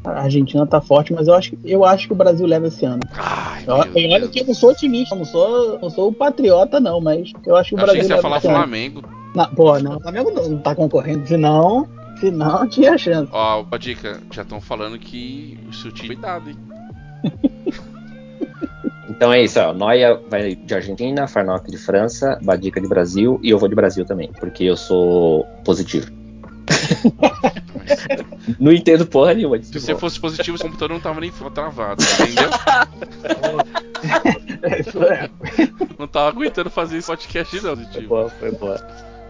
Speaker 4: A Argentina tá forte, mas eu acho, que- eu acho que o Brasil leva esse ano.
Speaker 1: Ai,
Speaker 4: Eu,
Speaker 1: meu
Speaker 4: olha
Speaker 1: Deus.
Speaker 4: que é eu não sou otimista, eu não sou, não sou o patriota, não, mas eu acho que o
Speaker 1: Eu achei
Speaker 4: Brasil
Speaker 1: que você ia
Speaker 4: leva
Speaker 1: falar
Speaker 4: esse ano.
Speaker 1: Flamengo.
Speaker 4: Não, pô, não, o Flamengo não, não tá concorrendo, senão, senão tinha chance.
Speaker 1: Ó, a dica, já estão falando que o Sutil cuidado, hein?
Speaker 3: Então é isso, ó. Noia vai de Argentina, Farnock de França, Badica de Brasil e eu vou de Brasil também, porque eu sou
Speaker 1: [laughs]
Speaker 3: positivo. não entendo porra nenhuma. de
Speaker 1: Se você
Speaker 3: futebol.
Speaker 1: fosse positivo, esse computador não tava nem travado,
Speaker 3: [laughs]
Speaker 1: entendeu?
Speaker 4: Isso é.
Speaker 1: Não tava aguentando fazer esse podcast, não,
Speaker 2: Tipo.
Speaker 1: tipo.
Speaker 3: Foi
Speaker 1: Sutil.
Speaker 3: boa, foi boa.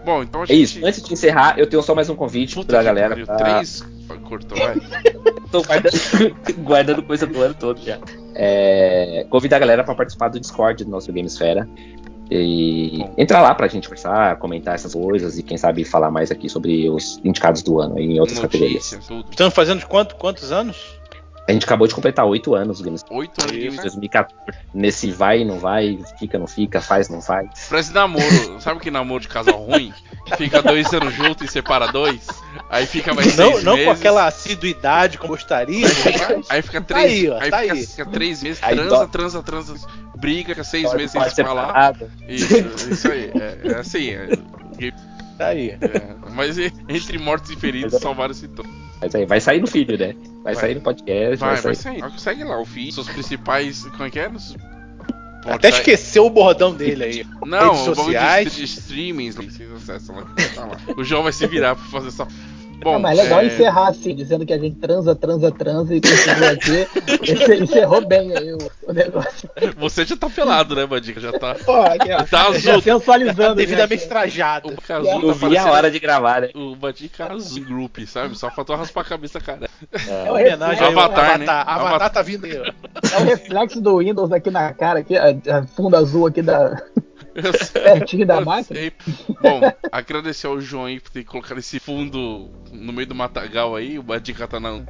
Speaker 1: Bom, então a
Speaker 3: É
Speaker 1: gente.
Speaker 3: isso, antes de encerrar, eu tenho só mais um convite
Speaker 1: Puta
Speaker 3: pra
Speaker 1: que
Speaker 3: galera. tá
Speaker 1: pariu,
Speaker 3: pra-
Speaker 1: Três. Cortou, vai.
Speaker 3: Tô guardando, guardando [laughs] coisa do ano todo já. É, convidar a galera pra participar do Discord do nosso Gamesfera. E
Speaker 1: Bom.
Speaker 3: entrar lá pra gente conversar, comentar essas coisas e quem sabe falar mais aqui sobre os indicados do ano e em [laughs] outras categorias.
Speaker 1: Notícias, tudo.
Speaker 2: Estamos fazendo quanto, quantos anos?
Speaker 3: A gente acabou de completar oito anos do Games
Speaker 1: Oito anos de
Speaker 3: Fera,
Speaker 1: Game
Speaker 3: 2014. Nesse vai, não vai, fica, não fica, faz, não faz.
Speaker 1: Parece namoro. Sabe que namoro de casal ruim? Fica dois anos junto e separa dois. Aí fica mais
Speaker 2: Não,
Speaker 1: seis
Speaker 2: não
Speaker 1: meses.
Speaker 2: com aquela assiduidade como gostaria, mas
Speaker 1: Aí fica
Speaker 2: Tá
Speaker 1: três,
Speaker 2: aí, ó, tá
Speaker 1: fica,
Speaker 2: aí.
Speaker 1: fica três meses,
Speaker 3: Aí
Speaker 1: transa,
Speaker 3: dó-
Speaker 1: transa, transa, briga, fica seis meses sem
Speaker 3: Pode
Speaker 1: se
Speaker 3: ser
Speaker 1: falar.
Speaker 3: parado.
Speaker 1: Isso, isso aí. É, é assim. é-
Speaker 2: tá aí.
Speaker 1: é. Mas e- entre mortos e feridos, salvaram-se todos.
Speaker 3: é- Mas é aí, vai sair no filho, né? Vai,
Speaker 1: Vai.
Speaker 3: sair no podcast, vai,
Speaker 1: Vai, vai
Speaker 3: sair.
Speaker 1: sair. Segue lá, o feed, seus principais. Como é que é? Nos-
Speaker 2: Até
Speaker 1: Portais-
Speaker 2: esqueceu o bordão dele aí.
Speaker 1: Não,
Speaker 2: redes
Speaker 1: o bagulho de,
Speaker 2: sociais.
Speaker 1: de streamings, lá, vocês acessam
Speaker 2: [laughs]
Speaker 1: lá, tá lá. O João vai se virar pra fazer essa. Bom,
Speaker 4: Ah, mas é legal
Speaker 1: é,
Speaker 4: encerrar assim, dizendo que a gente transa, transa, transa e continua aqui. Esse- Encerrou bem aí o, o negócio.
Speaker 1: você já tá pelado, né, Bandica? Já tá.
Speaker 4: Pô, aqui, ó.
Speaker 1: Tá
Speaker 4: Já
Speaker 1: azul.
Speaker 4: sensualizando. né?
Speaker 2: Devidamente
Speaker 4: já.
Speaker 1: O
Speaker 2: trajado.
Speaker 1: Bandica azul
Speaker 3: Eu
Speaker 1: tá
Speaker 3: vi a
Speaker 1: parecendo.
Speaker 3: hora de
Speaker 1: [laughs]
Speaker 3: gravar, né?
Speaker 1: O Bandica azul em group, sabe? Só faltou raspar a cabeça, cara.
Speaker 4: É
Speaker 1: um
Speaker 4: o
Speaker 2: Homenagem
Speaker 4: reflexo,
Speaker 2: ao
Speaker 1: Avatar, né?
Speaker 2: Avatar.
Speaker 1: Avatar.
Speaker 2: Avatar tá vindo aí. ó.
Speaker 4: é o reflexo do Windows aqui na cara, aqui, a, a funda azul aqui da,
Speaker 1: Eu sei,
Speaker 4: pertinho da
Speaker 1: eu
Speaker 4: máquina.
Speaker 1: sei. Bom, agradecer ao João aí por ter colocado esse fundo no meio do matagal aí. O Bandica tá na.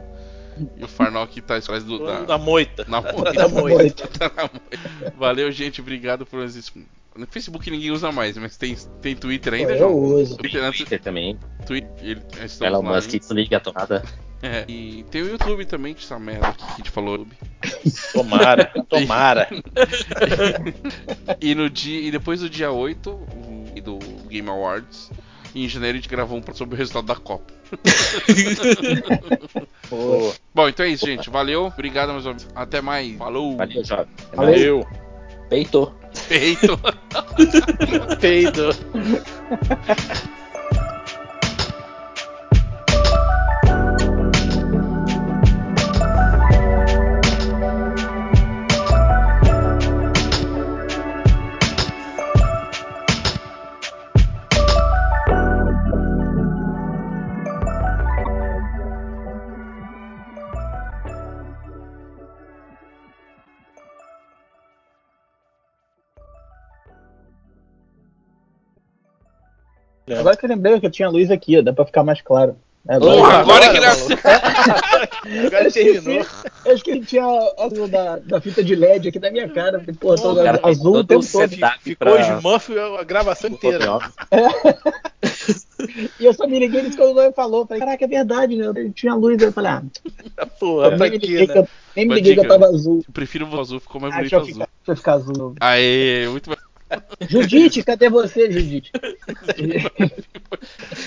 Speaker 1: E o Farnock tá atrás do. Da...
Speaker 2: Na moita.
Speaker 1: Na moita.
Speaker 2: Da moita.
Speaker 4: Muito.
Speaker 1: Tá na mão. Valeu, gente. Obrigado por nos. No Facebook ninguém usa mais, mas tem, tem Twitter ainda,
Speaker 4: Eu
Speaker 1: João?
Speaker 4: uso.
Speaker 1: Twitter, antes-
Speaker 3: Twitter também.
Speaker 1: Twitter, ele- nós estamos
Speaker 3: Elon
Speaker 1: lá
Speaker 3: Musk desliga a tomada.
Speaker 1: ainda. É, E tem o YouTube também, que essa merda aqui que a gente falou.
Speaker 2: Tomara,
Speaker 1: [laughs]
Speaker 2: tomara.
Speaker 1: E, no dia, e depois do dia 8 o- e do Game Awards, em janeiro a gente gravou um sobre o resultado da Copa.
Speaker 2: Pô,
Speaker 1: Bom, então é isso, gente. Valeu. Obrigado mais uma vez. Até mais. Falou.
Speaker 3: Valeu, jovem. Até
Speaker 4: Valeu.
Speaker 3: mais.
Speaker 2: valeu.
Speaker 3: Peitou. [laughs]
Speaker 1: Feito.
Speaker 2: Peido.
Speaker 4: Agora que eu lembrei que eu tinha luz aqui, ó, dá pra ficar mais claro. É, Agora,
Speaker 1: Porra,
Speaker 4: agora,
Speaker 1: agora que ele acertou.
Speaker 2: Agora terminou.
Speaker 4: eu acho que ele tinha a azul da, da fita de LED aqui na minha cara. Falei, Porra,
Speaker 2: Pô,
Speaker 4: tô
Speaker 2: o cara
Speaker 3: tem
Speaker 4: azul o
Speaker 3: todo
Speaker 4: tempo
Speaker 3: um
Speaker 4: todo.
Speaker 3: setup
Speaker 2: Ficou
Speaker 3: pra-
Speaker 2: Smurf a gravação inteira.
Speaker 4: E eu só me liguei nisso quando o Noé falou. Falei, caraca, é verdade, né? Eu tinha luz. Eu falei, ah,
Speaker 2: Tá Porra, pra
Speaker 4: nem me
Speaker 2: quê,
Speaker 4: liguei, que,
Speaker 2: né?
Speaker 4: eu, nem me
Speaker 1: Mas
Speaker 4: liguei que eu
Speaker 1: diga,
Speaker 4: tava azul.
Speaker 1: [laughs] Eu prefiro o azul, ficou mais
Speaker 4: Ah,
Speaker 1: bonito
Speaker 4: deixa eu
Speaker 1: azul.
Speaker 4: ficar, deixa eu ficar azul. novo.
Speaker 1: Aê, muito mais.
Speaker 4: Judite, cadê você, Judite?